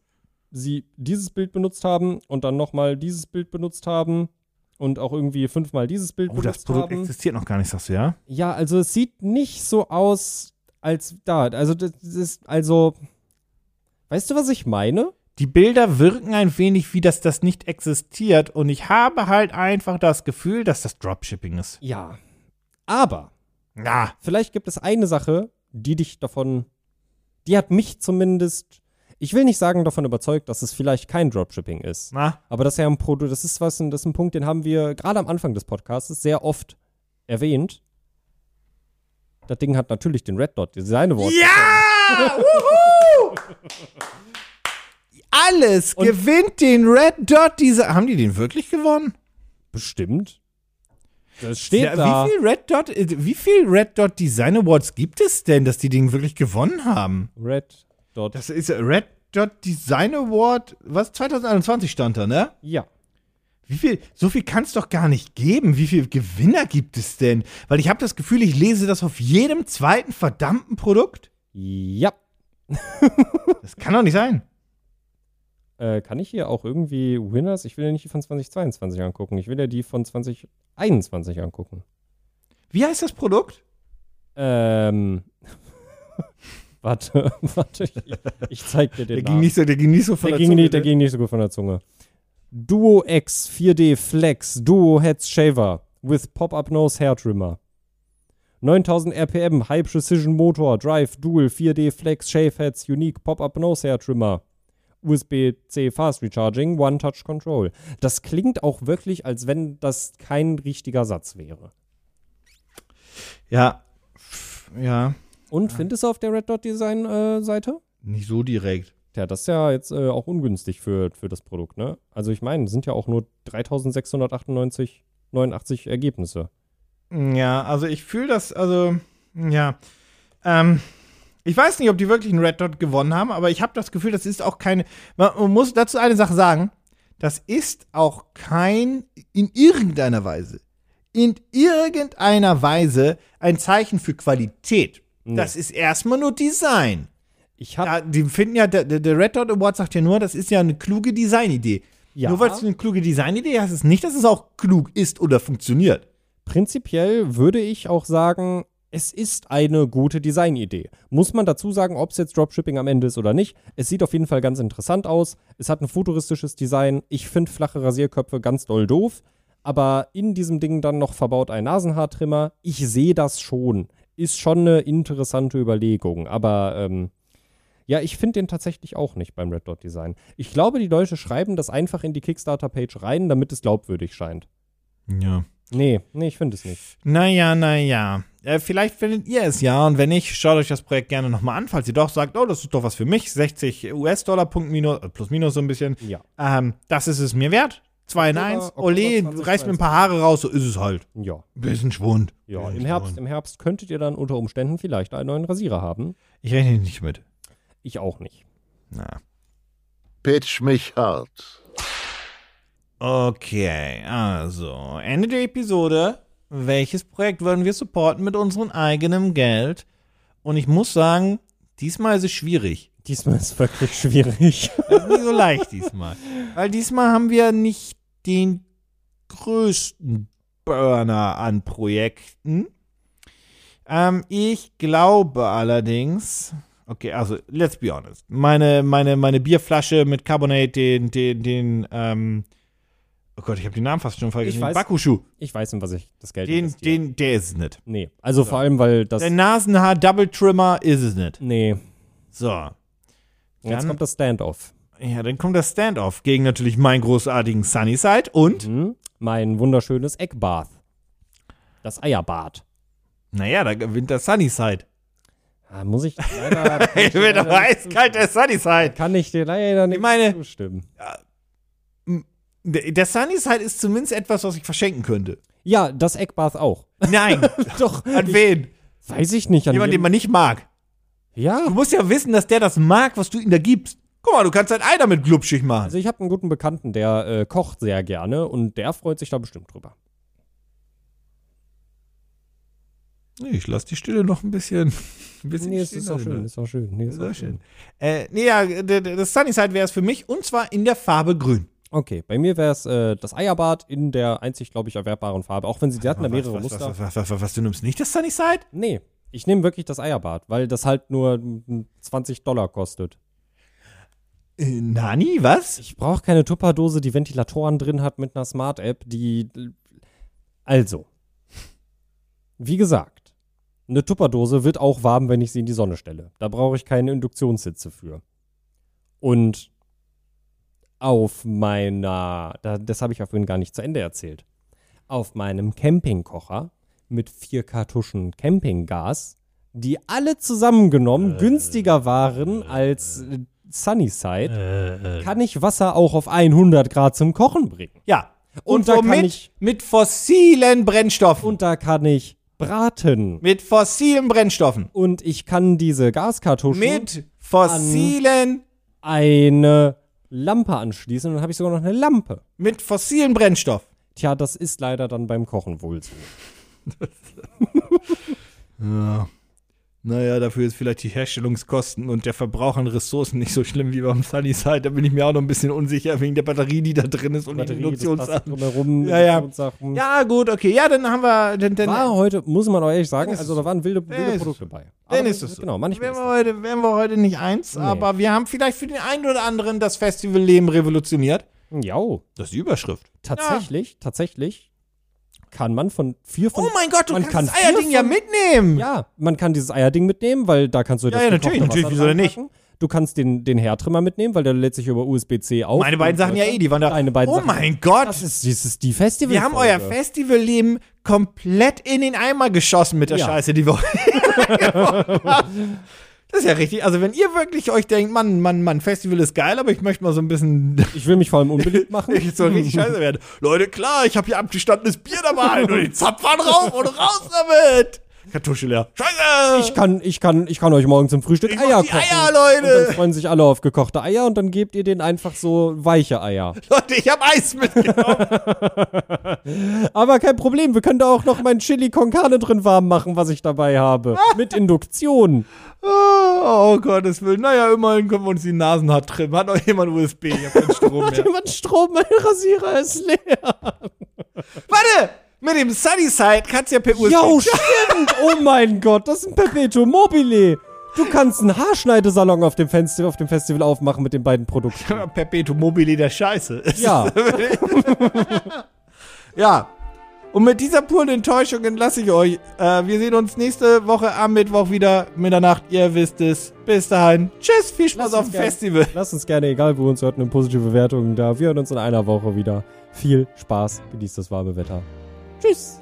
Speaker 3: sie dieses Bild benutzt haben und dann nochmal dieses Bild benutzt haben und auch irgendwie fünfmal dieses Bild
Speaker 2: Oh, das
Speaker 3: benutzt
Speaker 2: Produkt
Speaker 3: haben.
Speaker 2: existiert noch gar nicht, sagst du, ja?
Speaker 3: Ja, also es sieht nicht so aus, als da. Also das ist, also. Weißt du, was ich meine?
Speaker 2: Die Bilder wirken ein wenig wie, dass das nicht existiert und ich habe halt einfach das Gefühl, dass das Dropshipping ist.
Speaker 3: Ja. Aber
Speaker 2: Na,
Speaker 3: vielleicht gibt es eine Sache, die dich davon, die hat mich zumindest, ich will nicht sagen davon überzeugt, dass es vielleicht kein Dropshipping ist.
Speaker 2: na,
Speaker 3: Aber das ist ja ein Produkt, das ist was, das ist ein Punkt, den haben wir gerade am Anfang des Podcasts sehr oft erwähnt. Das Ding hat natürlich den Red Dot, seine Worte.
Speaker 2: Ja! Wuhu! Alles gewinnt den Red Dot. Diese, haben die den wirklich gewonnen?
Speaker 3: Bestimmt. Das steht
Speaker 2: Ja,
Speaker 3: da.
Speaker 2: Wie viel Red Dot, äh, wie viel Red Dot Design Awards gibt es denn, dass die Dinge wirklich gewonnen haben?
Speaker 3: Red Dot.
Speaker 2: Das ist äh, Red Dot Design Award, was 2021 stand da, ne?
Speaker 3: ja.
Speaker 2: Wie viel, so viel kann es doch gar nicht geben. Wie viel Gewinner gibt es denn? Weil ich habe das Gefühl, ich lese das auf jedem zweiten verdammten Produkt.
Speaker 3: Ja.
Speaker 2: Das kann doch nicht sein.
Speaker 3: Äh, kann ich hier auch irgendwie Winners? Ich will ja nicht die von 2022 angucken. Ich will ja die von 2021 angucken.
Speaker 2: Wie heißt das Produkt?
Speaker 3: Ähm. warte, warte. Ich, ich zeig dir den
Speaker 2: Der ging
Speaker 3: Namen.
Speaker 2: nicht so, der ging nicht so von der
Speaker 3: der, ging
Speaker 2: Zunge,
Speaker 3: nicht, der
Speaker 2: ne?
Speaker 3: ging nicht so gut von der Zunge. Duo X 4D Flex Duo Heads Shaver with Pop-Up Nose Hair Trimmer. 9000 RPM High Precision Motor Drive Dual 4D Flex Shave Heads Unique Pop-Up Nose Hair Trimmer. USB-C Fast Recharging One Touch Control. Das klingt auch wirklich, als wenn das kein richtiger Satz wäre.
Speaker 2: Ja. Ja.
Speaker 3: Und findest du auf der Red Dot Design äh, Seite?
Speaker 2: Nicht so direkt.
Speaker 3: Ja, das ist ja jetzt äh, auch ungünstig für, für das Produkt, ne? Also ich meine, sind ja auch nur 3698 89 Ergebnisse.
Speaker 2: Ja, also ich fühle das, also, ja. Ähm, ich weiß nicht, ob die wirklich einen Red Dot gewonnen haben, aber ich habe das Gefühl, das ist auch keine. Man man muss dazu eine Sache sagen. Das ist auch kein, in irgendeiner Weise, in irgendeiner Weise ein Zeichen für Qualität.
Speaker 3: Nee.
Speaker 2: Das ist erstmal nur Design.
Speaker 3: Ich habe
Speaker 2: Ja, die finden ja, der, der der Red Dot Award sagt ja nur, das ist ja eine kluge Designidee.
Speaker 3: Ja.
Speaker 2: Nur weil es eine kluge Designidee heißt es nicht, dass es auch klug ist oder funktioniert.
Speaker 3: prinzipiell würde ich auch sagen, es ist eine gute Designidee. Muss man dazu sagen, ob es jetzt Dropshipping am Ende ist oder nicht. Es sieht auf jeden Fall ganz interessant aus. Es hat ein futuristisches Design. Ich finde flache Rasierköpfe ganz doll doof. Aber in diesem Ding dann noch verbaut ein Nasenhaartrimmer. Ich sehe das schon. Ist schon eine interessante Überlegung. Aber ähm, ja, ich finde den tatsächlich auch nicht beim Red Dot Design. Ich glaube, die Leute schreiben das einfach in die Kickstarter-Page rein, damit es glaubwürdig scheint.
Speaker 2: Ja.
Speaker 3: Nee, nee, ich finde es nicht.
Speaker 2: Naja, naja. Äh, vielleicht findet ihr es ja. Und wenn nicht, schaut euch das Projekt gerne nochmal an. Falls ihr doch sagt, oh, das ist doch was für mich. 60 US-Dollar, Punkt minus, äh, plus minus so ein bisschen.
Speaker 3: Ja.
Speaker 2: Ähm, das ist es mir wert. 2 in 1.
Speaker 3: Oktober
Speaker 2: Ole,
Speaker 3: 20,
Speaker 2: reißt mir ein paar Haare raus, so ist es halt.
Speaker 3: Ja.
Speaker 2: Bisschen Schwund.
Speaker 3: Ja,
Speaker 2: Bisschen
Speaker 3: im Herbst,
Speaker 2: Schwund.
Speaker 3: im Herbst könntet ihr dann unter Umständen vielleicht einen neuen Rasierer haben.
Speaker 2: Ich rechne nicht mit.
Speaker 3: Ich auch nicht.
Speaker 2: Na.
Speaker 1: Pitch mich hart.
Speaker 2: Okay, also, Ende der Episode. Welches Projekt würden wir supporten mit unserem eigenen Geld? Und ich muss sagen, diesmal ist es schwierig.
Speaker 3: Diesmal ist wirklich schwierig.
Speaker 2: nicht so leicht diesmal. Weil diesmal haben wir nicht den größten Burner an Projekten. Ähm, ich glaube allerdings, okay, also let's be honest, meine, meine, meine Bierflasche mit Carbonate, den, den, den, ähm, oh Gott, ich habe den Namen fast schon vergessen,
Speaker 3: Ich
Speaker 2: den
Speaker 3: weiß-
Speaker 2: Bakushu,
Speaker 3: Ich weiß nicht, was ich das Geld
Speaker 2: den,
Speaker 3: investiere.
Speaker 2: den, Genau. der ist es nicht.
Speaker 3: Nee, also vor allem, weil das.
Speaker 2: Der Nasenhaar-Double-Trimmer ist es nicht.
Speaker 3: nee,
Speaker 2: So,
Speaker 3: jetzt
Speaker 2: Dann-
Speaker 3: kommt das Standoff.
Speaker 2: ja, dann kommt das Standoff gegen natürlich meinen großartigen Sunnyside und
Speaker 3: Hm? Mein wunderschönes Eckbath. Das Eierbad.
Speaker 2: Naja, da gewinnt der Sunnyside.
Speaker 3: Da Ah, muss ich leider. Kann ich, dir
Speaker 2: Gewinnt
Speaker 3: leider
Speaker 2: aber eiskalt der Sunnyside.
Speaker 3: kann ich dir leider nicht
Speaker 2: meine-
Speaker 3: zustimmen.
Speaker 2: Der der Sunnyside ist zumindest etwas, was ich verschenken könnte.
Speaker 3: Ja, das Eckbath auch.
Speaker 2: Nein,
Speaker 3: Doch.
Speaker 2: an wen?
Speaker 3: Weiß ich nicht. An
Speaker 2: Jemand, den
Speaker 3: jedem-
Speaker 2: man nicht mag.
Speaker 3: ja.
Speaker 2: Du musst ja wissen, dass der das mag, was du ihm da gibst. Guck mal, du kannst ein Ei damit glubschig machen.
Speaker 3: Also ich habe einen guten Bekannten, der äh, kocht sehr gerne und der freut sich da bestimmt drüber.
Speaker 2: Nee, ich lasse die Stille noch ein bisschen. Ein bisschen
Speaker 3: Nee, es
Speaker 2: stehen
Speaker 3: ist auch
Speaker 2: lassen. ne?
Speaker 3: schön, ist auch schön. Nee, ist
Speaker 2: Sehr
Speaker 3: auch
Speaker 2: schön. Äh, nee, ja, d- d- das Sunnyside wäre es für mich und zwar in der Farbe grün.
Speaker 3: Okay, bei mir wäre es äh, das Eierbad in der einzig, glaube ich, erwerbbaren Farbe. Auch wenn sie, die hatten da mehrere
Speaker 2: was, was,
Speaker 3: Muster.
Speaker 2: was, was, was, was, du nimmst nicht das Sunnyside?
Speaker 3: Nee, ich nehme wirklich das Eierbad, weil das halt nur mm, 20 Dollar kostet.
Speaker 2: Äh, Nani, was?
Speaker 3: Ich brauche keine Tupperdose, die Ventilatoren drin hat mit einer Smart-App, die. Also. Wie gesagt, eine Tupperdose wird auch warm, wenn ich sie in die Sonne stelle. Da brauche ich keine Induktionssitze für. Und auf meiner. Da, das habe ich ja vorhin gar nicht zu Ende erzählt. Auf meinem Campingkocher mit vier Kartuschen Campinggas, die alle zusammengenommen günstiger waren als äh, Sunnyside kann ich Wasser auch auf 100 Grad zum Kochen bringen.
Speaker 2: Ja.
Speaker 3: Und da kann
Speaker 2: womit?
Speaker 3: ich-
Speaker 2: mit fossilen Brennstoffen.
Speaker 3: Und da kann ich braten.
Speaker 2: mit fossilen Brennstoffen.
Speaker 3: Und ich kann diese Gaskartuschen
Speaker 2: Mit fossilen,
Speaker 3: eine Lampe anschließen. Und dann habe ich sogar noch eine Lampe.
Speaker 2: mit fossilen Brennstoff.
Speaker 3: Tja, das ist leider dann beim Kochen wohl so.
Speaker 2: Naja, dafür ist vielleicht die Herstellungskosten und der Verbrauch an Ressourcen nicht so schlimm wie beim Sunnyside. Da bin ich mir auch noch ein bisschen unsicher wegen der Batterie, die da drin ist und
Speaker 3: Batterie,
Speaker 2: die
Speaker 3: das passt
Speaker 2: Induktionssachen.
Speaker 3: drumherum,
Speaker 2: Ja, ja.
Speaker 3: Induktionssachen.
Speaker 2: Ja, gut, okay. Ja, dann haben wir. Dann, dann,
Speaker 3: War heute, muss man auch ehrlich sagen,
Speaker 2: Dann ist
Speaker 3: also
Speaker 2: es
Speaker 3: da waren wilde,
Speaker 2: Dann
Speaker 3: wilde
Speaker 2: ist
Speaker 3: Produkte bei.
Speaker 2: Dann
Speaker 3: Aber-
Speaker 2: ist es so.
Speaker 3: Genau, manchmal
Speaker 2: Wären
Speaker 3: ist
Speaker 2: wir,
Speaker 3: das.
Speaker 2: heute, wären wir heute nicht eins, aber wir haben vielleicht für den einen oder anderen das Festivalleben revolutioniert.
Speaker 3: Ja,
Speaker 2: Das ist die Überschrift.
Speaker 3: tatsächlich, tatsächlich kann man von vier von
Speaker 2: Oh mein Gott, du
Speaker 3: man
Speaker 2: kannst
Speaker 3: kann
Speaker 2: das Eierding
Speaker 3: vier
Speaker 2: ja
Speaker 3: von-
Speaker 2: mitnehmen.
Speaker 3: Ja, man kann dieses Eierding mitnehmen, weil da kannst du
Speaker 2: ja, natürlich,
Speaker 3: gekochte
Speaker 2: natürlich,
Speaker 3: Wasser
Speaker 2: wieso denn nicht?
Speaker 3: reinpacken. Du kannst den, den Hairtrimmer mitnehmen, weil der lädt sich über USB-C auf.
Speaker 2: Meine beiden Sachen ja eh, die waren da.
Speaker 3: Deine beiden
Speaker 2: oh
Speaker 3: Sachen.
Speaker 2: mein Gott,
Speaker 3: Das ist, das ist die Festival.
Speaker 2: wir haben euer Festivalleben komplett in den Eimer geschossen mit der
Speaker 3: Ja.
Speaker 2: Scheiße, die wir Das ist ja richtig. Also, wenn ihr wirklich euch denkt, Mann, Mann, Mann, Festival ist geil, aber ich möchte mal so ein bisschen
Speaker 3: Ich will mich vor allem unbeliebt machen.
Speaker 2: Ich soll richtig scheiße werden. Leute, klar, ich habe hier abgestandenes Bier dabei. Nur die Zapfern rauf und raus damit. Kartusche leer. Scheiße!
Speaker 3: Ich kann, ich, kann, ich kann euch morgen zum Frühstück
Speaker 2: Ich mach
Speaker 3: Eier
Speaker 2: die
Speaker 3: kochen.
Speaker 2: Eier, Leute.
Speaker 3: Und dann freuen sich alle auf gekochte Eier und dann gebt ihr denen einfach so weiche Eier.
Speaker 2: Leute, ich habe Eis mitgenommen.
Speaker 3: Aber kein Problem, wir können da auch noch mein Chili con Carne drin warm machen, was ich dabei habe. Mit Induktion.
Speaker 2: oh, oh Gottes Willen. Naja, immerhin können wir uns die Nasen hart trimmen. Hat noch jemand USB? Ich hab keinen Strom mehr.
Speaker 3: Jemand Strom, mein Rasierer ist leer.
Speaker 2: Warte! Mit dem Sunnyside kannst du ja per USB.
Speaker 3: Jo, stimmt! Oh mein Gott, das ist ein Perpetuum mobile. Du kannst einen Haarschneidesalon auf dem, Fenster, auf dem Festival aufmachen mit den beiden Produkten.
Speaker 2: Perpetuum mobile der Scheiße.
Speaker 3: Ja,
Speaker 2: ja. Und mit dieser puren Enttäuschung entlasse ich euch. Äh, wir sehen uns nächste Woche am Mittwoch wieder, Mitternacht. Ihr wisst es. Bis dahin. Tschüss, viel Spaß
Speaker 3: Lass
Speaker 2: auf
Speaker 3: uns
Speaker 2: dem
Speaker 3: gern-
Speaker 2: Festival.
Speaker 3: lasst uns gerne, egal wo ihr uns hört, eine positive Bewertung da. Wir hören uns in einer Woche wieder. Viel Spaß, genießt das warme Wetter. Tschüss!